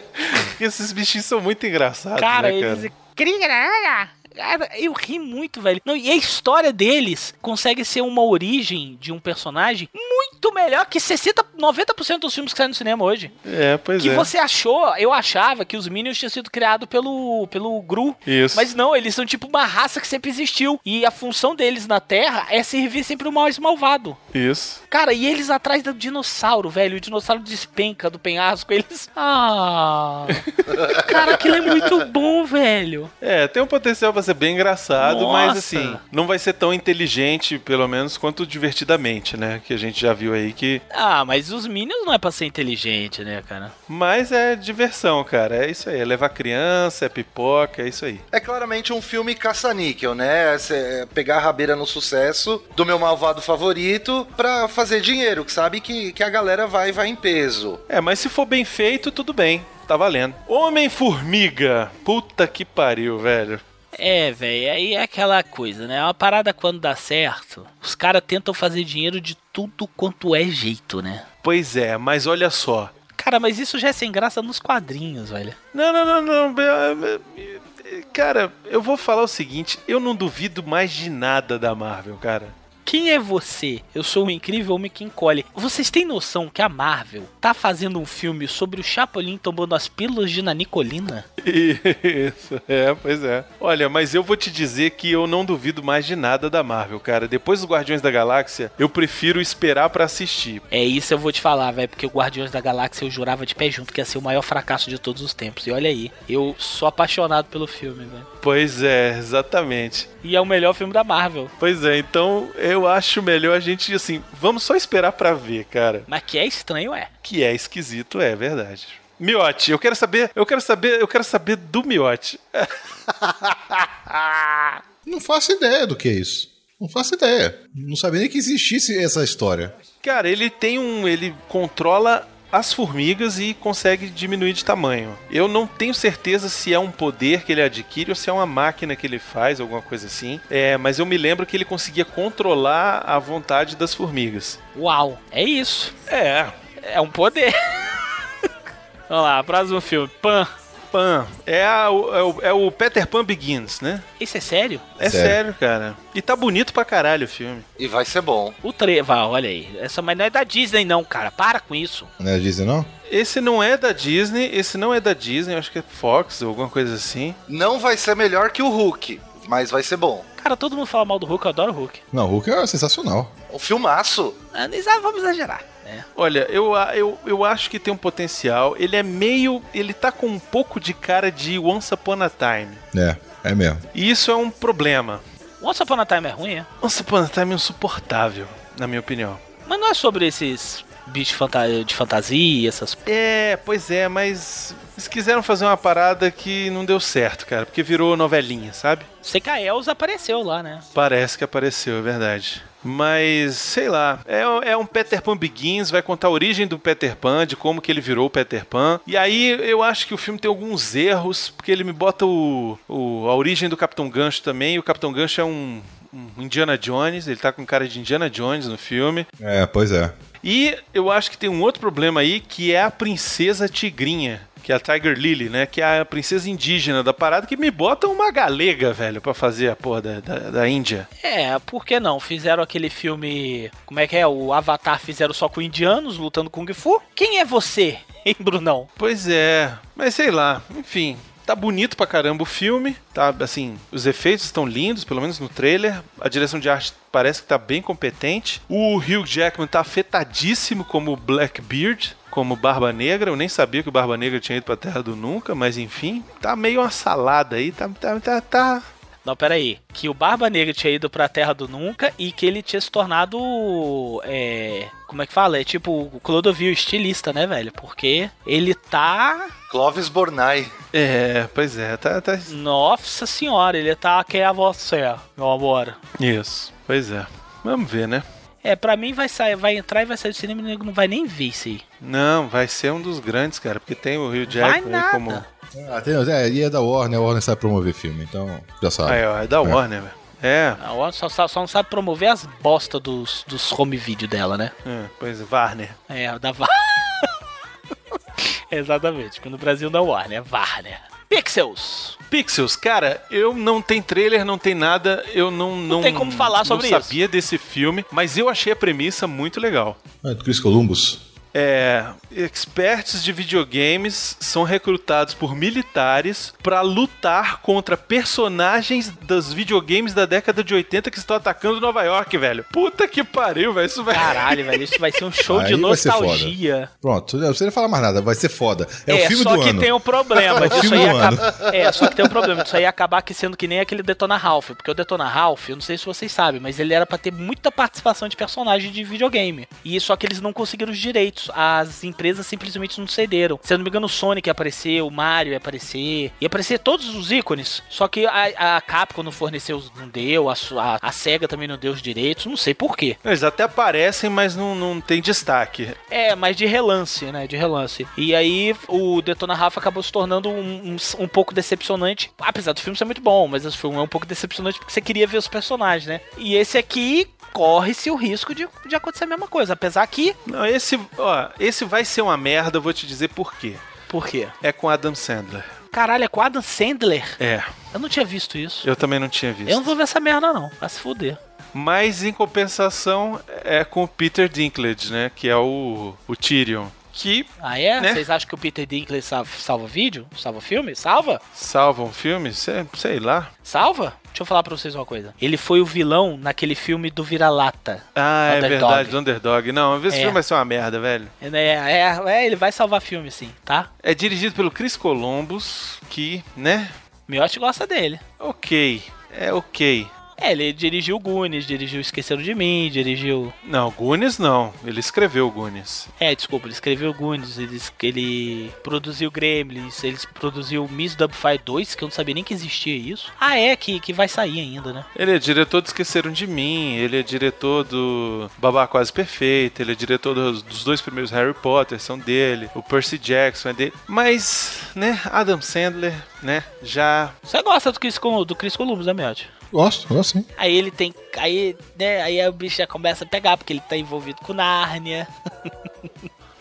[SPEAKER 7] Esses bichinhos são muito engraçados,
[SPEAKER 5] cara,
[SPEAKER 7] né, cara?
[SPEAKER 5] eles. Cara, eu ri muito, velho. Não, e a história deles consegue ser uma origem de um personagem muito melhor que 60, 90% dos filmes que saem no cinema hoje.
[SPEAKER 7] É, pois
[SPEAKER 5] que
[SPEAKER 7] é.
[SPEAKER 5] você achou, eu achava que os Minions tinham sido criados pelo, pelo Gru.
[SPEAKER 7] Isso.
[SPEAKER 5] Mas não, eles são tipo uma raça que sempre existiu. E a função deles na Terra é servir sempre o mais malvado.
[SPEAKER 7] Isso.
[SPEAKER 5] Cara, e eles atrás do dinossauro, velho. O dinossauro despenca do penhasco. Eles. Ah! Cara, aquilo é muito bom, velho.
[SPEAKER 7] É, tem um potencial pra ser bem engraçado, mas
[SPEAKER 5] Nossa.
[SPEAKER 7] assim, não vai ser tão inteligente, pelo menos, quanto divertidamente, né? Que a gente já viu aí que.
[SPEAKER 5] Ah, mas os Minions não é pra ser inteligente, né, cara?
[SPEAKER 7] Mas é diversão, cara. É isso aí. É levar criança, é pipoca, é isso aí.
[SPEAKER 8] É claramente um filme caça-níquel, né? Cê- é pegar a rabeira no sucesso do meu malvado favorito pra fazer dinheiro, que sabe que, que a galera vai vai em peso.
[SPEAKER 7] É, mas se for bem feito, tudo bem. Tá valendo. Homem-Formiga. Puta que pariu, velho.
[SPEAKER 5] É, velho, aí é aquela coisa, né? É uma parada quando dá certo. Os caras tentam fazer dinheiro de tudo quanto é jeito, né?
[SPEAKER 7] Pois é, mas olha só.
[SPEAKER 5] Cara, mas isso já é sem graça nos quadrinhos, velho.
[SPEAKER 7] Não, não, não, não. be- eh, eh, Cara, eu vou falar o seguinte: eu não duvido mais de nada da Marvel, cara.
[SPEAKER 5] Quem é você? Eu sou o incrível homem que encolhe. Vocês têm noção que a Marvel tá fazendo um filme sobre o Chapolin tomando as pílulas de nanicolina?
[SPEAKER 7] Isso, é, pois é. Olha, mas eu vou te dizer que eu não duvido mais de nada da Marvel, cara. Depois dos Guardiões da Galáxia, eu prefiro esperar pra assistir.
[SPEAKER 5] É isso eu vou te falar, velho, porque o Guardiões da Galáxia eu jurava de pé junto que ia ser o maior fracasso de todos os tempos. E olha aí, eu sou apaixonado pelo filme, velho.
[SPEAKER 7] Pois é, exatamente.
[SPEAKER 5] E é o melhor filme da Marvel.
[SPEAKER 7] Pois é, então eu acho melhor a gente, assim, vamos só esperar pra ver, cara.
[SPEAKER 5] Mas que é estranho, é.
[SPEAKER 7] Que é esquisito, é verdade. Miote, eu quero saber, eu quero saber, eu quero saber do Miote.
[SPEAKER 6] Não faço ideia do que é isso. Não faço ideia. Não sabia nem que existisse essa história.
[SPEAKER 7] Cara, ele tem um. Ele controla as formigas e consegue diminuir de tamanho. Eu não tenho certeza se é um poder que ele adquire ou se é uma máquina que ele faz, alguma coisa assim. É, mas eu me lembro que ele conseguia controlar a vontade das formigas.
[SPEAKER 5] Uau, é isso.
[SPEAKER 7] É.
[SPEAKER 5] É um poder. Vamos lá, próximo filme. Pan.
[SPEAKER 7] Pan. É, a- o- é o, é o Peter Pan Begins, né?
[SPEAKER 5] Isso é sério?
[SPEAKER 7] É sério.
[SPEAKER 6] Sério.
[SPEAKER 7] cara. E tá bonito pra caralho o filme.
[SPEAKER 8] E vai ser bom.
[SPEAKER 5] O Treva, olha aí. Essa mas não é da Disney, não, cara. Para com isso.
[SPEAKER 6] Né, dizem não?
[SPEAKER 7] Esse não é da Disney, esse não é da Disney, eu acho que é Fox ou alguma coisa assim.
[SPEAKER 8] Não vai ser melhor que o Hulk, mas vai ser bom.
[SPEAKER 5] Cara, todo mundo fala mal do Hulk, eu adoro o Hulk.
[SPEAKER 6] Não, o Hulk é sensacional.
[SPEAKER 8] Um filmaço.
[SPEAKER 5] Ah, não exa- Vamos exagerar. né?
[SPEAKER 7] Olha, eu, a- eu, eu acho que tem um potencial. Ele é meio. Ele tá com um pouco de cara de Once Upon a Time.
[SPEAKER 6] É, é mesmo.
[SPEAKER 7] E isso é um problema.
[SPEAKER 5] Once Upon a Time é ruim, é?
[SPEAKER 7] Once Upon a Time é insuportável, na minha opinião.
[SPEAKER 5] Mas não é sobre esses bichos fanta- de fantasia, essas...
[SPEAKER 7] É, pois é, mas. Eles quiseram fazer uma parada que não deu certo, cara, porque virou novelinha, sabe?
[SPEAKER 5] Sei que a Elsa apareceu lá, né?
[SPEAKER 7] Parece que apareceu, é verdade. Mas, sei lá, é, é um Peter Pan Begins, vai contar a origem do Peter Pan, de como que ele virou o Peter Pan. E aí eu acho que o filme tem alguns erros, porque ele me bota o, o- a origem do Capitão Gancho também, e o Capitão Gancho é um, um Indiana Jones, ele tá com cara de Indiana Jones no filme.
[SPEAKER 6] É, pois é.
[SPEAKER 7] E eu acho que tem um outro problema aí, que é a princesa tigrinha. Que é a Tiger Lily, né? Que é a princesa indígena da parada, que me bota uma galega, velho, pra fazer a porra da- da, da Índia.
[SPEAKER 5] É, por que não? Fizeram aquele filme... Como é que é? O Avatar fizeram só com indianos, lutando com Kung Fu. Quem é você, hein, Brunão?
[SPEAKER 7] Pois é, mas sei lá, enfim. Tá bonito pra caramba o filme, tá assim, os efeitos estão lindos, pelo menos no trailer. A direção de arte parece que tá bem competente. O Hugh Jackman tá afetadíssimo como Blackbeard, como Barba Negra. Eu nem sabia que o Barba Negra tinha ido pra Terra do Nunca, mas enfim, tá meio uma salada aí, tá tá tá, tá.
[SPEAKER 5] Não, peraí. Que o Barba Negra tinha ido pra Terra do Nunca e que ele tinha se tornado. É. Como é que fala? É tipo o Clodovil estilista, né, velho? Porque ele tá.
[SPEAKER 8] Clóvis Bornai.
[SPEAKER 7] É, pois é, tá, tá
[SPEAKER 5] Nossa senhora, ele tá que é a você, meu amor.
[SPEAKER 7] isso. Pois é. Vamos ver, né?
[SPEAKER 5] É, pra mim vai sair, vai entrar e vai sair do cinema e o nego não vai nem ver isso aí.
[SPEAKER 7] Não, vai ser um dos grandes, cara, porque tem o Rio
[SPEAKER 5] Vai
[SPEAKER 7] Jackman aí
[SPEAKER 5] nada.
[SPEAKER 7] como
[SPEAKER 6] Ah, tem, é, e é da Warner, a Warner sabe promover filme, então já
[SPEAKER 5] Ah,
[SPEAKER 6] sabe.
[SPEAKER 7] Aí, ó, é da Warner, velho. É,
[SPEAKER 5] A Warner só, só- só não sabe promover as bosta dos, dos home video dela, né?
[SPEAKER 7] é, pois é, Warner.
[SPEAKER 5] É, a da Va- Exatamente, porque no Brasil não é Warner, é Warner. Pixels.
[SPEAKER 7] Pixels, cara, eu não tem trailer, não tem nada, eu não não,
[SPEAKER 5] tem como falar sobre isso.
[SPEAKER 7] não sabia desse filme, mas eu achei a premissa muito legal.
[SPEAKER 6] É do Chris Columbus.
[SPEAKER 7] É, expertos de videogames são recrutados por militares pra lutar contra personagens dos videogames da década de 80 que estão atacando Nova York, velho. Puta que pariu, velho, isso vai
[SPEAKER 5] Caralho, velho, isso vai ser um show de
[SPEAKER 6] Aí vai ser foda.
[SPEAKER 5] nostalgia.
[SPEAKER 6] Pronto, é, não precisa falar mais nada, vai ser foda. É, o filme
[SPEAKER 5] só
[SPEAKER 6] do
[SPEAKER 5] que
[SPEAKER 6] ano.
[SPEAKER 5] tem um problema.
[SPEAKER 6] É o
[SPEAKER 5] disso
[SPEAKER 6] filme
[SPEAKER 5] aí
[SPEAKER 6] do
[SPEAKER 5] acaba- É, só que tem um problema. Isso aí ia acabar que sendo que nem aquele Detona Ralph. Porque o Detona Ralph, eu não sei se vocês sabem, mas ele era pra ter muita participação de personagem de videogame. E só que eles não conseguiram os direitos. As empresas simplesmente não cederam. Se eu não me engano, o Sonic ia aparecer, o Mario ia aparecer. Ia aparecer todos os ícones. Só que a, a Capcom não forneceu, os- não deu. A, su- a, a SEGA também não deu os direitos. Não sei porquê.
[SPEAKER 7] Eles até aparecem, mas não, não tem destaque.
[SPEAKER 5] É, mas de relance, né? De relance. E aí o Detona Rafa acabou se tornando um, um, um pouco decepcionante. Apesar do filme ser muito bom, mas esse filme é um pouco decepcionante porque você queria ver os personagens, né? E esse aqui corre-se o risco de, de acontecer a mesma coisa. Apesar que.
[SPEAKER 7] Não, esse, ó, esse vai ser uma merda, eu vou te dizer por quê.
[SPEAKER 5] Por quê?
[SPEAKER 7] É com Adam Sandler.
[SPEAKER 5] Caralho, é com Adam Sandler?
[SPEAKER 7] É,
[SPEAKER 5] Eu não tinha visto isso.
[SPEAKER 7] eu também não tinha visto.
[SPEAKER 5] Eu não vou ver essa merda, não. Vai se fuder.
[SPEAKER 7] Mas em compensação é com o Peter Dinklage, né, que é o, o Tyrion, que
[SPEAKER 5] Ah, é?
[SPEAKER 7] Né?
[SPEAKER 5] Vocês acham que o Peter Dinklage salva, salva vídeo? Salva filme? Salva?
[SPEAKER 7] salva um filme, sei, sei lá.
[SPEAKER 5] Salva? Deixa eu falar pra vocês uma coisa. Ele foi o vilão naquele filme do Vira-Lata.
[SPEAKER 7] Ah, é
[SPEAKER 5] Underdog.
[SPEAKER 7] verdade, do Underdog. Não, esse
[SPEAKER 5] É.
[SPEAKER 7] filme vai ser uma merda, velho.
[SPEAKER 5] É, é, é, ele vai salvar filme, sim, tá?
[SPEAKER 7] É dirigido pelo Chris Columbus, que, né,
[SPEAKER 5] Miotti gosta dele.
[SPEAKER 7] ok, é ok.
[SPEAKER 5] É, ele dirigiu Goonies, dirigiu Esqueceram de Mim, dirigiu...
[SPEAKER 7] Não, Goonies não, ele escreveu Goonies.
[SPEAKER 5] É, desculpa, ele escreveu Goonies, ele, es- ele produziu Gremlins, ele produziu Miss Doubtfire 2, que eu não sabia nem que existia isso. Ah, é, que, que vai sair ainda, né?
[SPEAKER 7] Ele é diretor do Esqueceram de Mim, ele é diretor do Babá Quase Perfeito, ele é diretor dos, dos dois primeiros Harry Potter, são dele, o Percy Jackson é dele. Mas, né, Adam Sandler, né, já.
[SPEAKER 5] Você gosta do Chris, Col- do Chris Columbus, né, Miotti?
[SPEAKER 6] Gosto, gosto sim.
[SPEAKER 5] Aí ele tem... Aí, né, aí o bicho já começa a pegar, porque ele tá envolvido com Nárnia.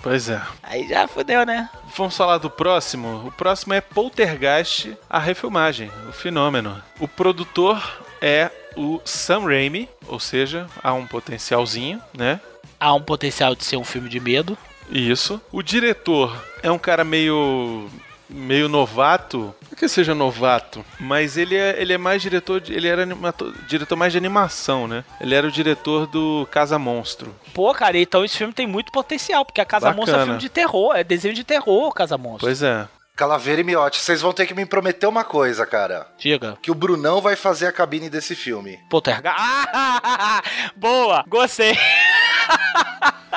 [SPEAKER 7] Pois é.
[SPEAKER 5] Aí já fudeu, né?
[SPEAKER 7] Vamos falar do próximo? O próximo é Poltergeist, a refilmagem, o fenômeno. O produtor é o Sam Raimi, ou seja, há um potencialzinho, né?
[SPEAKER 5] Há um potencial de ser um filme de medo.
[SPEAKER 7] Isso. O diretor é um cara meio. meio novato. Não é que seja novato, mas ele é, ele é mais diretor. de- ele era animato- diretor mais de animação, né? Ele era o diretor do Casa Monstro.
[SPEAKER 5] Pô, cara, então esse filme tem muito potencial, porque a Casa
[SPEAKER 7] Bacana.
[SPEAKER 5] Monstro é filme de terror, é desenho de terror, Casa Monstro.
[SPEAKER 7] Pois é.
[SPEAKER 8] Calaveira e Miote, vocês vão ter que me prometer uma coisa, cara.
[SPEAKER 5] Diga.
[SPEAKER 8] Que o Brunão vai fazer a cabine desse filme.
[SPEAKER 5] Poltergeist. Ah, boa, gostei.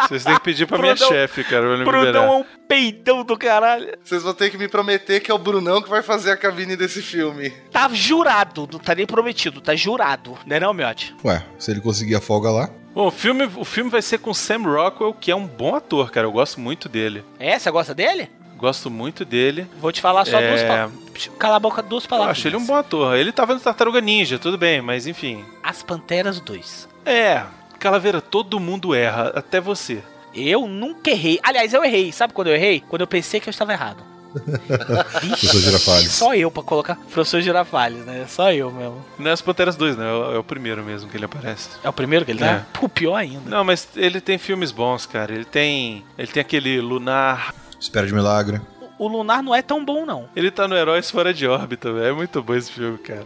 [SPEAKER 7] Vocês têm que pedir pra minha
[SPEAKER 5] Brudão-
[SPEAKER 7] chefe, cara, pra ela me
[SPEAKER 5] Brudão é
[SPEAKER 7] liberar.
[SPEAKER 5] um peidão do caralho.
[SPEAKER 8] Vocês vão ter que me prometer que é o Brunão que vai fazer a cabine desse filme.
[SPEAKER 5] Tá jurado, não tá nem prometido, tá jurado. Né não, Miotti?
[SPEAKER 6] Ué, se ele conseguir a folga lá.
[SPEAKER 7] Bom, o filme, o filme vai ser com o Sam Rockwell, que é um bom ator, cara. Eu gosto muito dele.
[SPEAKER 5] É, você gosta dele?
[SPEAKER 7] Gosto muito dele.
[SPEAKER 5] Vou te falar só
[SPEAKER 7] É.
[SPEAKER 5] duas palavras. Cala a boca, duas
[SPEAKER 7] Eu
[SPEAKER 5] palavras.
[SPEAKER 7] acho ele um bom ator. Ele tava no Tartaruga Ninja, tudo bem, mas enfim.
[SPEAKER 5] As Panteras 2.
[SPEAKER 7] É, Calaveira, todo mundo erra, até você.
[SPEAKER 5] Eu nunca errei. Aliás, eu errei. Sabe quando eu errei? Quando eu pensei que eu estava errado. Vixe,
[SPEAKER 6] Professor Girafales.
[SPEAKER 5] Só eu pra colocar. Professor Girafales, né? Só eu mesmo.
[SPEAKER 7] Não é as Panteras 2, né? É o- é o primeiro mesmo que ele aparece.
[SPEAKER 5] É o primeiro que ele
[SPEAKER 7] É.
[SPEAKER 5] dá? Pô, pior ainda.
[SPEAKER 7] Não, mas ele tem filmes bons, cara. Ele tem. Ele tem aquele Lunar.
[SPEAKER 6] Espera de milagre.
[SPEAKER 5] o Lunar não é tão bom, não.
[SPEAKER 7] Ele tá no Heróis Fora de Órbita, velho. É muito bom esse filme, cara.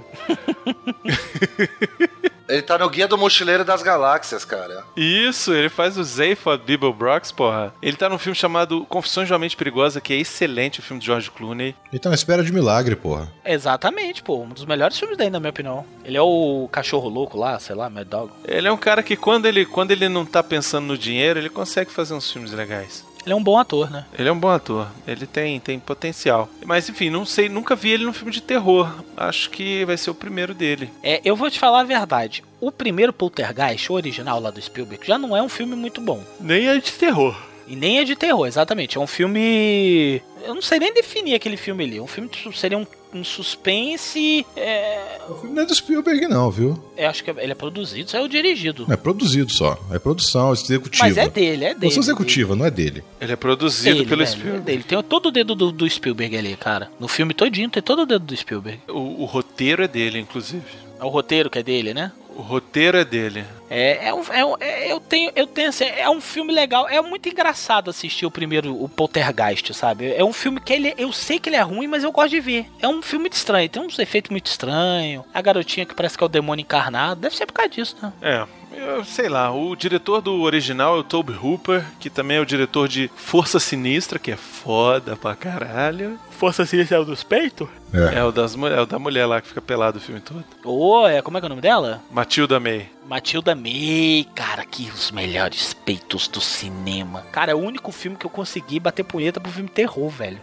[SPEAKER 8] Ele tá no Guia do Mochileiro das Galáxias, cara.
[SPEAKER 7] Isso, ele faz o Zaphod Beeblebrox, porra. Ele tá num filme chamado Confissões de uma Mente Perigosa, que é excelente, o filme do George Clooney.
[SPEAKER 6] Ele tá na espera de milagre, porra.
[SPEAKER 5] Exatamente, pô. Um dos melhores filmes daí, na minha opinião. Ele é o cachorro louco lá, sei lá, Mad Dog.
[SPEAKER 7] Ele é um cara que quando ele, quando ele não tá pensando no dinheiro, ele consegue fazer uns filmes legais.
[SPEAKER 5] Ele é um bom ator, né?
[SPEAKER 7] Ele é um bom ator, ele tem, tem potencial. Mas enfim, não sei, nunca vi ele num filme de terror. Acho que vai ser o primeiro dele.
[SPEAKER 5] É, eu vou te falar a verdade. O primeiro Poltergeist, o original lá do Spielberg, já não é um filme muito bom.
[SPEAKER 7] Nem é de terror.
[SPEAKER 5] E nem é de terror, exatamente. É um filme. Eu não sei nem definir aquele filme ali. Um filme que su- seria um, um suspense. É...
[SPEAKER 6] O filme não é do Spielberg, não, viu?
[SPEAKER 5] Eu acho que ele é produzido, saiu dirigido.
[SPEAKER 6] É produzido só. É produção executiva.
[SPEAKER 5] Mas é dele, é dele.
[SPEAKER 6] Produção executiva, não é dele.
[SPEAKER 7] Ele é produzido
[SPEAKER 5] Dele,
[SPEAKER 7] pelo
[SPEAKER 5] velho,
[SPEAKER 7] Spielberg.
[SPEAKER 5] é dele. Tem todo o dedo do, do Spielberg ali, cara. No filme todinho tem todo o dedo do Spielberg.
[SPEAKER 7] O, o roteiro é dele, inclusive.
[SPEAKER 5] É o roteiro que é dele, né?
[SPEAKER 7] O roteiro é dele.
[SPEAKER 5] É, é, um, é, um- é- eu tenho, eu tenho assim, é um filme legal, é muito engraçado assistir o primeiro, o Poltergeist, sabe? É um filme que ele, eu sei que ele é ruim, mas eu gosto de ver. É um filme muito estranho, tem uns efeitos muito estranhos. A garotinha que parece que é o demônio encarnado, deve ser por causa disso, né?
[SPEAKER 7] É, eu sei lá, o diretor do original é o Tobe Hooper, que também é o diretor de Força Sinistra, que é foda pra caralho.
[SPEAKER 5] Força Sinistra é o dos peitos?
[SPEAKER 6] É.
[SPEAKER 7] É o, das, mu- é o da mulher lá que fica pelado o filme todo.
[SPEAKER 5] Ô, é, como é que é o nome dela?
[SPEAKER 7] Matilda May.
[SPEAKER 5] Matilda May, cara, que os melhores peitos do cinema. Cara, é o único filme que eu consegui bater punheta pro filme terror, velho.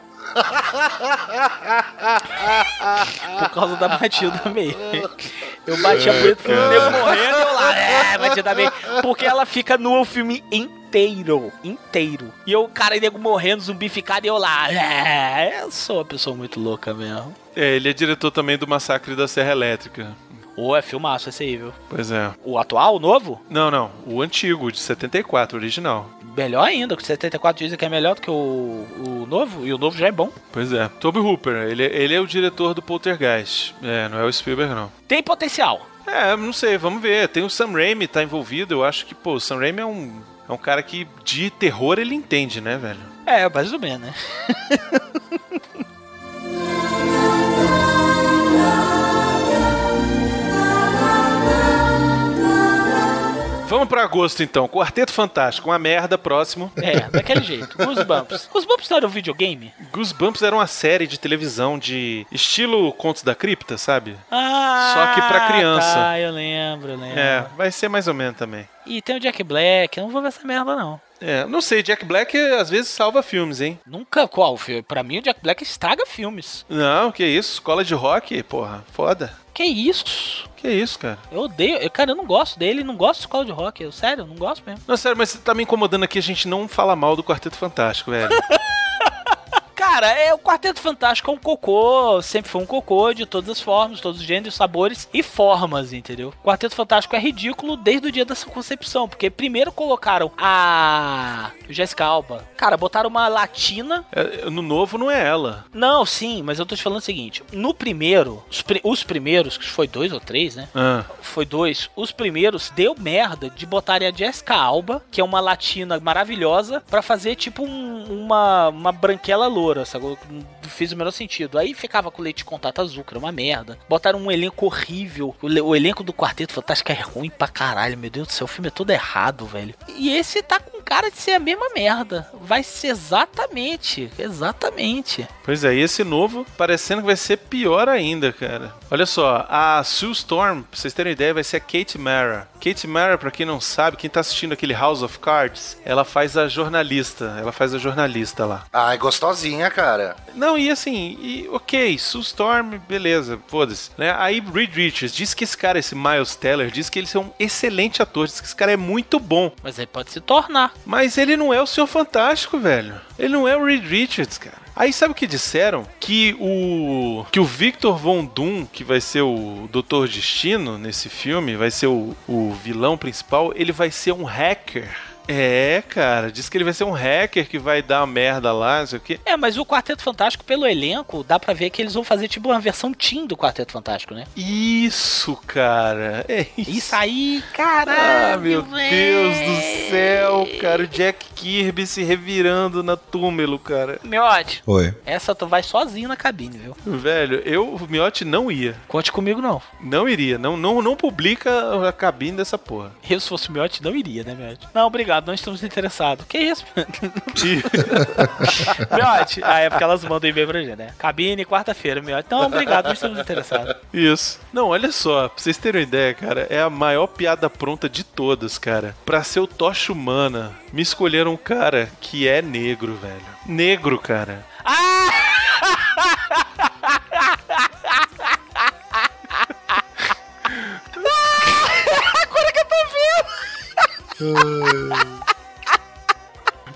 [SPEAKER 5] Por causa da Matilda May. Eu bati a punheta pro filme nego morrendo e eu lá, é, Matilda May. Porque ela fica nua o filme inteiro, inteiro. E eu, cara, e nego morrendo, zumbi ficado e eu lá, é, eu sou uma pessoa muito louca mesmo.
[SPEAKER 7] É, ele é diretor também do Massacre da Serra Elétrica.
[SPEAKER 5] Ô, é filmaço esse aí, viu?
[SPEAKER 7] Pois é.
[SPEAKER 5] O atual, o novo?
[SPEAKER 7] Não, não, o antigo, de 74, o original.
[SPEAKER 5] Melhor ainda, que o 74 dizem que é melhor do que o, o novo, e o novo já é bom.
[SPEAKER 7] Pois é. Tobe Hooper, ele, ele é o diretor do Poltergeist. É, não é o Spielberg, não.
[SPEAKER 5] Tem potencial.
[SPEAKER 7] É, não sei, vamos ver. Tem o Sam Raimi, tá envolvido. Eu acho que, pô, o Sam Raimi é um, é um cara que de terror ele entende, né, velho?
[SPEAKER 5] É, mais ou menos, né?
[SPEAKER 7] Vamos pra agosto, então. Quarteto Fantástico, uma merda, próximo.
[SPEAKER 5] É, daquele jeito. Os Bumps. Os Bumps não eram um videogame?
[SPEAKER 7] Goosebumps era uma série de televisão de estilo Contos da Cripta, sabe?
[SPEAKER 5] Ah,
[SPEAKER 7] Só que pra criança.
[SPEAKER 5] Ah, eu lembro, eu lembro.
[SPEAKER 7] É, vai ser mais ou menos também.
[SPEAKER 5] E tem o Jack Black, eu não vou ver essa merda, não.
[SPEAKER 7] É, não sei, Jack Black eh, às vezes salva filmes, hein?
[SPEAKER 5] Nunca qual filme? Pra mim, o Jack Black estraga filmes.
[SPEAKER 7] Não, que isso, escola de rock, porra, foda.
[SPEAKER 5] Que isso?
[SPEAKER 7] Que isso, cara.
[SPEAKER 5] Eu odeio. Eu, cara, eu não gosto dele, não gosto de Call de Rock. Eu, sério, eu não gosto mesmo.
[SPEAKER 7] Não, sério, mas você tá me incomodando aqui, a gente não fala mal do Quarteto Fantástico, velho.
[SPEAKER 5] Cara, é o Quarteto Fantástico é um cocô, sempre foi um cocô de todas as formas, todos os gêneros, sabores e formas, entendeu? O Quarteto Fantástico é ridículo desde o dia da sua concepção, porque primeiro colocaram a Jessica Alba. Cara, botaram uma latina.
[SPEAKER 7] É, no novo não é ela.
[SPEAKER 5] Não, sim, mas eu tô te falando o seguinte, no primeiro, os, pri- os primeiros, que foi dois ou três, né?
[SPEAKER 7] Ah,
[SPEAKER 5] Foi dois. Os primeiros deu merda de botarem a Jessica Alba, que é uma latina maravilhosa, pra fazer tipo um- uma, uma branquela loura, sacou? Não fez o menor sentido. Aí ficava com leite de contato azul, que era uma merda. Botaram um elenco horrível. O, le- o elenco do Quarteto Fantástico é ruim pra caralho, meu Deus do céu. O filme é todo errado, velho. E esse tá com cara de ser a mesma merda. Vai ser exatamente, exatamente.
[SPEAKER 7] pois é, e esse novo parecendo que vai ser pior ainda, cara. Olha só, a Sue Storm, pra vocês terem uma ideia, vai ser a Kate Mara. Kate Mara, pra quem não sabe, quem tá assistindo aquele House of Cards, ela faz a jornalista. Ela faz a jornalista lá.
[SPEAKER 8] Ai, gostosinha, cara.
[SPEAKER 7] Não, e assim, e, ok, Sue Storm, beleza, foda-se. Né? Aí Reed Richards diz que esse cara, esse Miles Teller, diz que ele é um excelente ator, diz que esse cara é muito bom.
[SPEAKER 5] Mas aí pode se tornar.
[SPEAKER 7] Mas ele não é o Senhor Fantástico, velho. Ele não é o Reed Richards, cara. Aí sabe o que disseram? Que o que o Victor Von Doom, que vai ser o Doutor Destino nesse filme, vai ser o, o vilão principal, ele vai ser um hacker. É, cara, diz que ele vai ser um hacker que vai dar merda lá, não sei o quê.
[SPEAKER 5] É, mas o Quarteto Fantástico, pelo elenco, dá pra ver que eles vão fazer tipo uma versão Team do Quarteto Fantástico, né?
[SPEAKER 7] Isso, cara. É isso.
[SPEAKER 5] Isso aí, caralho!
[SPEAKER 7] Ah, meu
[SPEAKER 10] véi.
[SPEAKER 7] Deus do céu, cara. O Jack Kirby se revirando na túmulo, cara.
[SPEAKER 5] Miote,
[SPEAKER 6] Oi.
[SPEAKER 5] essa tu vai sozinho na cabine, viu?
[SPEAKER 7] Velho, eu, o Miotti não ia.
[SPEAKER 5] Conte comigo não.
[SPEAKER 7] Não iria. Não, não, não publica a cabine dessa porra.
[SPEAKER 5] Eu, se fosse o Miotti, não iria, né, Miotti? Não, obrigado, não estamos interessados. Que isso, Miotti? Ah, é porque elas mandam e-mail pra gente, né? Cabine, quarta-feira, Miotti. Não, obrigado, não estamos interessados.
[SPEAKER 7] Isso. Não, olha só, pra vocês terem uma ideia, cara, é a maior piada pronta de todas, cara. Pra ser o Tocha Humana, me escolheram um cara que é negro, velho. Negro, cara.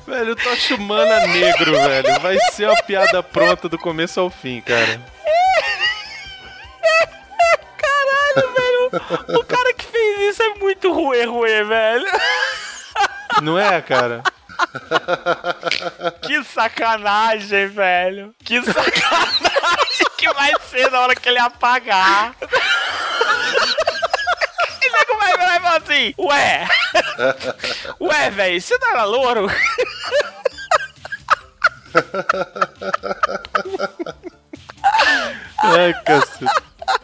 [SPEAKER 7] Velho, o Tocha Humana negro, velho. Vai ser uma piada pronta do começo ao fim, cara.
[SPEAKER 5] Caralho, velho. O cara que fez isso é muito ruê, ruê, velho.
[SPEAKER 7] Não é, cara?
[SPEAKER 5] Que sacanagem, velho. Que sacanagem que vai ser na hora que ele apagar. E nego vai virar e falar assim: Ué, ué, velho, você não era louro?
[SPEAKER 7] Ai, cacete.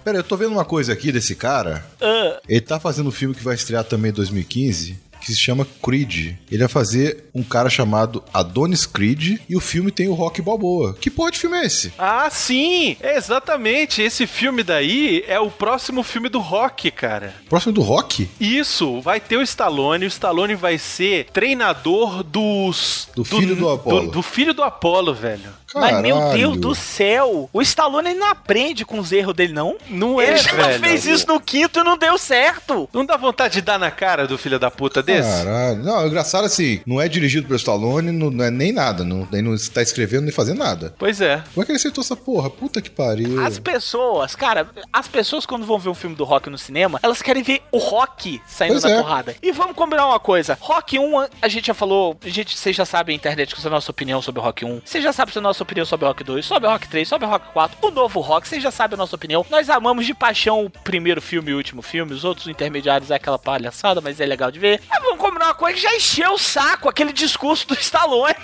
[SPEAKER 6] Pera, eu tô vendo uma coisa aqui desse cara.
[SPEAKER 5] Ah.
[SPEAKER 6] Ele tá fazendo um filme que vai estrear também em 2015, que se chama Creed. Ele vai fazer um cara chamado Adonis Creed e o filme tem o Rock Balboa. Que porra de filme é esse?
[SPEAKER 7] Ah, sim! É Exatamente! Esse filme daí é o próximo filme do rock, cara.
[SPEAKER 6] Próximo do Rock?
[SPEAKER 7] Isso, vai ter o Stallone. O Stallone vai ser treinador dos.
[SPEAKER 6] Do filho do Apollo.
[SPEAKER 7] Do, do filho do Apolo, velho.
[SPEAKER 5] Mas, meu Deus
[SPEAKER 6] Caralho.
[SPEAKER 5] do céu, o Stallone ele não aprende com os erros dele, não?
[SPEAKER 7] Não é,
[SPEAKER 5] Ele já
[SPEAKER 7] velho.
[SPEAKER 5] fez isso no quinto e não deu certo.
[SPEAKER 7] Não dá vontade de dar na cara do filho da puta desse?
[SPEAKER 6] Caralho. Não, é engraçado assim, não é dirigido pelo Stallone, não, não é nem nada, não, nem não tá escrevendo nem fazendo nada.
[SPEAKER 7] Pois é.
[SPEAKER 6] Como é que ele aceitou essa porra? Puta que pariu.
[SPEAKER 5] As pessoas, cara, as pessoas quando vão ver um filme do rock no cinema, elas querem ver o rock saindo
[SPEAKER 6] Pois
[SPEAKER 5] da
[SPEAKER 6] é.
[SPEAKER 5] porrada. E vamos combinar uma coisa: Rock 1, a- a gente já falou, a gente, vocês já sabem, internet, que é a nossa opinião sobre o Rock 1. Vocês já sabem a nossa opinião sobre o Rock 2, sobre o Rock 3, sobre o Rock 4, o novo Rock, vocês já sabem a nossa opinião. Nós amamos de paixão o primeiro filme e o último filme, os outros intermediários é aquela palhaçada, mas é legal de ver. Mas vamos combinar uma coisa que já encheu o saco aquele discurso do Stallone.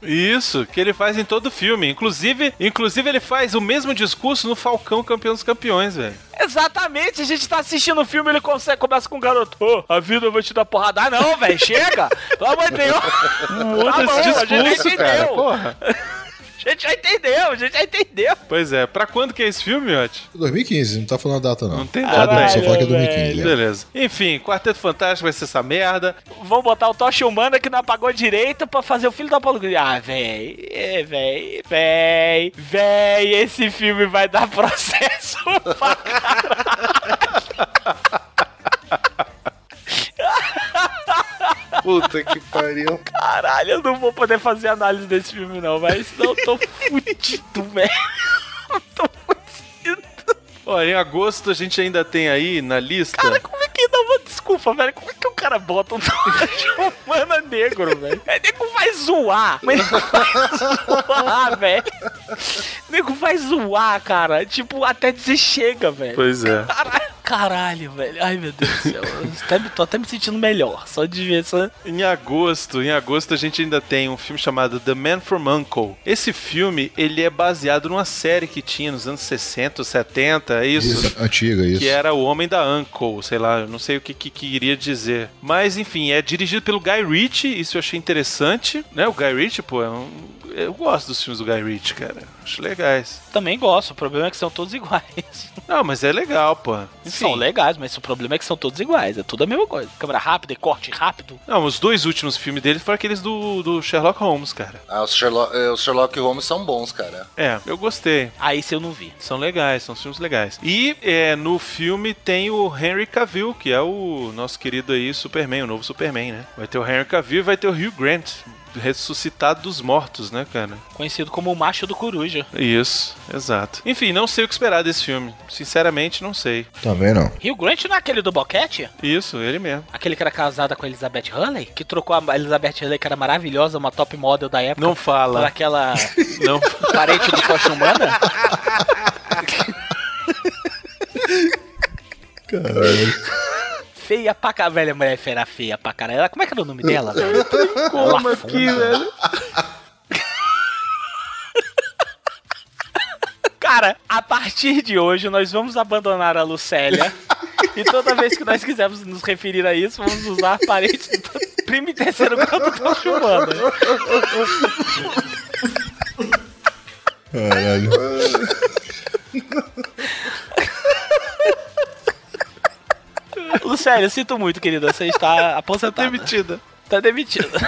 [SPEAKER 7] Isso, que ele faz em todo filme. Inclusive, inclusive ele faz o mesmo discurso no Falcão Campeão dos Campeões, velho.
[SPEAKER 5] Exatamente, a gente tá assistindo o filme, ele consegue, começa com um garoto. Ô, a vida eu vou te dar porrada. Ah, não, velho, chega! Pelo amor de Deus!
[SPEAKER 7] Todo
[SPEAKER 5] Tá bom,
[SPEAKER 7] esse
[SPEAKER 5] a gente já
[SPEAKER 7] discurso, cara.
[SPEAKER 5] entendeu.
[SPEAKER 7] Porra.
[SPEAKER 5] A gente já entendeu, a gente já entendeu.
[SPEAKER 7] Pois é, pra quando que é esse filme, Miotti?
[SPEAKER 6] 2015, não tá falando a data não.
[SPEAKER 7] Não
[SPEAKER 5] Ah,
[SPEAKER 7] tem
[SPEAKER 6] Só,
[SPEAKER 7] data,
[SPEAKER 6] só
[SPEAKER 7] velho,
[SPEAKER 6] fala que é 2015. é.
[SPEAKER 7] Beleza. Enfim, Quarteto Fantástico vai ser essa merda.
[SPEAKER 5] Vamos botar o Tocha Humana que não apagou direito pra fazer o filho da Paulo Gris. Ah, véi, é, véi, véi, véi, esse filme vai dar processo pra
[SPEAKER 8] Puta que pariu.
[SPEAKER 5] caralho. Eu não vou poder fazer análise desse filme, não, mas senão eu tô fudido, velho. Eu tô fudido.
[SPEAKER 7] Olha, em agosto a gente ainda tem aí na lista.
[SPEAKER 5] Cara, como é que dá uma desculpa, velho? Como é que o cara bota um tocha humana negro, velho? É, nego vai zoar. Mas nego vai zoar, velho. Nego vai zoar, cara. Tipo, até dizer chega, velho.
[SPEAKER 7] Pois é.
[SPEAKER 5] Caralho, caralho, velho. Ai, meu Deus do céu. Eu até me- tô até me sentindo melhor. Só de ver só.
[SPEAKER 7] Em agosto, em agosto a gente ainda tem um filme chamado The Man from Uncle. Esse filme, ele é baseado numa série que tinha nos anos 60, 70, é isso?
[SPEAKER 6] Isso, antiga isso.
[SPEAKER 7] Que
[SPEAKER 5] é.
[SPEAKER 7] era o Homem da Uncle, sei lá, eu não sei o que, que queria dizer. Mas enfim, é dirigido pelo Guy Ritchie, isso eu achei interessante, né? O Guy Ritchie, pô, é um... eu gosto dos filmes do Guy Ritchie, cara. Acho legais.
[SPEAKER 5] Também gosto. O problema é que são todos iguais.
[SPEAKER 7] Não, mas é legal, pô.
[SPEAKER 5] São
[SPEAKER 7] Enfim,
[SPEAKER 5] legais, mas o problema é que são todos iguais. É tudo a mesma coisa. Câmera rápida, e corte rápido.
[SPEAKER 7] não, os dois últimos filmes dele foram aqueles do, do Sherlock Holmes, cara.
[SPEAKER 8] Ah, os Sherlock, eh, os Sherlock Holmes são bons, cara.
[SPEAKER 7] É, eu gostei.
[SPEAKER 5] Aí se eu não vi.
[SPEAKER 7] São legais, são filmes legais. E é, no filme tem o Henry Cavill, que é o nosso querido aí Superman, o novo Superman, né? Vai ter o Henry Cavill e vai ter o Hugh Grant. ressuscitado dos mortos, né, cara?
[SPEAKER 5] Conhecido como o macho do coruja.
[SPEAKER 7] Isso, exato. Enfim, não sei o que esperar desse filme. Sinceramente, não sei.
[SPEAKER 6] Também não.
[SPEAKER 5] Rio Grant não é aquele do boquete?
[SPEAKER 7] Isso, ele mesmo.
[SPEAKER 5] Aquele que era casado com a Elizabeth Hurley? Que trocou a Elizabeth Hurley, que era maravilhosa, uma top model da época.
[SPEAKER 7] Não
[SPEAKER 5] Por
[SPEAKER 7] fala.
[SPEAKER 5] aquela
[SPEAKER 7] Não.
[SPEAKER 5] parente do coxa humana? Feia pra caralho. Velha mulher era feia pra caralho. Ela- Como é que era o nome dela? velho?
[SPEAKER 7] Como aqui, velho?
[SPEAKER 5] Cara, a partir de hoje nós vamos abandonar a Lucélia. e toda vez que nós quisermos nos referir a isso, vamos usar parentes do primo e terceiro grau do coxa humana.
[SPEAKER 6] Caralho.
[SPEAKER 5] Lucélia, eu sinto muito, querida. Você está aposentada.
[SPEAKER 7] Demitida.
[SPEAKER 5] Tá demitida.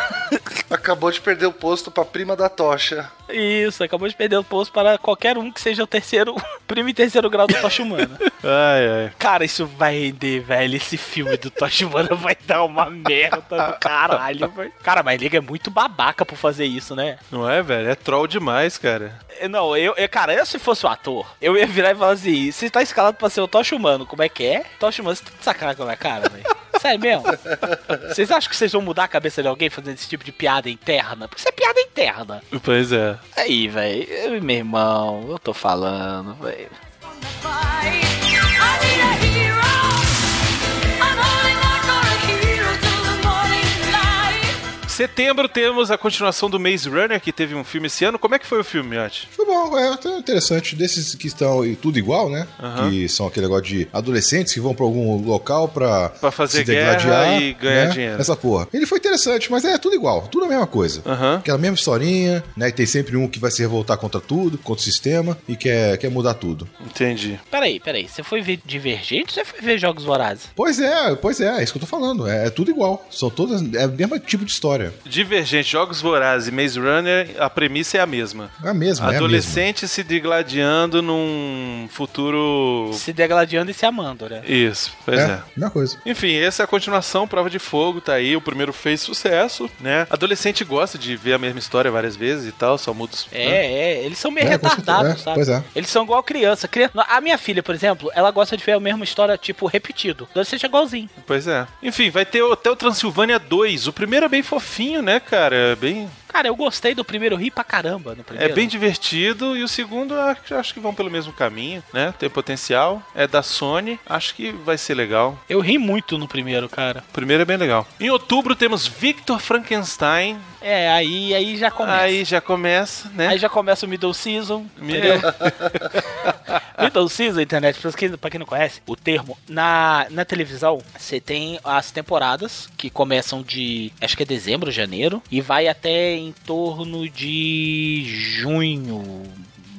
[SPEAKER 8] Acabou de perder o posto pra prima da tocha.
[SPEAKER 5] Isso, acabou de perder o posto para qualquer um que seja o terceiro, primo e terceiro grau do Tocha Humana.
[SPEAKER 7] Ai, ai.
[SPEAKER 5] Cara, isso vai render, velho. Esse filme do Tocha Humana vai dar uma merda do caralho, velho. Cara, mas liga é muito babaca por fazer isso, né?
[SPEAKER 7] Não é, velho? É troll demais, cara.
[SPEAKER 5] Eu- É, Não, eu, eu- cara, eu se fosse o ator, eu ia virar e falar assim: você tá escalado pra ser o Tocha Humano, como é que é? Tocha Humano, você tá de sacanagem com a minha cara, velho. Sério mesmo? Vocês acham que vocês vão mudar a cabeça de alguém fazendo esse tipo de piada interna? Porque isso é piada interna.
[SPEAKER 7] Pois é.
[SPEAKER 5] Aí, velho, meu irmão, eu tô falando, velho.
[SPEAKER 7] Setembro temos a continuação do Maze Runner, que teve um filme esse ano. Como é que foi o filme, Miotti?
[SPEAKER 6] Foi bom, é até interessante. Desses que estão e tudo igual, né?
[SPEAKER 7] Aham.
[SPEAKER 6] Que são aquele negócio de adolescentes que vão pra algum local pra,
[SPEAKER 7] Pra fazer
[SPEAKER 6] se degladiar
[SPEAKER 7] guerra e ganhar
[SPEAKER 6] né?
[SPEAKER 7] dinheiro.
[SPEAKER 6] Essa porra. Ele foi interessante, mas é tudo igual, tudo a mesma coisa.
[SPEAKER 7] Aham.
[SPEAKER 6] Aquela mesma historinha, né? E tem sempre um que vai se revoltar contra tudo, contra o sistema e quer, quer mudar tudo.
[SPEAKER 7] Entendi.
[SPEAKER 5] Peraí, peraí, você foi ver Divergente ou você foi ver Jogos Vorazes?
[SPEAKER 6] Pois é, pois é, é isso que eu tô falando. É, é tudo igual. São todas. É o mesmo tipo de história.
[SPEAKER 7] Divergente, Jogos Vorazes e Maze Runner, a premissa é a mesma.
[SPEAKER 6] É a mesma, é a mesma.
[SPEAKER 7] Adolescente se degladiando num futuro.
[SPEAKER 5] Se degladiando e se amando, né?
[SPEAKER 7] Isso, pois
[SPEAKER 6] É,
[SPEAKER 7] é.
[SPEAKER 6] a mesma coisa.
[SPEAKER 7] Enfim, essa é a continuação, Prova de Fogo, tá aí. O primeiro fez sucesso, né? Adolescente gosta de ver a mesma história várias vezes e tal, só muda os. né?
[SPEAKER 5] É, é, eles são meio
[SPEAKER 6] É, com certeza,
[SPEAKER 5] retardados,
[SPEAKER 6] é,
[SPEAKER 5] sabe?
[SPEAKER 6] pois é.
[SPEAKER 5] Eles são igual criança. criança. A minha filha, por exemplo, ela gosta de ver a mesma história, tipo, repetido. Adolescente é igualzinho.
[SPEAKER 7] Pois é. Enfim, vai ter Hotel Transilvânia 2. O primeiro é bem fofinho, né, cara? É bem,
[SPEAKER 5] Cara, eu gostei do primeiro, eu ri pra caramba no
[SPEAKER 7] é
[SPEAKER 5] primeiro.
[SPEAKER 7] bem divertido. E o segundo, acho, acho que vão pelo mesmo caminho, né? Tem potencial. É da Sony. Acho que vai ser legal.
[SPEAKER 5] Eu ri muito no primeiro, cara.
[SPEAKER 7] O primeiro é bem legal. Em outubro temos Victor Frankenstein.
[SPEAKER 5] É, aí, aí já começa. Aí,
[SPEAKER 7] Aí já começa, né?
[SPEAKER 5] já começa o Middle Season,
[SPEAKER 7] Me-
[SPEAKER 5] entendeu? Middle Season, internet, pra quem, pra quem não conhece, o termo, na, na televisão, você tem as temporadas que começam de, acho que é dezembro, janeiro, e vai até em torno de junho.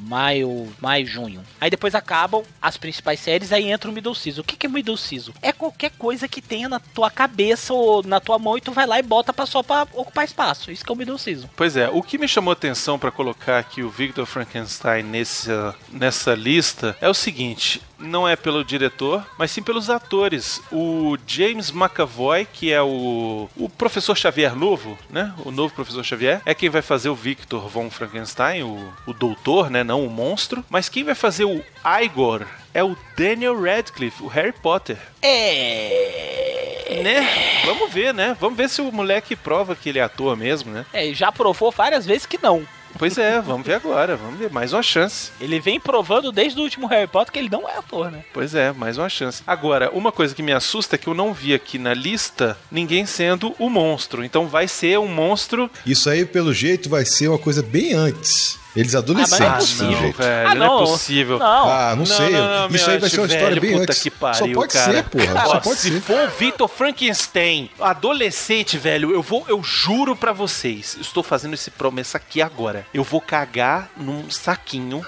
[SPEAKER 5] Maio, maio, junho. Aí depois acabam as principais séries, aí entra o middle season. O que, que é middle season? É qualquer coisa que tenha na tua cabeça ou na tua mão e tu vai lá e bota pra, só pra ocupar espaço. Isso que é o middle season.
[SPEAKER 7] Pois é, o que me chamou atenção para colocar aqui o Victor Frankenstein nessa, nessa lista é o seguinte: não é pelo diretor, mas sim pelos atores. O James McAvoy, que é o, o professor Xavier novo, né? O novo professor Xavier, é quem vai fazer o Victor von Frankenstein, o, o doutor, né? Não o monstro. Mas quem vai fazer o Igor é o Daniel Radcliffe, o Harry Potter.
[SPEAKER 5] É.
[SPEAKER 7] Né? Vamos ver, né? Vamos ver se o moleque prova que ele é ator mesmo, né?
[SPEAKER 5] É, já provou várias vezes que não.
[SPEAKER 7] Pois é, vamos ver agora, vamos ver, mais uma chance.
[SPEAKER 5] Ele vem provando desde o último Harry Potter que ele não é ator, né?
[SPEAKER 7] Pois é, mais uma chance. Agora, uma coisa que me assusta é que eu não vi aqui na lista ninguém sendo o monstro. Então vai ser um monstro.
[SPEAKER 6] Isso aí, pelo jeito, vai ser uma coisa bem antes. Eles adolescentes,
[SPEAKER 5] Ah, não,
[SPEAKER 6] pelo jeito.
[SPEAKER 7] velho,
[SPEAKER 5] Ah,
[SPEAKER 7] não,
[SPEAKER 5] não.
[SPEAKER 7] é possível.
[SPEAKER 5] Não.
[SPEAKER 6] Ah, não,
[SPEAKER 7] Não,
[SPEAKER 6] sei.
[SPEAKER 7] não, não,
[SPEAKER 6] Isso aí
[SPEAKER 7] meu,
[SPEAKER 6] vai ser uma
[SPEAKER 7] velho,
[SPEAKER 6] história bem
[SPEAKER 7] puta
[SPEAKER 6] antes.
[SPEAKER 7] que pariu,
[SPEAKER 6] Só pode
[SPEAKER 7] cara.
[SPEAKER 6] ser, porra.
[SPEAKER 7] Ó,
[SPEAKER 6] Só pode
[SPEAKER 7] se
[SPEAKER 6] ser.
[SPEAKER 7] for o Victor Frankenstein, adolescente, velho, eu vou, eu juro pra vocês, estou fazendo esse promessa aqui agora. Eu vou cagar num saquinho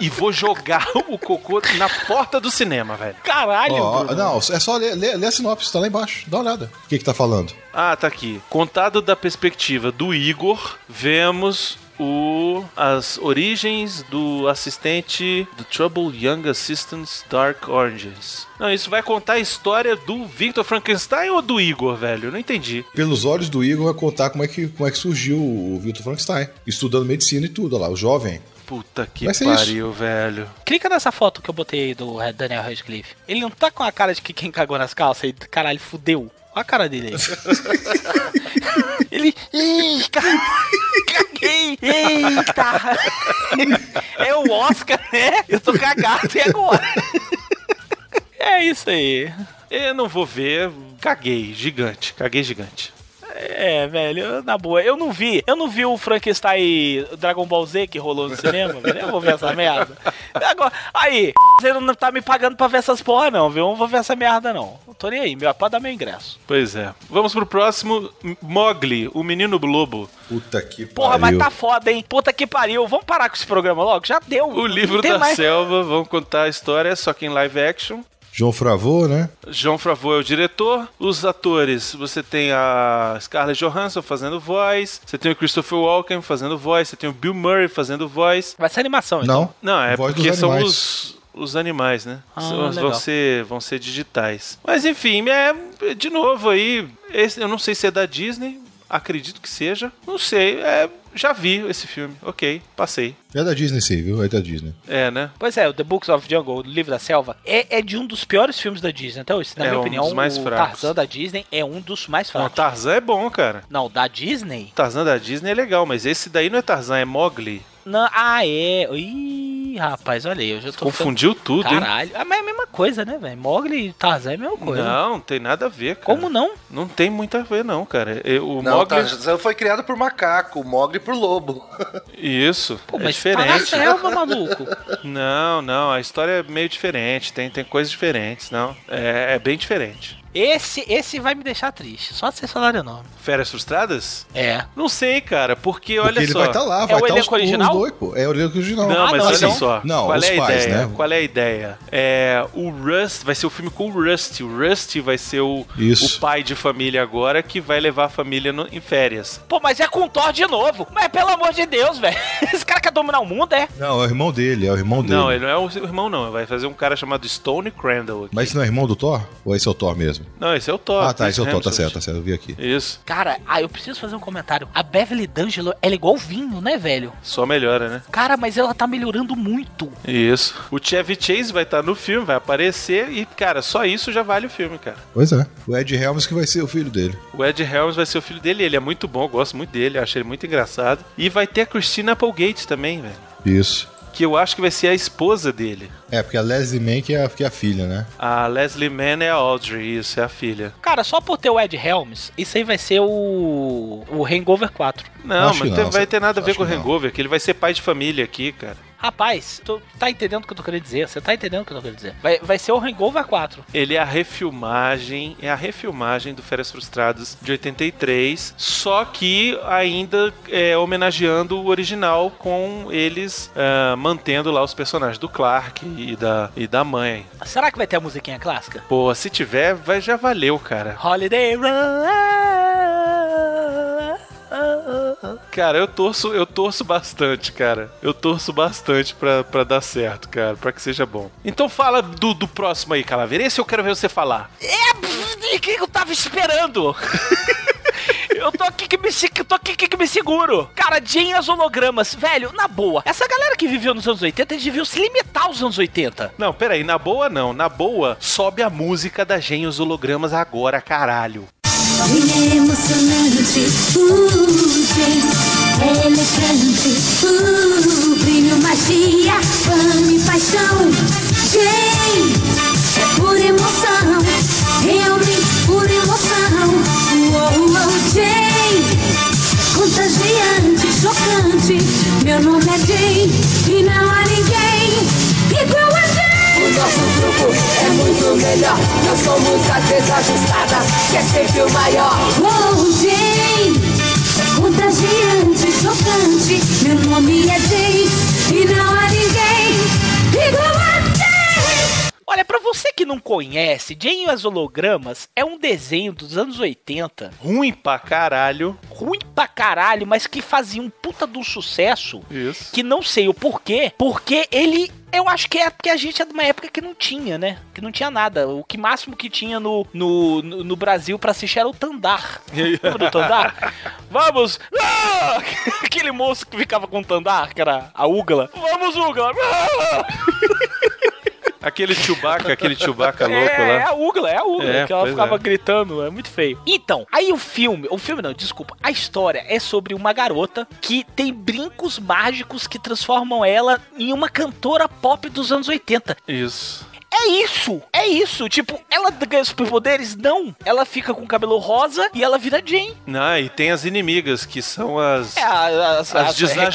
[SPEAKER 7] e vou jogar o cocô na porta do cinema, velho.
[SPEAKER 5] Caralho,
[SPEAKER 6] Ó,
[SPEAKER 5] Bruno.
[SPEAKER 6] não, é só ler, ler, ler a sinopse, tá lá embaixo. Dá uma olhada. O que que tá falando?
[SPEAKER 7] Ah, tá aqui. Contado da perspectiva do Igor, vemos o as origens do assistente do Trouble Young Assistants Dark Origins. Não, isso vai contar a história do Victor Frankenstein ou do Igor, velho? Eu não entendi.
[SPEAKER 6] Pelos olhos do Igor, vai contar como é que, como é que surgiu o Victor Frankenstein. Estudando medicina e tudo, olha lá, o jovem.
[SPEAKER 7] Puta que
[SPEAKER 6] Vai ser
[SPEAKER 7] pariu, velho.
[SPEAKER 5] Clica nessa foto que eu botei aí do Daniel Radcliffe. Ele não tá com a cara de que quem cagou nas calças e caralho, fudeu. Olha a cara dele aí. Ele. Ih, ca- caguei! Eita! É o Oscar, né? Eu tô cagado até agora. É isso aí.
[SPEAKER 7] Eu não vou ver. Caguei, gigante. Caguei gigante.
[SPEAKER 5] É, velho, eu- na boa. Eu não vi. Eu não vi o Frankenstein Dragon Ball Z que rolou no cinema, velho. Eu vou ver essa merda. Agora, aí, você não tá me pagando pra ver essas porra, não, viu? Eu não vou ver essa merda, não. Não tô nem aí, meu, pode dar meu ingresso.
[SPEAKER 7] Pois é. Vamos pro próximo. Mogli, o menino lobo.
[SPEAKER 6] Puta que
[SPEAKER 5] Porra,
[SPEAKER 6] pariu.
[SPEAKER 5] mas tá foda, hein? Puta que pariu. Vamos parar com esse programa logo? Já deu.
[SPEAKER 7] O livro
[SPEAKER 5] Não tem
[SPEAKER 7] da
[SPEAKER 5] mais.
[SPEAKER 7] selva. Vamos contar a história, só que em live action.
[SPEAKER 6] João Fravô, né?
[SPEAKER 7] João Favreau é o diretor. Os atores, você tem a Scarlett Johansson fazendo voz, você tem o Christopher Walken fazendo voz, você tem o Bill Murray fazendo voz.
[SPEAKER 5] Vai ser animação, então.
[SPEAKER 6] Não.
[SPEAKER 7] Não, é
[SPEAKER 6] Voz dos
[SPEAKER 7] porque são
[SPEAKER 6] animais.
[SPEAKER 7] os, os animais, né?
[SPEAKER 5] Ah,
[SPEAKER 7] São- vão,
[SPEAKER 5] legal.
[SPEAKER 7] ser, vão ser digitais. Mas enfim, é de novo aí. esse- eu não sei se é da Disney, acredito que seja. Não sei, é, já vi esse filme. Ok, passei.
[SPEAKER 6] É da Disney, sim, viu? É da Disney.
[SPEAKER 7] É, né?
[SPEAKER 5] Pois é, o The Books of Jungle, o Livro da Selva, é, é de um dos piores filmes da Disney. Então, isso, na
[SPEAKER 7] É
[SPEAKER 5] minha
[SPEAKER 7] um
[SPEAKER 5] opinião,
[SPEAKER 7] dos mais
[SPEAKER 5] o
[SPEAKER 7] fracos.
[SPEAKER 5] Tarzan da Disney é um dos mais
[SPEAKER 7] Não,
[SPEAKER 5] fracos.
[SPEAKER 7] Tarzan é bom, cara.
[SPEAKER 5] Não, da Disney?
[SPEAKER 7] Tarzan da Disney é legal, mas esse daí não é Tarzan, é Mogli.
[SPEAKER 5] Não, ah, é. Ih, rapaz, olha aí, eu já tô ficando-
[SPEAKER 7] Confundiu tudo, hein?
[SPEAKER 5] Caralho, Ah, mas é a mesma coisa, né, velho? Mogli e Tarzan é a mesma coisa.
[SPEAKER 7] Não, não tem nada a ver, cara.
[SPEAKER 5] Como não?
[SPEAKER 7] Não tem muito a ver, não, cara. É, O
[SPEAKER 8] Não, tá
[SPEAKER 7] Mogli...
[SPEAKER 8] Tarzan foi criado por macaco, o Mogli por lobo.
[SPEAKER 7] Isso,
[SPEAKER 5] Pô,
[SPEAKER 7] é
[SPEAKER 5] mas tá na
[SPEAKER 7] diferente.
[SPEAKER 5] selva, maluco.
[SPEAKER 7] Não, não, a história é meio diferente, tem, tem coisas diferentes, não. É, é bem diferente.
[SPEAKER 5] Esse, esse vai me deixar triste. Só de vocês falarem o nome.
[SPEAKER 7] Férias Frustradas?
[SPEAKER 5] é.
[SPEAKER 7] Não sei, cara, porque olha
[SPEAKER 6] Porque ele
[SPEAKER 7] só...
[SPEAKER 6] vai estar lá,
[SPEAKER 5] É
[SPEAKER 6] vai
[SPEAKER 5] o
[SPEAKER 6] estar
[SPEAKER 5] elenco
[SPEAKER 6] os,
[SPEAKER 5] original?
[SPEAKER 6] os dois, pô. É o elenco original.
[SPEAKER 7] Não,
[SPEAKER 5] Ah,
[SPEAKER 7] mas
[SPEAKER 5] não,
[SPEAKER 7] olha
[SPEAKER 5] então-
[SPEAKER 7] só.
[SPEAKER 6] assim, Não,
[SPEAKER 7] qual
[SPEAKER 6] os
[SPEAKER 7] é a
[SPEAKER 6] pais,
[SPEAKER 7] ideia?
[SPEAKER 6] né?
[SPEAKER 7] Qual é a ideia? É, o Rust vai ser o filme com o Rust. O Rust vai ser o,
[SPEAKER 6] Isso.
[SPEAKER 7] o pai de família agora que vai levar a família no- em férias.
[SPEAKER 5] Pô, mas é com o Thor de novo. Mas pelo amor de Deus, velho. Esse cara quer dominar o mundo, é?
[SPEAKER 6] Não, é o irmão dele, é o irmão dele.
[SPEAKER 7] Não, ele não é o seu irmão, não. Vai fazer um cara chamado Stone Crandall aqui.
[SPEAKER 6] Mas esse não é irmão do Thor? Ou esse é o Thor mesmo?
[SPEAKER 7] Não, esse é o Thor.
[SPEAKER 6] ah, tá,
[SPEAKER 7] Chris
[SPEAKER 6] esse é o Thor, tá
[SPEAKER 7] Hemsworth.
[SPEAKER 6] certo, tá certo. Eu vi aqui.
[SPEAKER 7] Isso,
[SPEAKER 5] Cara, ah, eu preciso fazer um comentário. A Beverly D'Angelo, ela é igual vinho, né, velho?
[SPEAKER 7] só melhora, né?
[SPEAKER 5] Cara, mas ela tá melhorando muito.
[SPEAKER 7] Isso. O Chevy Chase vai estar no filme, vai aparecer e, cara, só isso já vale o filme, cara.
[SPEAKER 6] Pois é. O Ed Helms que vai ser o filho dele.
[SPEAKER 7] O Ed Helms vai ser o filho dele, ele é muito bom, eu gosto muito dele, acho ele muito engraçado. E vai ter a Christina Applegate também, velho.
[SPEAKER 6] Isso.
[SPEAKER 7] Que eu acho que vai ser a esposa dele.
[SPEAKER 6] É, porque a Leslie Mann que é a, que é a filha, né?
[SPEAKER 7] A Leslie Mann é a Audrey, isso, é a filha.
[SPEAKER 5] Cara, só por ter o Ed Helms, isso aí vai ser o. O Hangover 4.
[SPEAKER 7] Não,
[SPEAKER 6] Acho
[SPEAKER 7] mas
[SPEAKER 6] que
[SPEAKER 7] tem-
[SPEAKER 6] não,
[SPEAKER 7] vai
[SPEAKER 6] acho-
[SPEAKER 7] ter nada a ver
[SPEAKER 6] acho
[SPEAKER 7] com o
[SPEAKER 6] que não.
[SPEAKER 7] Hangover, que ele vai ser pai de família aqui, cara.
[SPEAKER 5] Rapaz, tu tá entendendo o que eu tô querendo dizer? Você tá entendendo o que eu tô querendo dizer? Vai, vai ser o Hangover 4.
[SPEAKER 7] Ele é a refilmagem, é a refilmagem do Férias Frustradas de 83, só que ainda é, homenageando o original com eles ah, mantendo lá os personagens do Clark e da, e da mãe.
[SPEAKER 5] Será que vai ter a musiquinha clássica?
[SPEAKER 7] Pô, se tiver, vai, já valeu, cara.
[SPEAKER 5] Holiday Run.
[SPEAKER 7] Cara, eu torço, eu torço bastante, cara. Eu torço bastante pra, pra dar certo, cara, pra que seja bom. Então fala do, do próximo aí, Calaveira. Esse eu quero ver você falar.
[SPEAKER 5] É, pff, o que eu tava esperando? Eu tô aqui que me, se- tô aqui que me seguro. Cara, Jenhas hologramas. Velho, na boa. Essa galera que viveu nos anos 80, eles deviam se limitar aos anos 80.
[SPEAKER 7] Não, peraí, na boa não. Na boa, sobe a música da Gen e os Hologramas agora, caralho.
[SPEAKER 9] Ele é emocionante, uh, é elegante, uh, brilho, magia, fama e paixão. Jay, é pura emoção, realmente pura emoção. Uou, uou, Jay, contagiante, chocante. Meu nome é Jay e não há ninguém igual a Jay.
[SPEAKER 11] O nosso grupo é muito melhor. Não somos as desajustadas, que é sempre o maior.
[SPEAKER 9] Uou, Jay, contagiante, chocante. Meu nome é Jay e não há ninguém igual a Jay.
[SPEAKER 5] Olha, Cara, pra você que não conhece, Jane e as Hologramas é um desenho dos anos 80,
[SPEAKER 7] Ruim pra caralho.
[SPEAKER 5] ruim pra caralho, mas que fazia um puta do sucesso,
[SPEAKER 7] Isso.
[SPEAKER 5] que não sei o porquê, porque ele... Eu acho que é porque a gente é de uma época que não tinha, né? Que não tinha nada. O que máximo que tinha no, no, no, no Brasil pra assistir era o Tandar. Lembra do Tandar? Vamos! Ah! Aquele moço que ficava com o Tandar, que era a Ugla. Vamos, Ugla! Ah!
[SPEAKER 7] Aquele Chewbacca, aquele Chewbacca Tá louco
[SPEAKER 5] é, é
[SPEAKER 7] lá.
[SPEAKER 5] a Ugla, é a Ugla,
[SPEAKER 7] É,
[SPEAKER 5] que ela
[SPEAKER 7] pois
[SPEAKER 5] ficava
[SPEAKER 7] é.
[SPEAKER 5] gritando, é muito feio. Então, aí o filme, o filme não, desculpa, a história é sobre uma garota que tem brincos mágicos que transformam ela em uma cantora pop dos anos 80.
[SPEAKER 7] Isso.
[SPEAKER 5] É isso, é isso, tipo, ela ganha superpoderes? Não, ela fica com o cabelo rosa e ela vira Jane.
[SPEAKER 7] Ah, e tem as inimigas, que são as,
[SPEAKER 5] É, a- as,
[SPEAKER 7] as
[SPEAKER 5] as recalcadas.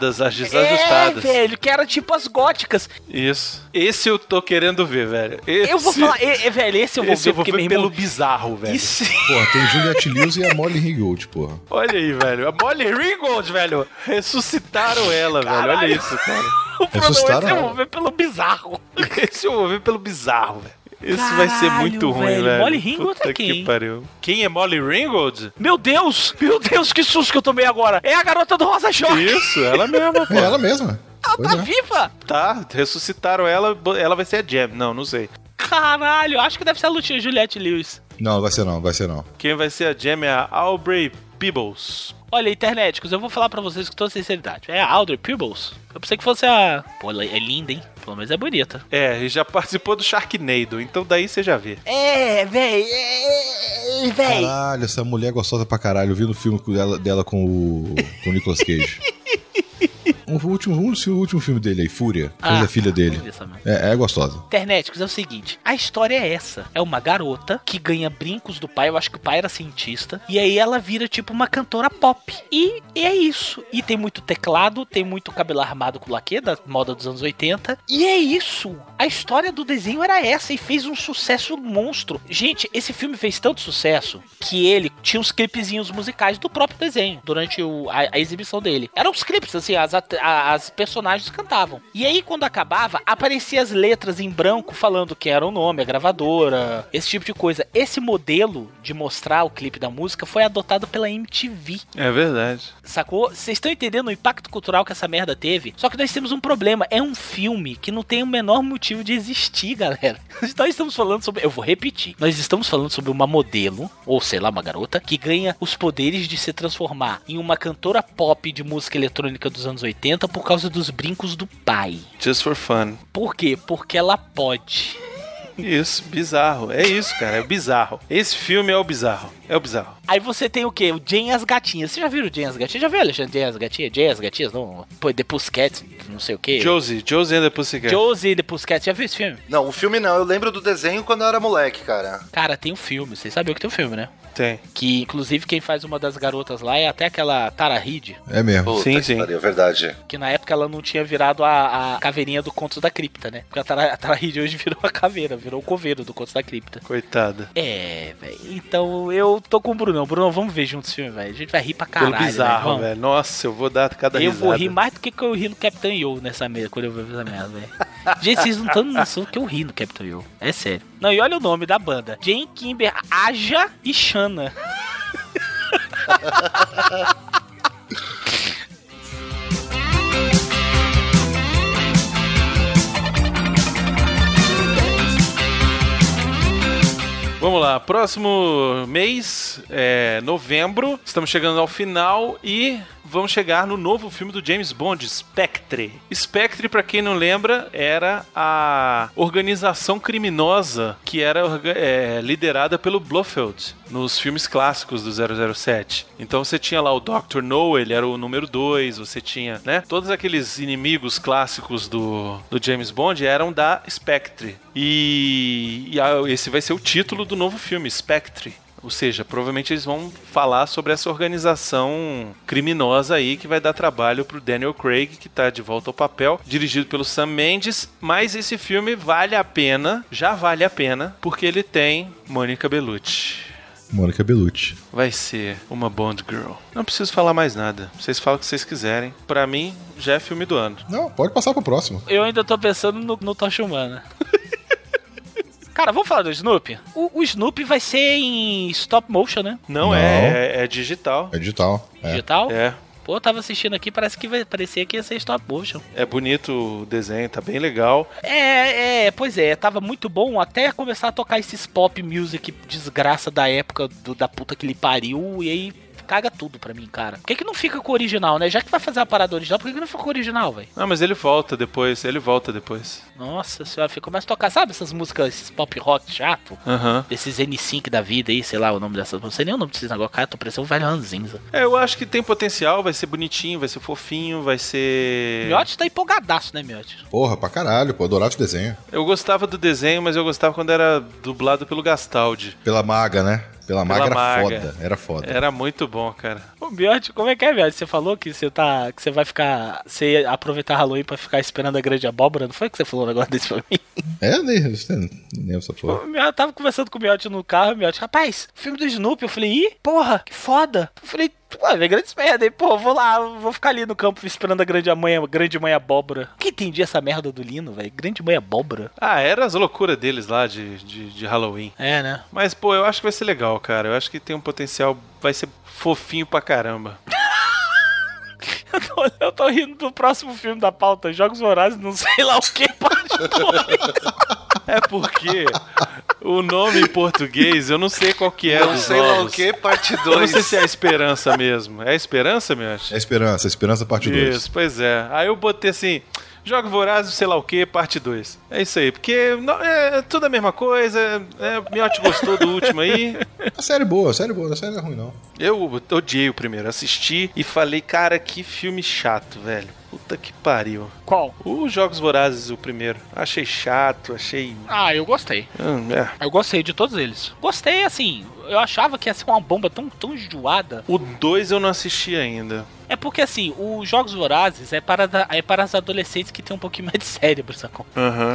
[SPEAKER 7] desajustadas. As
[SPEAKER 5] É,
[SPEAKER 7] desajustadas.
[SPEAKER 5] velho, que era tipo as góticas.
[SPEAKER 7] Isso. Esse eu tô querendo ver, velho. Esse,
[SPEAKER 5] Eu vou falar, é, é, velho, esse eu vou
[SPEAKER 7] esse
[SPEAKER 5] ver,
[SPEAKER 7] eu vou
[SPEAKER 5] porque
[SPEAKER 7] ver
[SPEAKER 5] meu
[SPEAKER 7] pelo
[SPEAKER 5] irmão...
[SPEAKER 7] bizarro, velho.
[SPEAKER 5] Isso,
[SPEAKER 6] Porra, tem Juliette Lewis e a Molly Ringgold, porra. É
[SPEAKER 7] Olha aí, velho. A Molly Ringwald, velho. Ressuscitaram ela, velho. Olha
[SPEAKER 5] Caralho.
[SPEAKER 7] isso, cara.
[SPEAKER 5] o problema é
[SPEAKER 6] assustaram,
[SPEAKER 5] que eu
[SPEAKER 6] né?
[SPEAKER 5] vou ver pelo bizarro.
[SPEAKER 7] Esse eu vou ver pelo bizarro, velho. Esse vai ser
[SPEAKER 5] Caralho,
[SPEAKER 7] muito ruim, velho.
[SPEAKER 5] velho. Molly Ringwald
[SPEAKER 7] Puta
[SPEAKER 5] é quem,
[SPEAKER 7] que
[SPEAKER 5] hein?
[SPEAKER 7] pariu. Quem é Molly Ringwald?
[SPEAKER 5] Meu Deus! Meu Deus, que susto que eu tomei agora! É a garota do Rosa Choque!
[SPEAKER 7] Isso, ela mesma, pô.
[SPEAKER 6] É ela mesma.
[SPEAKER 5] Ela
[SPEAKER 6] Pois
[SPEAKER 5] tá
[SPEAKER 6] é.
[SPEAKER 5] viva!
[SPEAKER 7] Tá, ressuscitaram ela, bo- ela vai ser a Jam. Não, não sei.
[SPEAKER 5] Caralho, acho que deve ser a Lutinha Juliette Lewis.
[SPEAKER 6] Não, vai ser não, vai ser não.
[SPEAKER 7] Quem vai ser a Jam é a Aubrey Peebles.
[SPEAKER 5] Olha, internéticos, eu vou falar pra vocês com toda sinceridade. É a Audrey Peebles? Eu pensei que fosse a. Pô, ela é linda, hein? Pelo menos é bonita.
[SPEAKER 7] É, e já participou do Sharknado, então daí você já vê.
[SPEAKER 5] É, véi. É, véi.
[SPEAKER 6] Caralho, essa mulher é gostosa pra caralho. Eu vi no filme com- dela, dela com o, com o Nicolas Cage. O último, um dos- o último filme dele aí, Fúria,
[SPEAKER 5] Ah.
[SPEAKER 6] fez a filha dele. É, é gostosa.
[SPEAKER 5] Internéticos, é o seguinte, a história é essa. É uma garota que ganha brincos do pai, eu acho que o pai era cientista, e aí ela vira tipo uma cantora pop. E, e é isso. E tem muito teclado, tem muito cabelo armado com laque, da moda dos anos 80. E é isso. A história do desenho era essa e fez um sucesso monstro. Gente, esse filme fez tanto sucesso que ele tinha uns clipezinhos musicais do próprio desenho durante o- a, a exibição dele. Eram os clipes, assim, as, at- a- as personagens cantavam. E aí, quando acabava, aparecia as letras em branco falando que era o nome, a gravadora, esse tipo de coisa. Esse modelo de mostrar o clipe da música foi adotado pela MTV.
[SPEAKER 7] É verdade.
[SPEAKER 5] Sacou? Vocês estão entendendo o impacto cultural que essa merda teve? Só que nós temos um problema. É um filme que não tem o menor motivo de existir, galera. Então, Nós estamos falando sobre. Eu vou repetir. Nós estamos falando sobre uma modelo, ou sei lá, uma garota, que ganha os poderes de se transformar em uma cantora pop de música eletrônica dos anos 80 por causa dos brincos do pai.
[SPEAKER 7] Just for fun.
[SPEAKER 5] Por quê? Porque ela pode.
[SPEAKER 7] Isso, bizarro. É isso, cara, é bizarro. Esse filme é o bizarro. É o bizarro.
[SPEAKER 5] Aí você tem o quê? O Jane e as gatinhas. Você já viu o Jane e as gatinhas? Já viu, Alexandre? Jane e as gatinhas? Jane e as gatinhas? Não. Pô, The Pussycat, não sei o quê.
[SPEAKER 7] Josie, Josie and the Pussycat.
[SPEAKER 5] Josie e The Pussycat. Já viu esse filme?
[SPEAKER 8] Não, o filme não. Eu lembro do desenho quando eu era moleque, cara.
[SPEAKER 5] Cara, tem um filme, vocês sabiam que tem um filme, né?
[SPEAKER 7] Tem.
[SPEAKER 5] Que inclusive quem faz uma das garotas lá é até aquela Tara Reid,
[SPEAKER 6] É mesmo.
[SPEAKER 8] Puta
[SPEAKER 7] Sim,
[SPEAKER 8] que
[SPEAKER 7] sim.
[SPEAKER 8] pariu, verdade.
[SPEAKER 5] que na época ela não tinha virado a, a caveirinha do Contos da Cripta, né? Porque a Tara, a Tara Reid hoje virou a caveira, virou o coveiro do Contos da Cripta.
[SPEAKER 7] Coitada.
[SPEAKER 5] É, velho. Então eu tô com o Brunão. Brunão, vamos ver juntos esse filme, velho. A gente vai rir pra caralho.
[SPEAKER 7] Pelo bizarro,
[SPEAKER 5] né? Vamos.
[SPEAKER 7] velho. Nossa, eu vou dar cada
[SPEAKER 5] Eu
[SPEAKER 7] risada.
[SPEAKER 5] vou rir mais do que que eu ri no Capitão Yo nessa merda, quando eu vejo essa merda, velho. Gente, vocês não estão noção que eu ri no Capitão Yo. É sério. Não, e olha o nome da banda: Jane Kimber, Aja e Shana.
[SPEAKER 7] Vamos lá, próximo mês, é novembro, estamos chegando ao final e vamos chegar no novo filme do James Bond, Spectre. Spectre, pra quem não lembra, era a organização criminosa que era orga- é, liderada pelo Blofeld nos filmes clássicos do 007. Então você tinha lá o Dr. No, ele era o número 2, você tinha, né? Todos aqueles inimigos clássicos do, do James Bond eram da Spectre. E, e a- esse vai ser o título do novo filme, Spectre. Ou seja, provavelmente eles vão falar sobre essa organização criminosa aí que vai dar trabalho pro Daniel Craig, que tá de volta ao papel, dirigido pelo Sam Mendes, mas esse filme vale a pena, já vale a pena, porque ele tem Mônica Bellucci.
[SPEAKER 6] Mônica Bellucci.
[SPEAKER 7] Vai ser uma Bond Girl. Não preciso falar mais nada. Vocês falam o que vocês quiserem. Pra mim, já é filme do ano.
[SPEAKER 6] Não, pode passar pro próximo.
[SPEAKER 5] Eu ainda tô pensando no, no Tocha Humana. Cara, vamos falar do Snoopy? O, o Snoopy vai ser em stop motion, né?
[SPEAKER 7] Não, É, é, é digital.
[SPEAKER 6] É digital. É.
[SPEAKER 5] Digital?
[SPEAKER 7] É.
[SPEAKER 5] Pô, eu tava assistindo aqui, parece que vai parecia que ia ser stop motion.
[SPEAKER 7] É bonito o desenho, tá bem legal.
[SPEAKER 5] É, é, pois é, tava muito bom até começar a tocar esses pop music desgraça da época do, da puta que lhe pariu, e aí caga tudo pra mim, cara. Por que, que não fica com o original, né? Já que vai fazer a parada original, por que, que não fica com o original, velho?
[SPEAKER 7] Não, mas ele volta depois, ele volta depois.
[SPEAKER 5] Nossa senhora, fica- começa a tocar, sabe essas músicas, esses pop rock chato?
[SPEAKER 7] Aham.
[SPEAKER 5] Desses N5 da vida aí, sei lá o nome dessas. Não sei nem o nome desses negócios, cara, tô parecendo um velho ranzinza.
[SPEAKER 7] É, eu acho que tem potencial, vai ser bonitinho, vai ser fofinho, vai ser.
[SPEAKER 5] Miotti tá empolgadaço, né, Miotti?
[SPEAKER 6] Porra, pra caralho, pô. Adorava esse desenho.
[SPEAKER 7] Eu gostava do desenho, mas eu gostava quando era dublado pelo Gastaldi.
[SPEAKER 6] Pela maga, né? Pela maga era
[SPEAKER 7] maga. É.
[SPEAKER 6] foda. Era foda.
[SPEAKER 7] Era muito bom, cara.
[SPEAKER 5] Ô, Miotti, como é que é, Miotti? Você falou que você tá. que você vai ficar. Você ia aproveitar Halloween pra ficar esperando a grande abóbora, não foi que você falou um negócio desse pra mim?
[SPEAKER 6] É, nem, nem lembro essa porra.
[SPEAKER 5] O Miotti- Eu tava conversando com o Miotti no carro, o Miotti, rapaz, o filme do Snoopy, eu falei, ih, porra, que foda. Eu falei, pô, vem grandes merda, hein? Pô, vou lá, vou ficar ali no campo esperando a grande mãe, a grande mãe abóbora. Que entendi essa merda do Lino, velho? Grande mãe abóbora.
[SPEAKER 7] Ah, era as loucuras deles lá de, de, de Halloween.
[SPEAKER 5] É, né?
[SPEAKER 7] Mas, pô, eu acho que vai ser legal, cara. Eu acho que tem um potencial, vai ser fofinho pra caramba.
[SPEAKER 5] Eu tô, eu tô rindo do próximo filme da pauta, Jogos Vorazes, não sei lá o que, parte dois.
[SPEAKER 7] É porque o nome em português, eu não sei qual que é
[SPEAKER 8] Não
[SPEAKER 7] dos
[SPEAKER 8] sei lá o
[SPEAKER 7] novos.
[SPEAKER 8] que, parte
[SPEAKER 7] Eu não
[SPEAKER 8] 2.
[SPEAKER 7] sei se é a esperança mesmo. É a esperança, meu?
[SPEAKER 6] É Esperança, Esperança parte 2.
[SPEAKER 7] Isso, pois é. Aí eu botei assim. Jogo Vorazes, sei lá o que, parte 2. É isso aí, porque não- é tudo a mesma coisa. É, o Miotti gostou do último aí.
[SPEAKER 6] A série boa, a série boa, a série não é ruim não.
[SPEAKER 7] Eu odiei o primeiro, assisti e falei, cara, que filme chato, velho. Puta que pariu.
[SPEAKER 5] Qual?
[SPEAKER 7] Os Jogos Vorazes, o primeiro. Achei chato, achei.
[SPEAKER 5] Ah, eu gostei.
[SPEAKER 7] Hum, é.
[SPEAKER 5] Eu gostei de todos eles. Gostei, assim, eu achava que ia ser uma bomba tão, tão enjoada.
[SPEAKER 7] O 2 eu não assisti ainda.
[SPEAKER 5] É porque, assim, os Jogos Vorazes é para, da- é para as adolescentes que tem um pouquinho mais de cérebro, sacou?
[SPEAKER 7] Aham.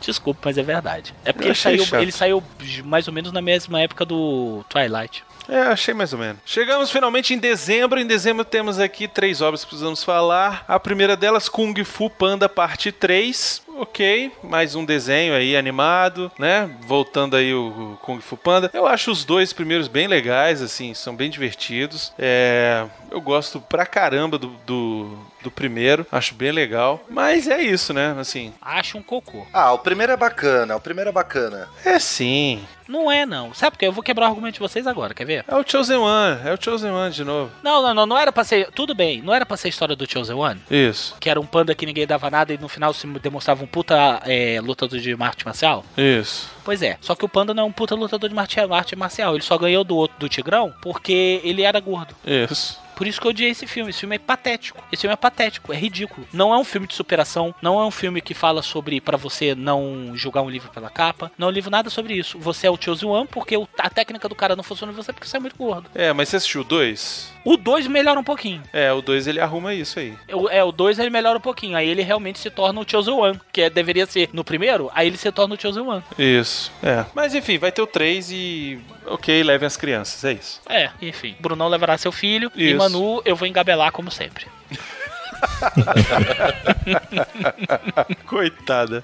[SPEAKER 5] Desculpa, mas é verdade. É porque ele
[SPEAKER 7] Eu achei
[SPEAKER 5] saiu,
[SPEAKER 7] chato.
[SPEAKER 5] ele saiu mais ou menos na mesma época do Twilight.
[SPEAKER 7] É, achei mais ou menos. Chegamos finalmente em dezembro. Em dezembro temos aqui três obras que precisamos falar. A primeira delas, Kung Fu Panda Parte 3. Ok, mais um desenho aí animado, né? Voltando aí o o Kung Fu Panda. Eu acho os dois primeiros bem legais, assim, são bem divertidos. É, eu gosto pra caramba do, do, do primeiro, acho bem legal. Mas é isso, né? Assim,
[SPEAKER 5] Acho um cocô.
[SPEAKER 8] Ah, o primeiro é bacana, o primeiro é bacana.
[SPEAKER 7] é sim.
[SPEAKER 5] Não é, não. Sabe por quê? Eu vou quebrar o argumento de vocês agora, quer ver?
[SPEAKER 7] É o Chosen One, é o Chosen One de novo.
[SPEAKER 5] Não, não, não, não era pra ser. Tudo bem, não era pra ser a história do Chosen One?
[SPEAKER 7] Isso,
[SPEAKER 5] Que era um panda que ninguém dava nada e no final se demonstrava um puta é, lutador de arte marcial?
[SPEAKER 7] isso.
[SPEAKER 5] Pois é, só que o Panda não é um puta lutador de marte- arte marcial, ele só ganhou do outro do Tigrão porque ele era gordo.
[SPEAKER 7] Isso.
[SPEAKER 5] Por isso que eu odiei esse filme. Esse filme é patético. Esse filme é patético, é ridículo. Não é um filme de superação, não é um filme que fala sobre pra você não julgar um livro pela capa. Não é um livro nada sobre isso. Você é o Chosen One porque o- a técnica do cara não funciona em você porque você é muito gordo.
[SPEAKER 7] É, mas você assistiu o 2?
[SPEAKER 5] O 2 melhora um pouquinho.
[SPEAKER 7] É, o 2 ele arruma isso aí.
[SPEAKER 5] O- é, o 2 ele melhora um pouquinho. Aí ele realmente se torna o Chosen One, que é- deveria ser no primeiro, aí ele se torna o Chosen One.
[SPEAKER 7] Isso. É. Mas enfim, vai ter o 3 e. Ok, levem as crianças, é isso.
[SPEAKER 5] É, enfim. Brunão levará seu filho e
[SPEAKER 7] Isso.
[SPEAKER 5] Manu eu vou engabelar como sempre.
[SPEAKER 7] Coitada.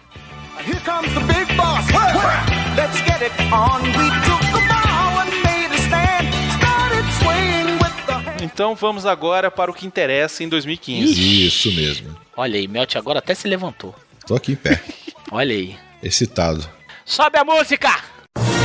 [SPEAKER 11] Here comes the big boss. Whoa, whoa. Let's get it on. We took a bow and made a stand. Started swaying with the
[SPEAKER 7] Então vamos agora para o que interessa em 2015.
[SPEAKER 6] Isso mesmo.
[SPEAKER 5] Olha aí, Melt agora até se levantou.
[SPEAKER 6] Tô aqui em pé,
[SPEAKER 5] Olha aí.
[SPEAKER 6] excitado.
[SPEAKER 5] Sobe a música!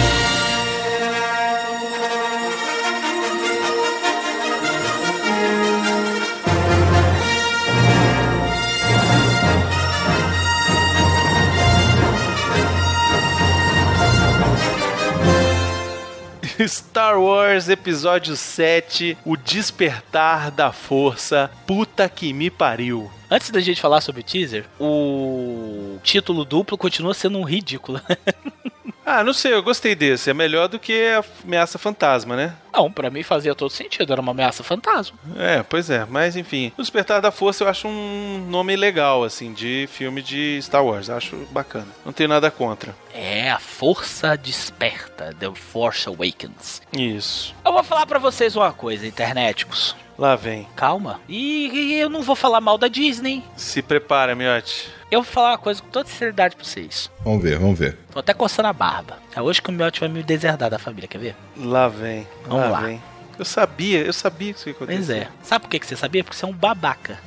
[SPEAKER 7] Star Wars Episódio 7: O Despertar da Força. Puta que me pariu.
[SPEAKER 5] Antes da gente falar sobre o teaser, o título duplo continua sendo um ridículo.
[SPEAKER 7] Ah, não sei, eu gostei desse. É melhor do que a Ameaça Fantasma, né?
[SPEAKER 5] Não, pra mim fazia todo sentido, era uma ameaça fantasma.
[SPEAKER 7] É, pois é, mas enfim. O Despertar da Força eu acho um nome legal, assim, de filme de Star Wars. Acho bacana. Não tenho nada contra.
[SPEAKER 5] É, a força desperta, The Force Awakens.
[SPEAKER 7] Isso.
[SPEAKER 5] Eu vou falar pra vocês uma coisa, interneticos.
[SPEAKER 7] Lá vem.
[SPEAKER 5] Calma. E, e eu não vou falar mal da Disney.
[SPEAKER 7] Se prepara, Miotti.
[SPEAKER 5] Eu vou falar uma coisa com toda sinceridade pra vocês.
[SPEAKER 6] Vamos ver, vamos ver.
[SPEAKER 5] Tô até coçando a barba. É hoje que o Miotti vai me deserdar da família, quer ver?
[SPEAKER 7] Lá vem.
[SPEAKER 5] Vamos
[SPEAKER 7] lá,
[SPEAKER 5] lá.
[SPEAKER 7] vem. Eu sabia, eu sabia que isso ia acontecer.
[SPEAKER 5] Pois é. Sabe por que que você sabia? Porque você é um babaca.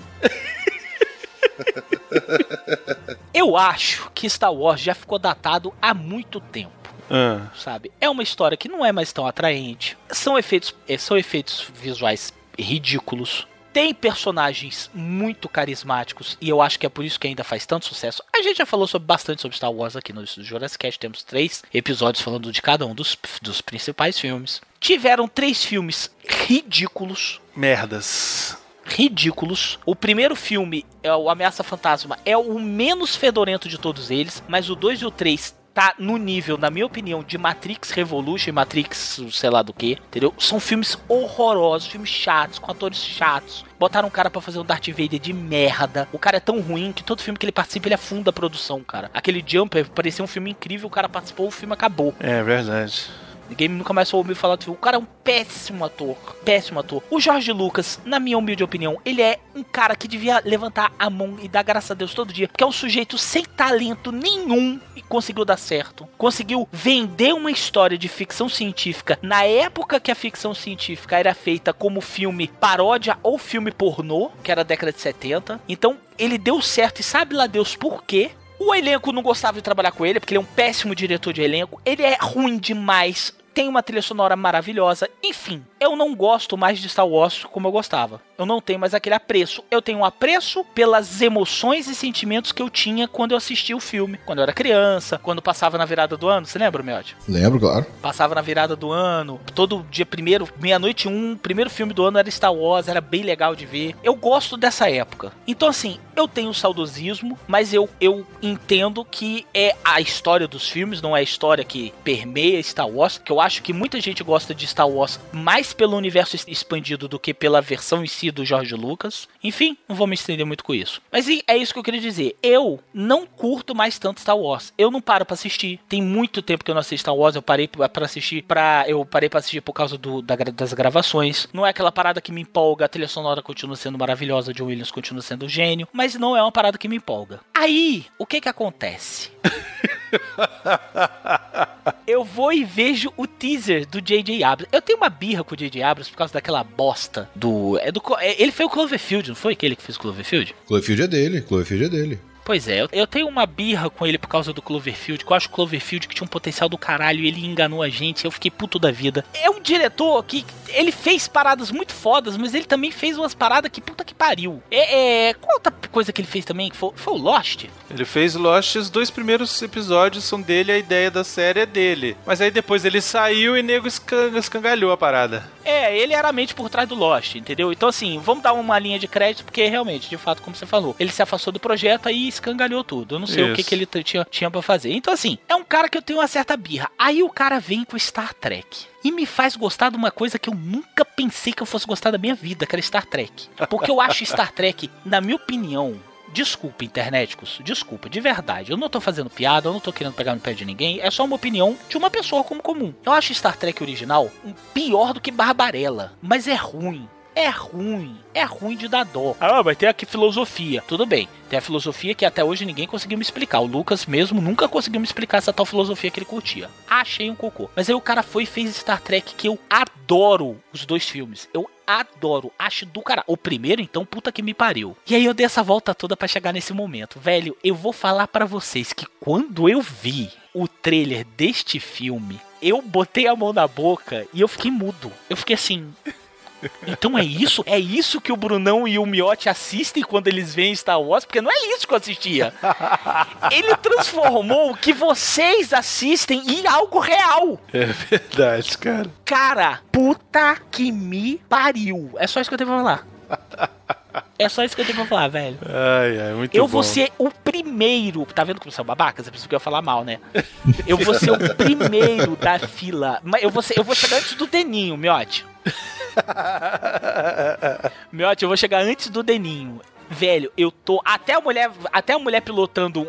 [SPEAKER 5] Eu acho que Star Wars já ficou datado há muito tempo.
[SPEAKER 7] Ah,
[SPEAKER 5] sabe? É uma história que não é mais tão atraente. São efeitos, eh, são efeitos visuais ridículos. Tem personagens muito carismáticos e eu acho que é por isso que ainda faz tanto sucesso. A gente já falou sobre, bastante sobre Star Wars aqui no Jurassic Cast, temos três episódios falando de cada um dos, dos principais filmes. Tiveram três filmes ridículos,
[SPEAKER 7] merdas.
[SPEAKER 5] ridículos. O primeiro filme, é o Ameaça Fantasma, é o menos fedorento de todos eles, mas o 2 e o 3 tá no nível, na minha opinião, de Matrix Revolution, Matrix sei lá do que, entendeu? São filmes horrorosos, filmes chatos, com atores chatos. Botaram um cara pra fazer um Darth Vader de merda. O cara é tão ruim que todo filme que ele participa, ele afunda a produção, cara. Aquele Jumper parecia um filme incrível, o cara participou, o filme acabou.
[SPEAKER 7] É verdade.
[SPEAKER 5] Ninguém nunca mais ouviu falar do filme. O cara é um péssimo ator. Péssimo ator. O Jorge Lucas, na minha humilde opinião, ele é um cara que devia levantar a mão e dar graças a Deus todo dia. Porque é um sujeito sem talento nenhum e conseguiu dar certo. Conseguiu vender uma história de ficção científica na época que a ficção científica era feita como filme paródia ou filme pornô, que era a década de 70. Então, ele deu certo e sabe lá Deus por quê. O elenco não gostava de trabalhar com ele, porque ele é um péssimo diretor de elenco. Ele é ruim demais. Tem uma trilha sonora maravilhosa. Enfim, eu não gosto mais de Star Wars como eu gostava. Eu não tenho mais aquele apreço. Eu tenho um apreço pelas emoções e sentimentos que eu tinha quando eu assistia o filme. Quando eu era criança, quando passava na virada do ano. Você lembra, Miotti?
[SPEAKER 6] Lembro, claro.
[SPEAKER 5] Passava na virada do ano, todo dia primeiro, meia-noite um, primeiro filme do ano era Star Wars, era bem legal de ver. Eu gosto dessa época. Então, assim, eu tenho saudosismo, mas eu, eu entendo que é a história dos filmes, não é a história que permeia Star Wars, que eu acho que muita gente gosta de Star Wars mais pelo universo es- expandido do que pela versão em si do George Lucas. Enfim, não vou me estender muito com isso. Mas e- é isso que eu queria dizer. Eu não curto mais tanto Star Wars. Eu não paro pra assistir. Tem muito tempo que eu não assisto Star Wars. Eu parei pra pra assistir para eu parei para assistir por causa do, da gra- das gravações. Não é aquela parada que me empolga. A trilha sonora continua sendo maravilhosa. John Williams continua sendo um gênio, mas não é uma parada que me empolga. Aí, o que que acontece? Eu vou e vejo o teaser do J.J. Abrams. Eu tenho uma birra com o J.J. Abrams por causa daquela bosta do... É do Clo- é- ele foi o Cloverfield, não foi aquele que fez o Cloverfield?
[SPEAKER 6] Cloverfield é dele, Cloverfield é dele.
[SPEAKER 5] Pois é, eu- eu tenho uma birra com ele por causa do Cloverfield, que eu acho o Cloverfield que tinha um potencial do caralho e ele enganou a gente, eu fiquei puto da vida. É um diretor que ele fez paradas muito fodas, mas ele também fez umas paradas que puta que pariu. É, é qual outra coisa que ele fez também? que Foi, foi o Lost?
[SPEAKER 7] Ele fez Lost, os dois primeiros episódios são dele, a ideia da série é dele. Mas aí depois ele saiu e nego escan- escangalhou a parada.
[SPEAKER 5] É, ele era a mente por trás do Lost, entendeu? Então, assim, vamos dar uma linha de crédito, porque realmente, de fato, como você falou, ele se afastou do projeto e escangalhou tudo. Eu não sei o que,
[SPEAKER 7] Isso.
[SPEAKER 5] que ele t- tinha, tinha pra fazer. Então, assim, é um cara que eu tenho uma certa birra. Aí o cara vem com Star Trek. E me faz gostar de uma coisa que eu nunca pensei que eu fosse gostar da minha vida, que era Star Trek. Porque eu acho Star Trek, na minha opinião, Desculpa, internéticos, desculpa, de verdade. Eu não tô fazendo piada, eu não tô querendo pegar no pé de ninguém, é só uma opinião de uma pessoa como comum. Eu acho Star Trek original um pior do que Barbarella, mas é ruim. É ruim, é ruim de dar dó. Ah, mas tem aqui filosofia. Tudo bem, tem a filosofia que até hoje ninguém conseguiu me explicar. O Lucas mesmo nunca conseguiu me explicar essa tal filosofia que ele curtia. Achei um cocô. Mas aí o cara foi e fez Star Trek que eu adoro os dois filmes. Eu adoro, acho do cara. O primeiro, então, puta que me pariu. E aí eu dei essa volta toda pra chegar nesse momento. Velho, eu vou falar pra vocês que quando eu vi o trailer deste filme, eu botei a mão na boca e eu fiquei mudo. Eu fiquei assim. Então é isso? É isso que o Brunão e o Miotti assistem quando eles veem Star Wars? Porque não é isso que eu assistia. Ele transformou o que vocês assistem em algo real.
[SPEAKER 7] Verdade, cara.
[SPEAKER 5] Cara, puta que me pariu. É só isso que eu tenho pra falar. É só isso que eu tenho pra falar, velho.
[SPEAKER 7] Ai, ai, muito
[SPEAKER 5] eu
[SPEAKER 7] É, bom.
[SPEAKER 5] vou ser o primeiro. Tá vendo como são babacas? A pessoa que ia falar mal, né? Eu vou ser o primeiro da fila. Mas eu vou, ser- eu vou chegar antes do Deninho, Miote. Miote, eu vou chegar antes do Deninho. Velho, eu tô. Até a mulher, até a mulher pilotando um,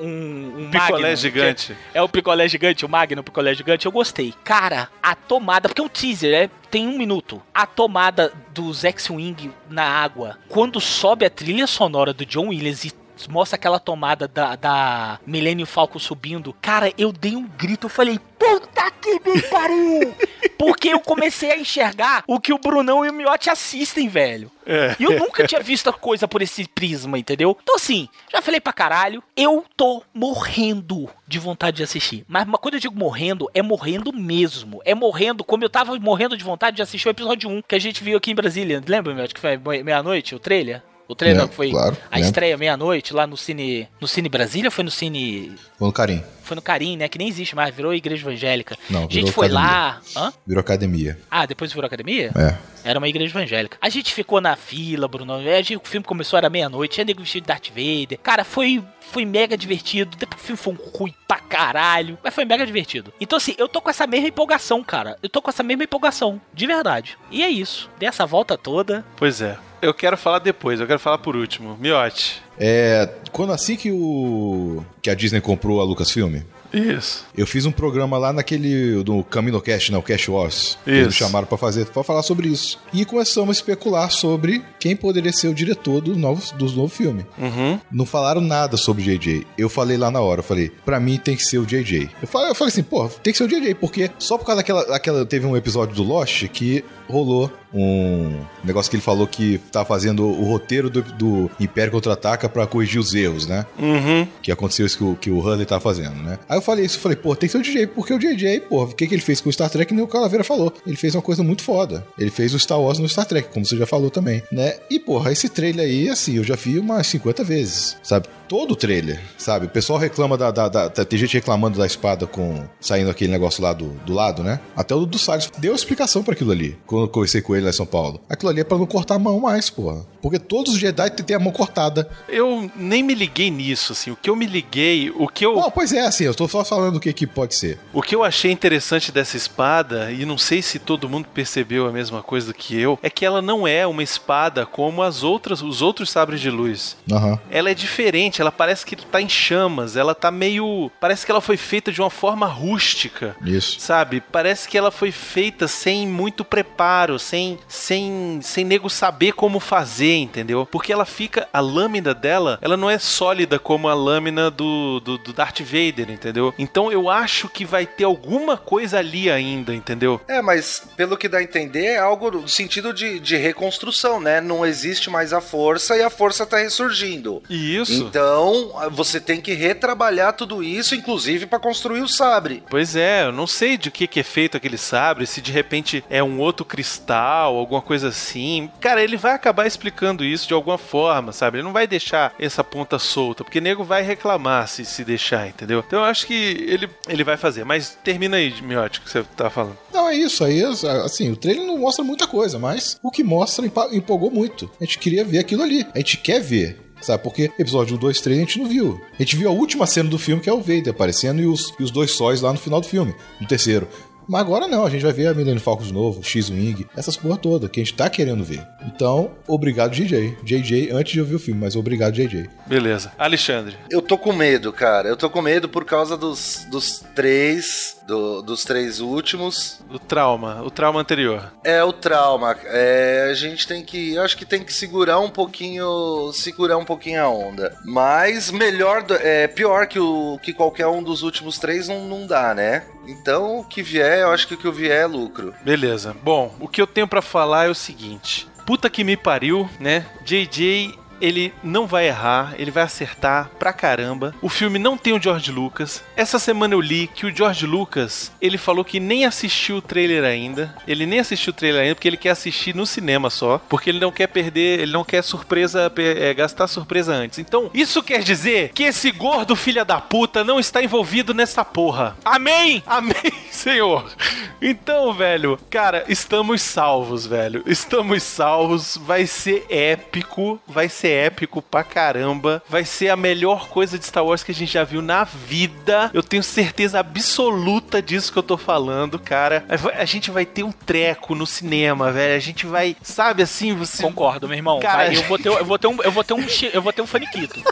[SPEAKER 5] um
[SPEAKER 7] Picolé
[SPEAKER 5] Magnum,
[SPEAKER 7] gigante.
[SPEAKER 5] que É, é o picolé gigante, o Magno picolé gigante. Eu gostei. Cara, a tomada. Porque é um teaser, é, tem um minuto. A tomada dos X-Wing na água. Quando sobe a trilha sonora do John Williams e mostra aquela tomada da, da Millennium Falcon subindo, cara, eu dei um grito, eu falei, puta que me pariu! Porque eu comecei a enxergar o que o Brunão e o Miotti assistem, velho. E eu nunca tinha visto a coisa por esse prisma, entendeu? Então, assim, já falei pra caralho, eu tô morrendo de vontade de assistir. Mas uma- quando eu digo morrendo, é morrendo mesmo. É morrendo, como eu tava morrendo de vontade de assistir o episódio 1 que a gente viu aqui em Brasília. Lembra, Miotti, que foi meia-noite, o trailer? O trailer não,
[SPEAKER 6] Lembro,
[SPEAKER 5] que foi
[SPEAKER 6] É, claro,
[SPEAKER 5] a
[SPEAKER 6] lembro.
[SPEAKER 5] estreia meia-noite lá no Cine. No Cine Brasília ou foi no Cine.
[SPEAKER 6] Vou no carinho.
[SPEAKER 5] Foi no Carim, né? Que nem existe mais, virou igreja evangélica.
[SPEAKER 6] Não,
[SPEAKER 5] a gente
[SPEAKER 6] virou
[SPEAKER 5] foi
[SPEAKER 6] academia.
[SPEAKER 5] lá. Hã?
[SPEAKER 6] Virou academia.
[SPEAKER 5] Ah, depois virou academia?
[SPEAKER 6] É.
[SPEAKER 5] Era uma igreja evangélica. A gente ficou na fila, Bruno. A gente- o filme começou era meia-noite, tinha nego vestido de Darth Vader. Cara, foi foi mega divertido. Depois o filme foi um ruim pra caralho, mas foi mega divertido. Então assim, eu tô com essa mesma empolgação, cara. Eu tô com essa mesma empolgação, de verdade. E é isso. Dei essa volta toda.
[SPEAKER 7] Pois é. Eu quero falar depois, eu quero falar por último. Miote.
[SPEAKER 6] É, quando assim que o que a Disney comprou a Lucasfilm,
[SPEAKER 7] Isso.
[SPEAKER 6] eu fiz um programa lá naquele do Camino Cash, não, Cash Wars. que
[SPEAKER 7] Isso.
[SPEAKER 6] Eles me chamaram pra fazer, para falar sobre isso. E começamos a especular sobre quem poderia ser o diretor do novo do novo filme.
[SPEAKER 7] Uhum.
[SPEAKER 6] Não falaram nada sobre o JJ. Eu falei lá na hora, eu falei, pra mim tem que ser o JJ. Eu falei, eu falei assim, pô, tem que ser o JJ, porque só por causa daquela, daquela. Teve um episódio do Lost que rolou um negócio que ele falou que tá fazendo o roteiro do, do Império Contra-Ataca pra corrigir os erros, né?
[SPEAKER 7] Uhum.
[SPEAKER 6] Que aconteceu isso que o, que o Hurley tá fazendo, né? Aí eu falei isso, eu falei, pô, tem que ser o JJ, porque o JJ, pô, o que, que ele fez com o Star Trek, nem o Calaveira falou. Ele fez uma coisa muito foda. Ele fez o Star Wars no Star Trek, como você já falou também, né? E, porra, esse trailer aí, assim, eu já vi umas 50 vezes, sabe? Todo o trailer, sabe? O pessoal reclama da, da, da- Tem gente reclamando da espada com. saindo aquele negócio lá do, do lado, né? Até o Dudu Salles deu explicação pra aquilo ali, quando eu conversei com ele lá em São Paulo. Aquilo ali é pra não cortar a mão mais, porra. Porque todos os Jedi têm a mão cortada.
[SPEAKER 7] Eu nem me liguei nisso, assim. O que eu me liguei, o que eu,
[SPEAKER 6] Não, pois é, assim, eu tô só falando o que, que pode ser.
[SPEAKER 7] o que eu achei interessante dessa espada, e não sei se todo mundo percebeu a mesma coisa que eu, é que ela não é uma espada como as outras, os outros sabres de luz.
[SPEAKER 6] Aham.
[SPEAKER 7] Ela é diferente, ela parece que tá em chamas, ela tá meio. Parece que ela foi feita de uma forma rústica.
[SPEAKER 6] Isso.
[SPEAKER 7] Sabe? Parece que ela foi feita sem muito preparo, sem, sem, sem nego saber como fazer, entendeu? Porque ela fica. A lâmina dela, ela não é sólida como a lâmina do, do, do Darth Vader, entendeu? Então eu acho que vai ter alguma coisa ali ainda, entendeu?
[SPEAKER 8] É, mas pelo que dá a entender, é algo no sentido de, de reconstrução, né? Não existe mais a força e a força tá ressurgindo.
[SPEAKER 7] E isso.
[SPEAKER 8] Então, a- você tem que retrabalhar tudo isso, inclusive pra construir o sabre.
[SPEAKER 7] Pois é, eu não sei de que, que é feito aquele sabre, se de repente é um outro cristal, alguma coisa assim. Cara, ele vai acabar explicando isso de alguma forma, sabe? Ele não vai deixar essa ponta solta, porque nego vai reclamar se se deixar, entendeu? Então eu acho que ele, ele vai fazer. Mas termina aí, Miotti, que você tá falando.
[SPEAKER 6] Não, é isso. Aí, assim, o trailer não mostra muita coisa, mas o que mostra empa- empolgou muito. A gente queria ver aquilo ali. A gente quer ver. Sabe, porque episódio 1, 2, 3 a gente não viu. A gente viu a última cena do filme, que é o Vader aparecendo, e os, e os dois sóis lá no final do filme, no terceiro. Mas agora não, a gente vai ver a Millennium Falcons novo, X-Wing, essas porra toda, que a gente tá querendo ver. Então, obrigado, JJ. JJ, antes de eu ver o filme, mas obrigado, JJ.
[SPEAKER 7] Beleza. Alexandre.
[SPEAKER 8] Eu tô com medo, cara. Eu tô com medo por causa dos, dos três, do- dos três últimos.
[SPEAKER 7] O trauma, o trauma anterior.
[SPEAKER 8] É o trauma. É, a gente tem que. Eu acho que tem que segurar um pouquinho. Segurar um pouquinho a onda. Mas melhor. do- É pior que, o, que qualquer um dos últimos três não, não dá, né? Então o que vier, eu acho que o que vier é lucro.
[SPEAKER 7] Beleza. Bom, o que eu tenho pra falar é o seguinte. Puta que me pariu, né? JJ, ele não vai errar, ele vai acertar pra caramba. O filme não tem o George Lucas. Essa semana eu li que o George Lucas, ele falou que nem assistiu o trailer ainda. Ele nem assistiu o trailer ainda porque ele quer assistir no cinema só, porque ele não quer perder, ele não quer surpresa, pe- é, gastar surpresa antes. Então, isso quer dizer que esse gordo filha da puta não está envolvido nessa porra. Amém! Amém! senhor. Então, velho, cara, estamos salvos, velho. Estamos salvos. Vai ser épico. Vai ser épico pra caramba. Vai ser a melhor coisa de Star Wars que a gente já viu na vida. Eu tenho certeza absoluta disso que eu tô falando, cara. A gente vai ter um treco no cinema, velho. A gente vai, sabe assim, você.
[SPEAKER 5] Concordo, meu irmão.
[SPEAKER 7] Cara,
[SPEAKER 5] Vai, eu, vou ter, eu vou ter um. Eu vou ter um. chi- Eu vou ter um faniquito.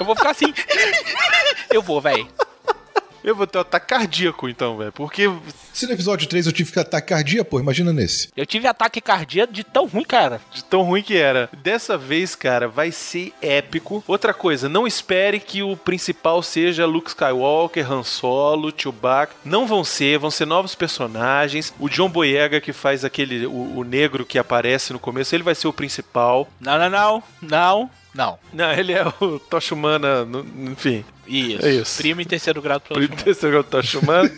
[SPEAKER 5] Eu vou ficar assim. Eu vou, velho.
[SPEAKER 7] Eu vou ter um ataque cardíaco, então, velho. Porque
[SPEAKER 6] Se no episódio 3 eu tive que atacar cardia, pô, imagina nesse.
[SPEAKER 5] Eu tive ataque cardíaco de tão ruim, cara.
[SPEAKER 7] De tão ruim que era. Dessa vez, cara, vai ser épico. Outra coisa, não espere que o principal seja Luke Skywalker, Han Solo, Chewbacca. Não vão ser, vão ser novos personagens. O John Boyega, que faz aquele. O, o negro que aparece no começo, ele vai ser o principal.
[SPEAKER 5] Não, não, não. Não, não.
[SPEAKER 7] Não, ele é o Tocha Humana, no- enfim.
[SPEAKER 5] Isso.
[SPEAKER 7] É isso.
[SPEAKER 5] Primo em terceiro grau pro
[SPEAKER 7] Primo terceiro grau do Toshimano.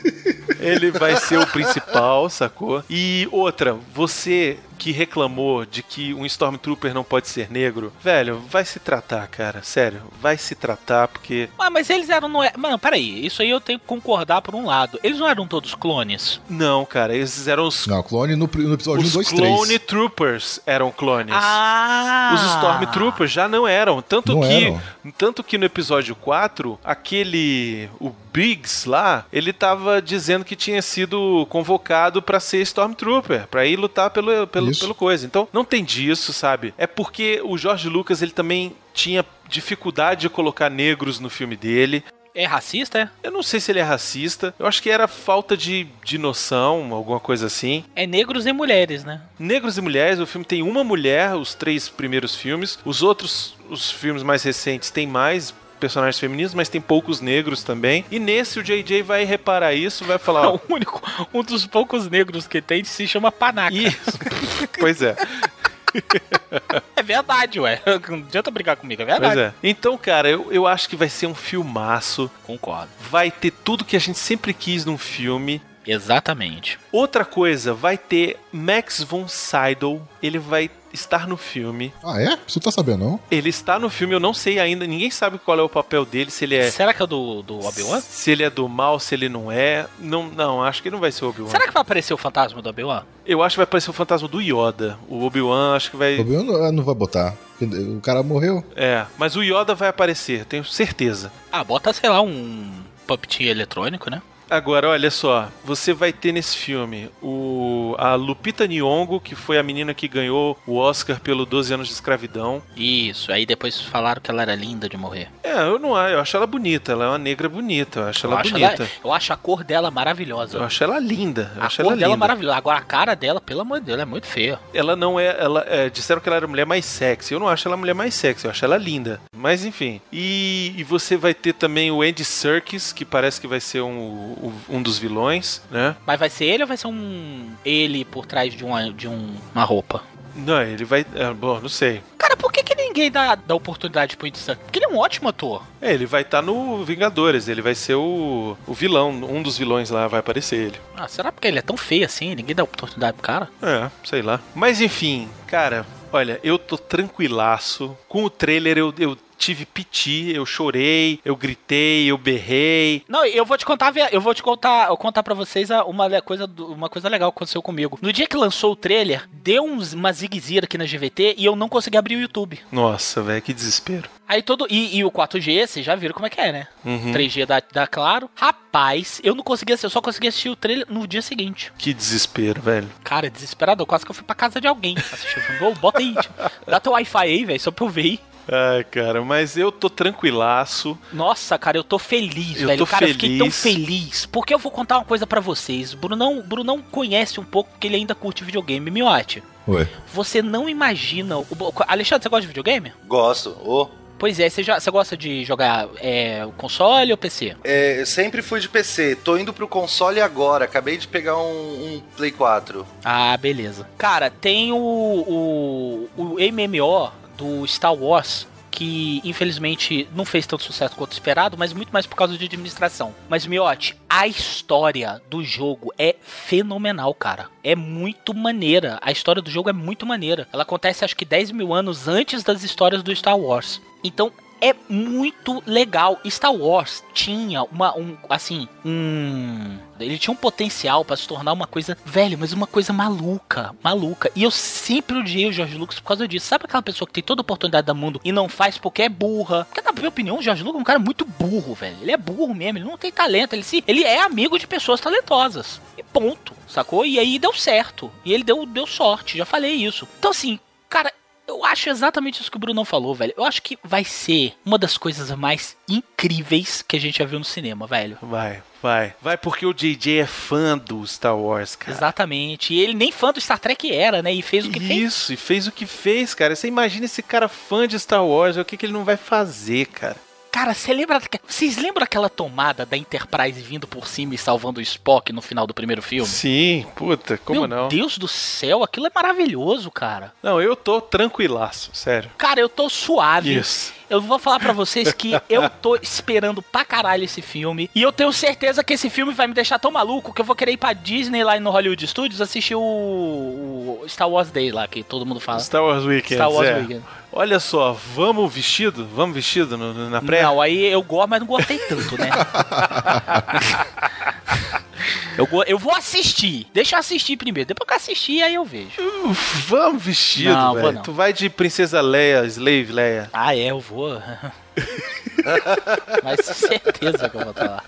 [SPEAKER 7] Ele vai ser o principal, sacou? E outra, você que reclamou de que um Stormtrooper não pode ser negro, velho, vai se tratar, cara. Sério, vai se tratar, porque.
[SPEAKER 5] Ah, mas eles eram. Não é... Mano, peraí. Isso aí eu tenho que concordar por um lado. Eles não eram todos clones.
[SPEAKER 7] Não, cara, eles eram os.
[SPEAKER 6] Não, clone no, pri- no episódio 1,
[SPEAKER 7] Os
[SPEAKER 6] 2,
[SPEAKER 7] Clone
[SPEAKER 6] 3.
[SPEAKER 7] Troopers eram clones.
[SPEAKER 5] Ah!
[SPEAKER 7] Os Stormtroopers já não eram. Tanto
[SPEAKER 6] Não
[SPEAKER 7] que
[SPEAKER 6] eram.
[SPEAKER 7] tanto que no episódio 4, aquele. O Briggs lá, ele tava dizendo que tinha sido convocado pra ser Stormtrooper, pra ir lutar pelo, pelo,
[SPEAKER 6] Isso.
[SPEAKER 7] pelo coisa. Então, não tem disso, sabe? É porque o George Lucas, ele também tinha dificuldade de colocar negros no filme dele.
[SPEAKER 5] É racista, é?
[SPEAKER 7] Eu não sei se ele é racista. Eu acho que era falta de, de noção, alguma coisa assim.
[SPEAKER 5] É negros e mulheres, né?
[SPEAKER 7] Negros e Mulheres, o filme tem uma mulher, os três primeiros filmes. Os outros, os filmes mais recentes, tem mais personagens femininos, mas tem poucos negros também. E nesse o JJ vai reparar isso, vai falar. ó,
[SPEAKER 5] O único, um dos poucos negros que tem se chama Panaca.
[SPEAKER 7] Isso. pois é,
[SPEAKER 5] É verdade, ué. Não adianta brigar comigo, é
[SPEAKER 7] pois
[SPEAKER 5] verdade.
[SPEAKER 7] é. Então, cara, eu, eu acho que vai ser um filmaço.
[SPEAKER 5] Concordo.
[SPEAKER 7] Vai ter tudo que a gente sempre quis num filme.
[SPEAKER 5] Exatamente.
[SPEAKER 7] Outra coisa, vai ter Max von Sydow. Ele vai estar no filme.
[SPEAKER 6] Ah, é? Você tá sabendo, não?
[SPEAKER 7] Ele está no filme, eu não sei ainda, ninguém sabe qual é o papel dele, se ele é
[SPEAKER 5] Será que é o do, do Obi-Wan?
[SPEAKER 7] Se ele é do mal, se ele não é. Não, não acho que não vai ser o Obi-Wan.
[SPEAKER 5] Será que vai aparecer o fantasma do Obi-Wan?
[SPEAKER 7] Eu acho que vai aparecer o fantasma do Yoda. O Obi-Wan acho que
[SPEAKER 6] O
[SPEAKER 7] vai.
[SPEAKER 6] Obi-Wan não, não vai botar. porque O cara morreu.
[SPEAKER 7] É, mas o Yoda vai aparecer, tenho certeza.
[SPEAKER 5] Ah, bota, sei lá, um puppeteer eletrônico, né?
[SPEAKER 7] Agora, olha só, você vai ter nesse filme o a Lupita Nyong'o, que foi a menina que ganhou o Oscar pelo 12 anos de escravidão.
[SPEAKER 5] Isso, aí depois falaram que ela era linda de morrer.
[SPEAKER 7] É, eu não acho, eu acho ela bonita, ela é uma negra bonita, eu acho
[SPEAKER 5] Eu
[SPEAKER 7] ela é
[SPEAKER 5] acho,
[SPEAKER 7] bonita.
[SPEAKER 5] ela- é, eu acho a cor dela
[SPEAKER 7] Eu
[SPEAKER 5] maravilhosa.
[SPEAKER 7] acho ela linda, eu
[SPEAKER 5] A
[SPEAKER 7] acho
[SPEAKER 5] cor
[SPEAKER 7] ela
[SPEAKER 5] dela é
[SPEAKER 7] linda.
[SPEAKER 5] maravilhosa. Agora a cara dela, pelo amor de Deus, ela é muito feia.
[SPEAKER 7] ela não é, ela é, disseram que ela era a mulher mais sexy. Eu não acho ela a mulher mais sexy, eu acho ela linda. Mas enfim. E, e você vai ter também o Andy Serkis, que parece que vai ser um, o- um dos vilões, né?
[SPEAKER 5] Mas vai ser ele ou vai ser um. ele por trás de uma, de um- uma roupa?
[SPEAKER 7] Não, ele vai, é, bom, não sei.
[SPEAKER 5] Cara, por que, que ninguém dá, dá oportunidade pro Andy Serkis? Porque ele é um ótimo ator.
[SPEAKER 7] É, ele vai estar no Vingadores, ele vai ser o, o vilão, um dos vilões lá vai aparecer ele.
[SPEAKER 5] Ah, será porque ele é tão feio assim? Ninguém dá oportunidade pro cara?
[SPEAKER 7] É, sei lá. Mas enfim, cara, olha, eu tô tranquilaço. Com o trailer eu, eu tive piti, eu chorei, eu gritei, eu berrei.
[SPEAKER 5] Não, eu vou te contar, eu vou te contar, eu contar para vocês a- uma le- coisa, do- uma coisa legal que aconteceu comigo. No dia que lançou o trailer, deu uns, uma zigue-zira aqui na GVT e eu não consegui abrir o YouTube.
[SPEAKER 7] Nossa, velho, que desespero.
[SPEAKER 5] Aí todo e, e o 4G, vocês já viram como é que é, né?
[SPEAKER 7] Uhum.
[SPEAKER 5] 3G da, da Claro. Rapaz, eu não consegui assistir, eu só consegui assistir o trailer no dia seguinte.
[SPEAKER 7] Que desespero, velho.
[SPEAKER 5] Cara, desesperado, quase que eu fui pra casa de alguém assistir o filme. Ô, bota aí, tio. dá teu Wi-Fi aí, velho, só pra eu ver. aí.
[SPEAKER 7] Ai, cara, mas eu tô tranquilaço.
[SPEAKER 5] Nossa, cara, eu tô feliz,
[SPEAKER 7] Eu
[SPEAKER 5] velho.
[SPEAKER 7] tô
[SPEAKER 5] cara, eu fiquei tão
[SPEAKER 7] feliz.
[SPEAKER 5] feliz. Porque eu vou contar uma coisa pra vocês. Brunão, Brunão conhece um pouco porque ele ainda curte videogame. Miote,
[SPEAKER 6] Ué.
[SPEAKER 5] você não imagina. O... bo- Alexandre, você gosta de videogame?
[SPEAKER 8] Gosto. Ô.
[SPEAKER 5] Pois é, você, já, você gosta de jogar é, console ou PC?
[SPEAKER 8] É, eu sempre fui de PC, tô indo pro console agora, acabei de pegar um, um Play 4.
[SPEAKER 5] Ah, beleza. Cara, tem o, o, o MMO do Star Wars, que infelizmente não fez tanto sucesso quanto esperado, mas muito mais por causa de administração. Mas, Miote, a história do jogo é fenomenal, cara. É muito maneira. A história do jogo é muito maneira. Ela acontece acho que 10 mil anos antes das histórias do Star Wars. Então. é muito legal. Star Wars tinha uma, um, assim, um... Ele tinha um potencial para se tornar uma coisa, velho, mas uma coisa maluca, maluca. E eu sempre odiei o George Lucas por causa disso. Sabe aquela pessoa que tem toda a oportunidade do mundo e não faz porque é burra? Porque, na minha opinião, o George Lucas é um cara muito burro, velho. Ele é burro mesmo, ele não tem talento. Ele, se, ele é amigo de pessoas talentosas. E ponto, sacou? E aí deu certo. E ele deu, deu sorte, já falei isso. Então, assim, cara, eu acho exatamente isso que o Bruno falou, velho. Eu acho que vai ser uma das coisas mais incríveis que a gente já viu no cinema, velho.
[SPEAKER 7] Vai, vai. Vai porque o JJ é fã do Star Wars, cara.
[SPEAKER 5] Exatamente. E ele nem fã do Star Trek era, né? E fez o que fez.
[SPEAKER 7] Isso, e fez o que fez, cara. Você imagina esse cara fã de Star Wars, o que, que ele não vai fazer, cara?
[SPEAKER 5] Cara, você lembra. Vocês lembram aquela tomada da Enterprise vindo por cima e salvando o Spock no final do primeiro filme?
[SPEAKER 7] Sim, puta, como
[SPEAKER 5] Meu
[SPEAKER 7] não?
[SPEAKER 5] Deus do céu, aquilo é maravilhoso, cara.
[SPEAKER 7] Não, eu tô tranquilaço, sério.
[SPEAKER 5] Cara, eu tô suave.
[SPEAKER 7] Isso.
[SPEAKER 5] Eu vou falar pra vocês que eu tô esperando pra caralho esse filme. E eu tenho certeza que esse filme vai me deixar tão maluco que eu vou querer ir pra Disney lá no Hollywood Studios assistir o, o Star Wars Day lá, que todo mundo fala.
[SPEAKER 7] Star Wars Weekend.
[SPEAKER 5] Star Wars
[SPEAKER 7] é.
[SPEAKER 5] Weekend.
[SPEAKER 7] Olha só, vamos vestido? Vamos vestido no- no- na pré?
[SPEAKER 5] Não, aí eu gosto, mas não gostei tanto, né? eu, go- eu vou assistir. Deixa eu assistir primeiro. Depois que eu assistir, aí eu vejo.
[SPEAKER 7] Vamos vestido,
[SPEAKER 5] Não, vou
[SPEAKER 7] velho.
[SPEAKER 5] não.
[SPEAKER 7] Tu vai de Princesa Leia, Slave Leia.
[SPEAKER 5] Ah, é, eu vou. mas certeza que eu vou estar lá.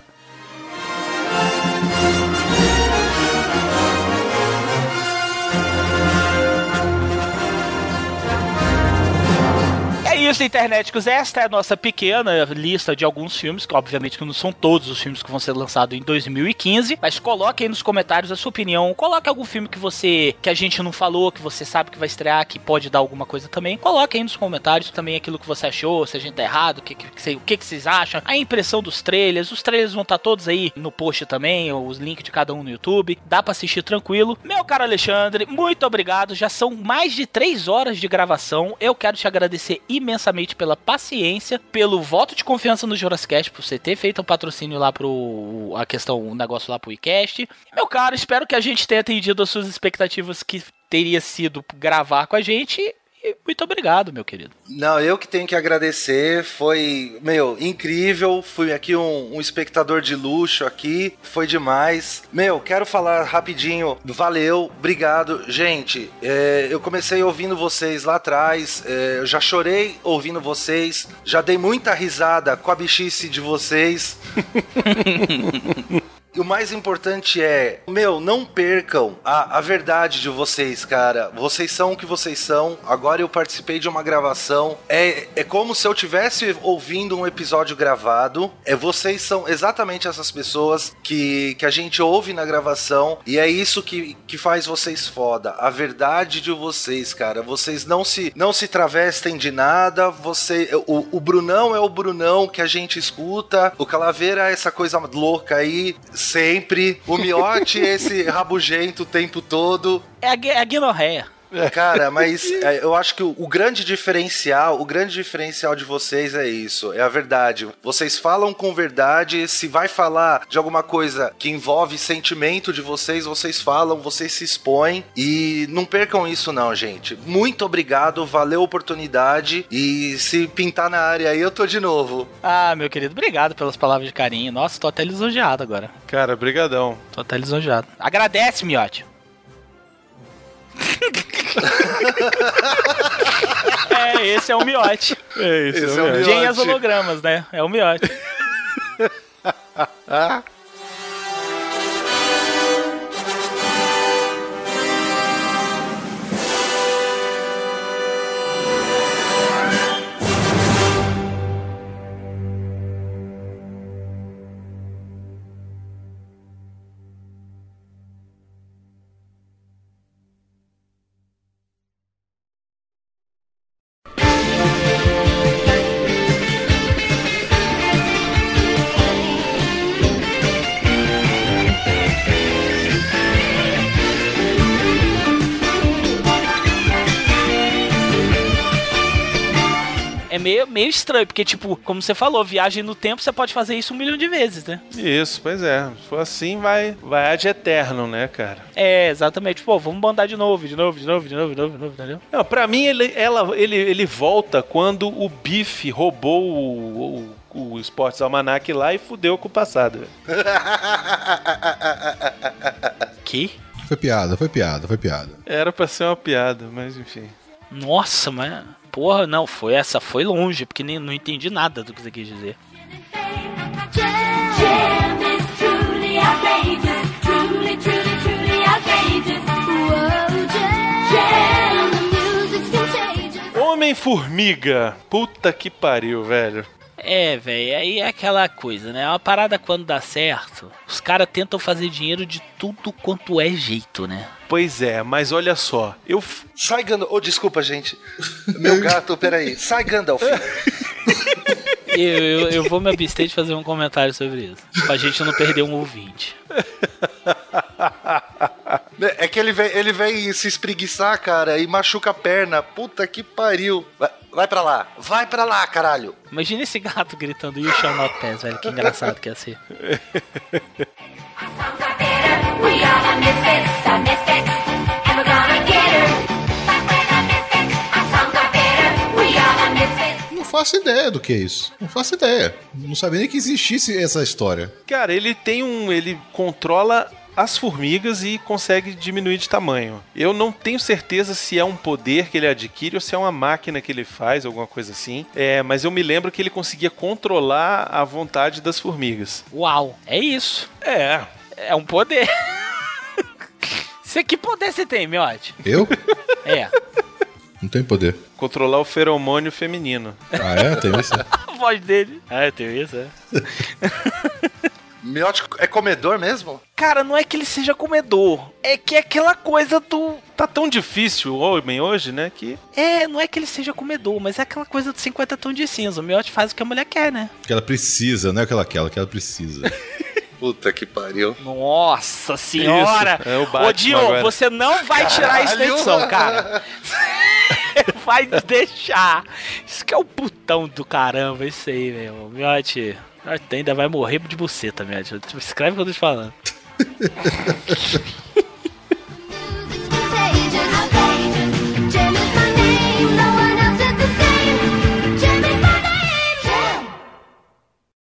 [SPEAKER 5] É isso, interneticos. Esta é a nossa pequena lista de alguns filmes, que obviamente que não são todos os filmes que vão ser lançados em 2015, mas coloque aí nos comentários a sua opinião. Coloque algum filme que você que a gente não falou, que você sabe que vai estrear, que pode dar alguma coisa também. Coloque aí nos comentários também aquilo que você achou, se a gente tá errado, o que, que, que cê- o que, que vocês acham, a impressão dos trailers. Os trailers vão estar todos aí no post também, os links de cada um no YouTube. Dá pra assistir tranquilo. Meu caro Alexandre, muito obrigado. Já são mais de três horas de gravação. Eu quero te agradecer imensamente pela paciência, pelo voto de confiança no Jurascast, por você ter feito o patrocínio lá pro. a questão, o negócio lá pro iCast. Meu caro, espero que a gente tenha atendido as suas expectativas que teria sido gravar com a gente. E muito obrigado, meu querido.
[SPEAKER 8] Não, eu que tenho que agradecer. Foi, meu, incrível. Fui aqui um, um espectador de luxo aqui. Foi demais. Meu, quero falar rapidinho. Valeu, obrigado. Gente, é, eu comecei ouvindo vocês lá atrás. é, eu já chorei ouvindo vocês. Já dei muita risada com a bichice de vocês. E o mais importante é, meu, não percam a, a verdade de vocês, cara. Vocês são o que vocês são. Agora eu participei de uma gravação. É, é como se eu tivesse ouvindo um episódio gravado. É vocês são exatamente essas pessoas que, que a gente ouve na gravação. E é isso que, que faz vocês foda. A verdade de vocês, cara. Vocês não se, não se travestem de nada. Você, o, o Brunão é o Brunão que a gente escuta. O Calaveira é essa coisa louca aí, sempre. O Miote é esse rabugento o tempo todo.
[SPEAKER 5] É a, gui- é a guinorreia.
[SPEAKER 8] Cara, mas é, eu acho que o, o grande diferencial, o grande diferencial de vocês é isso, é a verdade. Vocês falam com verdade, se vai falar de alguma coisa que envolve sentimento de vocês, vocês falam, vocês se expõem e não percam isso não, gente. Muito obrigado, valeu a oportunidade e se pintar na área aí eu tô de novo.
[SPEAKER 5] Ah, meu querido, obrigado pelas palavras de carinho. Nossa, tô até lisonjeado agora.
[SPEAKER 7] Cara, brigadão.
[SPEAKER 5] Tô até lisonjeado. Agradece, miote. é, esse é o miote.
[SPEAKER 7] É isso,
[SPEAKER 8] Esse é o
[SPEAKER 7] mesmo.
[SPEAKER 8] Miote.
[SPEAKER 5] Gen as hologramas, né? É o miote.
[SPEAKER 9] Thank
[SPEAKER 5] É meio, meio estranho, porque, tipo, como você falou, viagem no tempo, você pode fazer isso um milhão de vezes, né?
[SPEAKER 7] Isso, pois é. Se for assim, vai, vai ad eterno, né, cara?
[SPEAKER 5] É, exatamente. Pô, vamos mandar de novo, de novo, de novo, de novo, de novo, de novo, entendeu?
[SPEAKER 7] Não, pra mim, ele, ela, ele, ele volta quando o Biff roubou o, o o Esportes Almanac lá e fudeu com o passado. velho.
[SPEAKER 5] Que?
[SPEAKER 6] Foi piada, foi piada, foi piada.
[SPEAKER 7] Era pra ser uma piada, mas enfim.
[SPEAKER 5] Nossa, mas. Porra, não, foi essa, foi longe, porque nem, não entendi nada do que você quis dizer.
[SPEAKER 9] Jim is truly outrageous, truly, truly, truly outrageous. Whoa, Jim, the music's contagious.
[SPEAKER 7] Homem-Formiga. Puta que pariu, velho.
[SPEAKER 5] É, velho, aí é aquela coisa, né? É uma parada quando dá certo. Os caras tentam fazer dinheiro de tudo quanto é jeito, né?
[SPEAKER 7] Pois é, mas olha só. Eu. f-
[SPEAKER 8] Sai, Gandalf. Ô, desculpa, gente. Meu gato, peraí. Sai, Gandalf.
[SPEAKER 5] Eu, eu, eu vou me abster de fazer um comentário sobre isso. Pra gente não perder um ouvinte.
[SPEAKER 8] É que ele vem, ele vem se espreguiçar, cara, e machuca a perna. Puta que pariu. Vai, vai pra lá. Vai pra lá, caralho.
[SPEAKER 5] Imagina esse gato gritando e o chão no pés, velho. Que engraçado que ia ser.
[SPEAKER 9] We are the misfits, the misfits, and we're gonna get her. But we're the misfits, our songs are bitter. We are the misfits.
[SPEAKER 6] Não faço ideia do que é isso. Não faço ideia. Não sabia nem que existisse essa história.
[SPEAKER 7] Cara, ele tem um. Ele controla as formigas e consegue diminuir de tamanho. Eu não tenho certeza se é um poder que ele adquire ou se é uma máquina que ele faz, alguma coisa assim. É, mas eu me lembro que ele conseguia controlar a vontade das formigas.
[SPEAKER 5] Uau, é isso.
[SPEAKER 7] É.
[SPEAKER 5] É um poder. Você que poder você tem, miote?
[SPEAKER 6] Eu?
[SPEAKER 5] É.
[SPEAKER 6] Não tenho poder.
[SPEAKER 7] Controlar o feromônio feminino.
[SPEAKER 6] Ah, é? Tem isso?
[SPEAKER 5] A voz dele. Ah, eu tenho isso, é.
[SPEAKER 8] Miótico é comedor mesmo?
[SPEAKER 5] Cara, não é que ele seja comedor. É que é aquela coisa do.
[SPEAKER 7] Tá tão difícil o homem hoje, né? Que.
[SPEAKER 5] É, não é que ele seja comedor, mas é aquela coisa do 50 tons de cinza. O miote faz o que a mulher quer, né?
[SPEAKER 6] Que ela precisa, não é aquela aquela, que ela precisa.
[SPEAKER 8] Puta que pariu.
[SPEAKER 5] Nossa senhora!
[SPEAKER 7] Isso, é o Batman
[SPEAKER 5] Ô, Dio,
[SPEAKER 7] agora.
[SPEAKER 5] você não vai tirar isso da
[SPEAKER 8] Caralho!
[SPEAKER 5] edição, cara. Você vai deixar. Isso que é o putão do caramba, isso aí, meu irmão. Miote. Miote ainda vai morrer de buceta, Miote. Escreve o que eu tô te falando.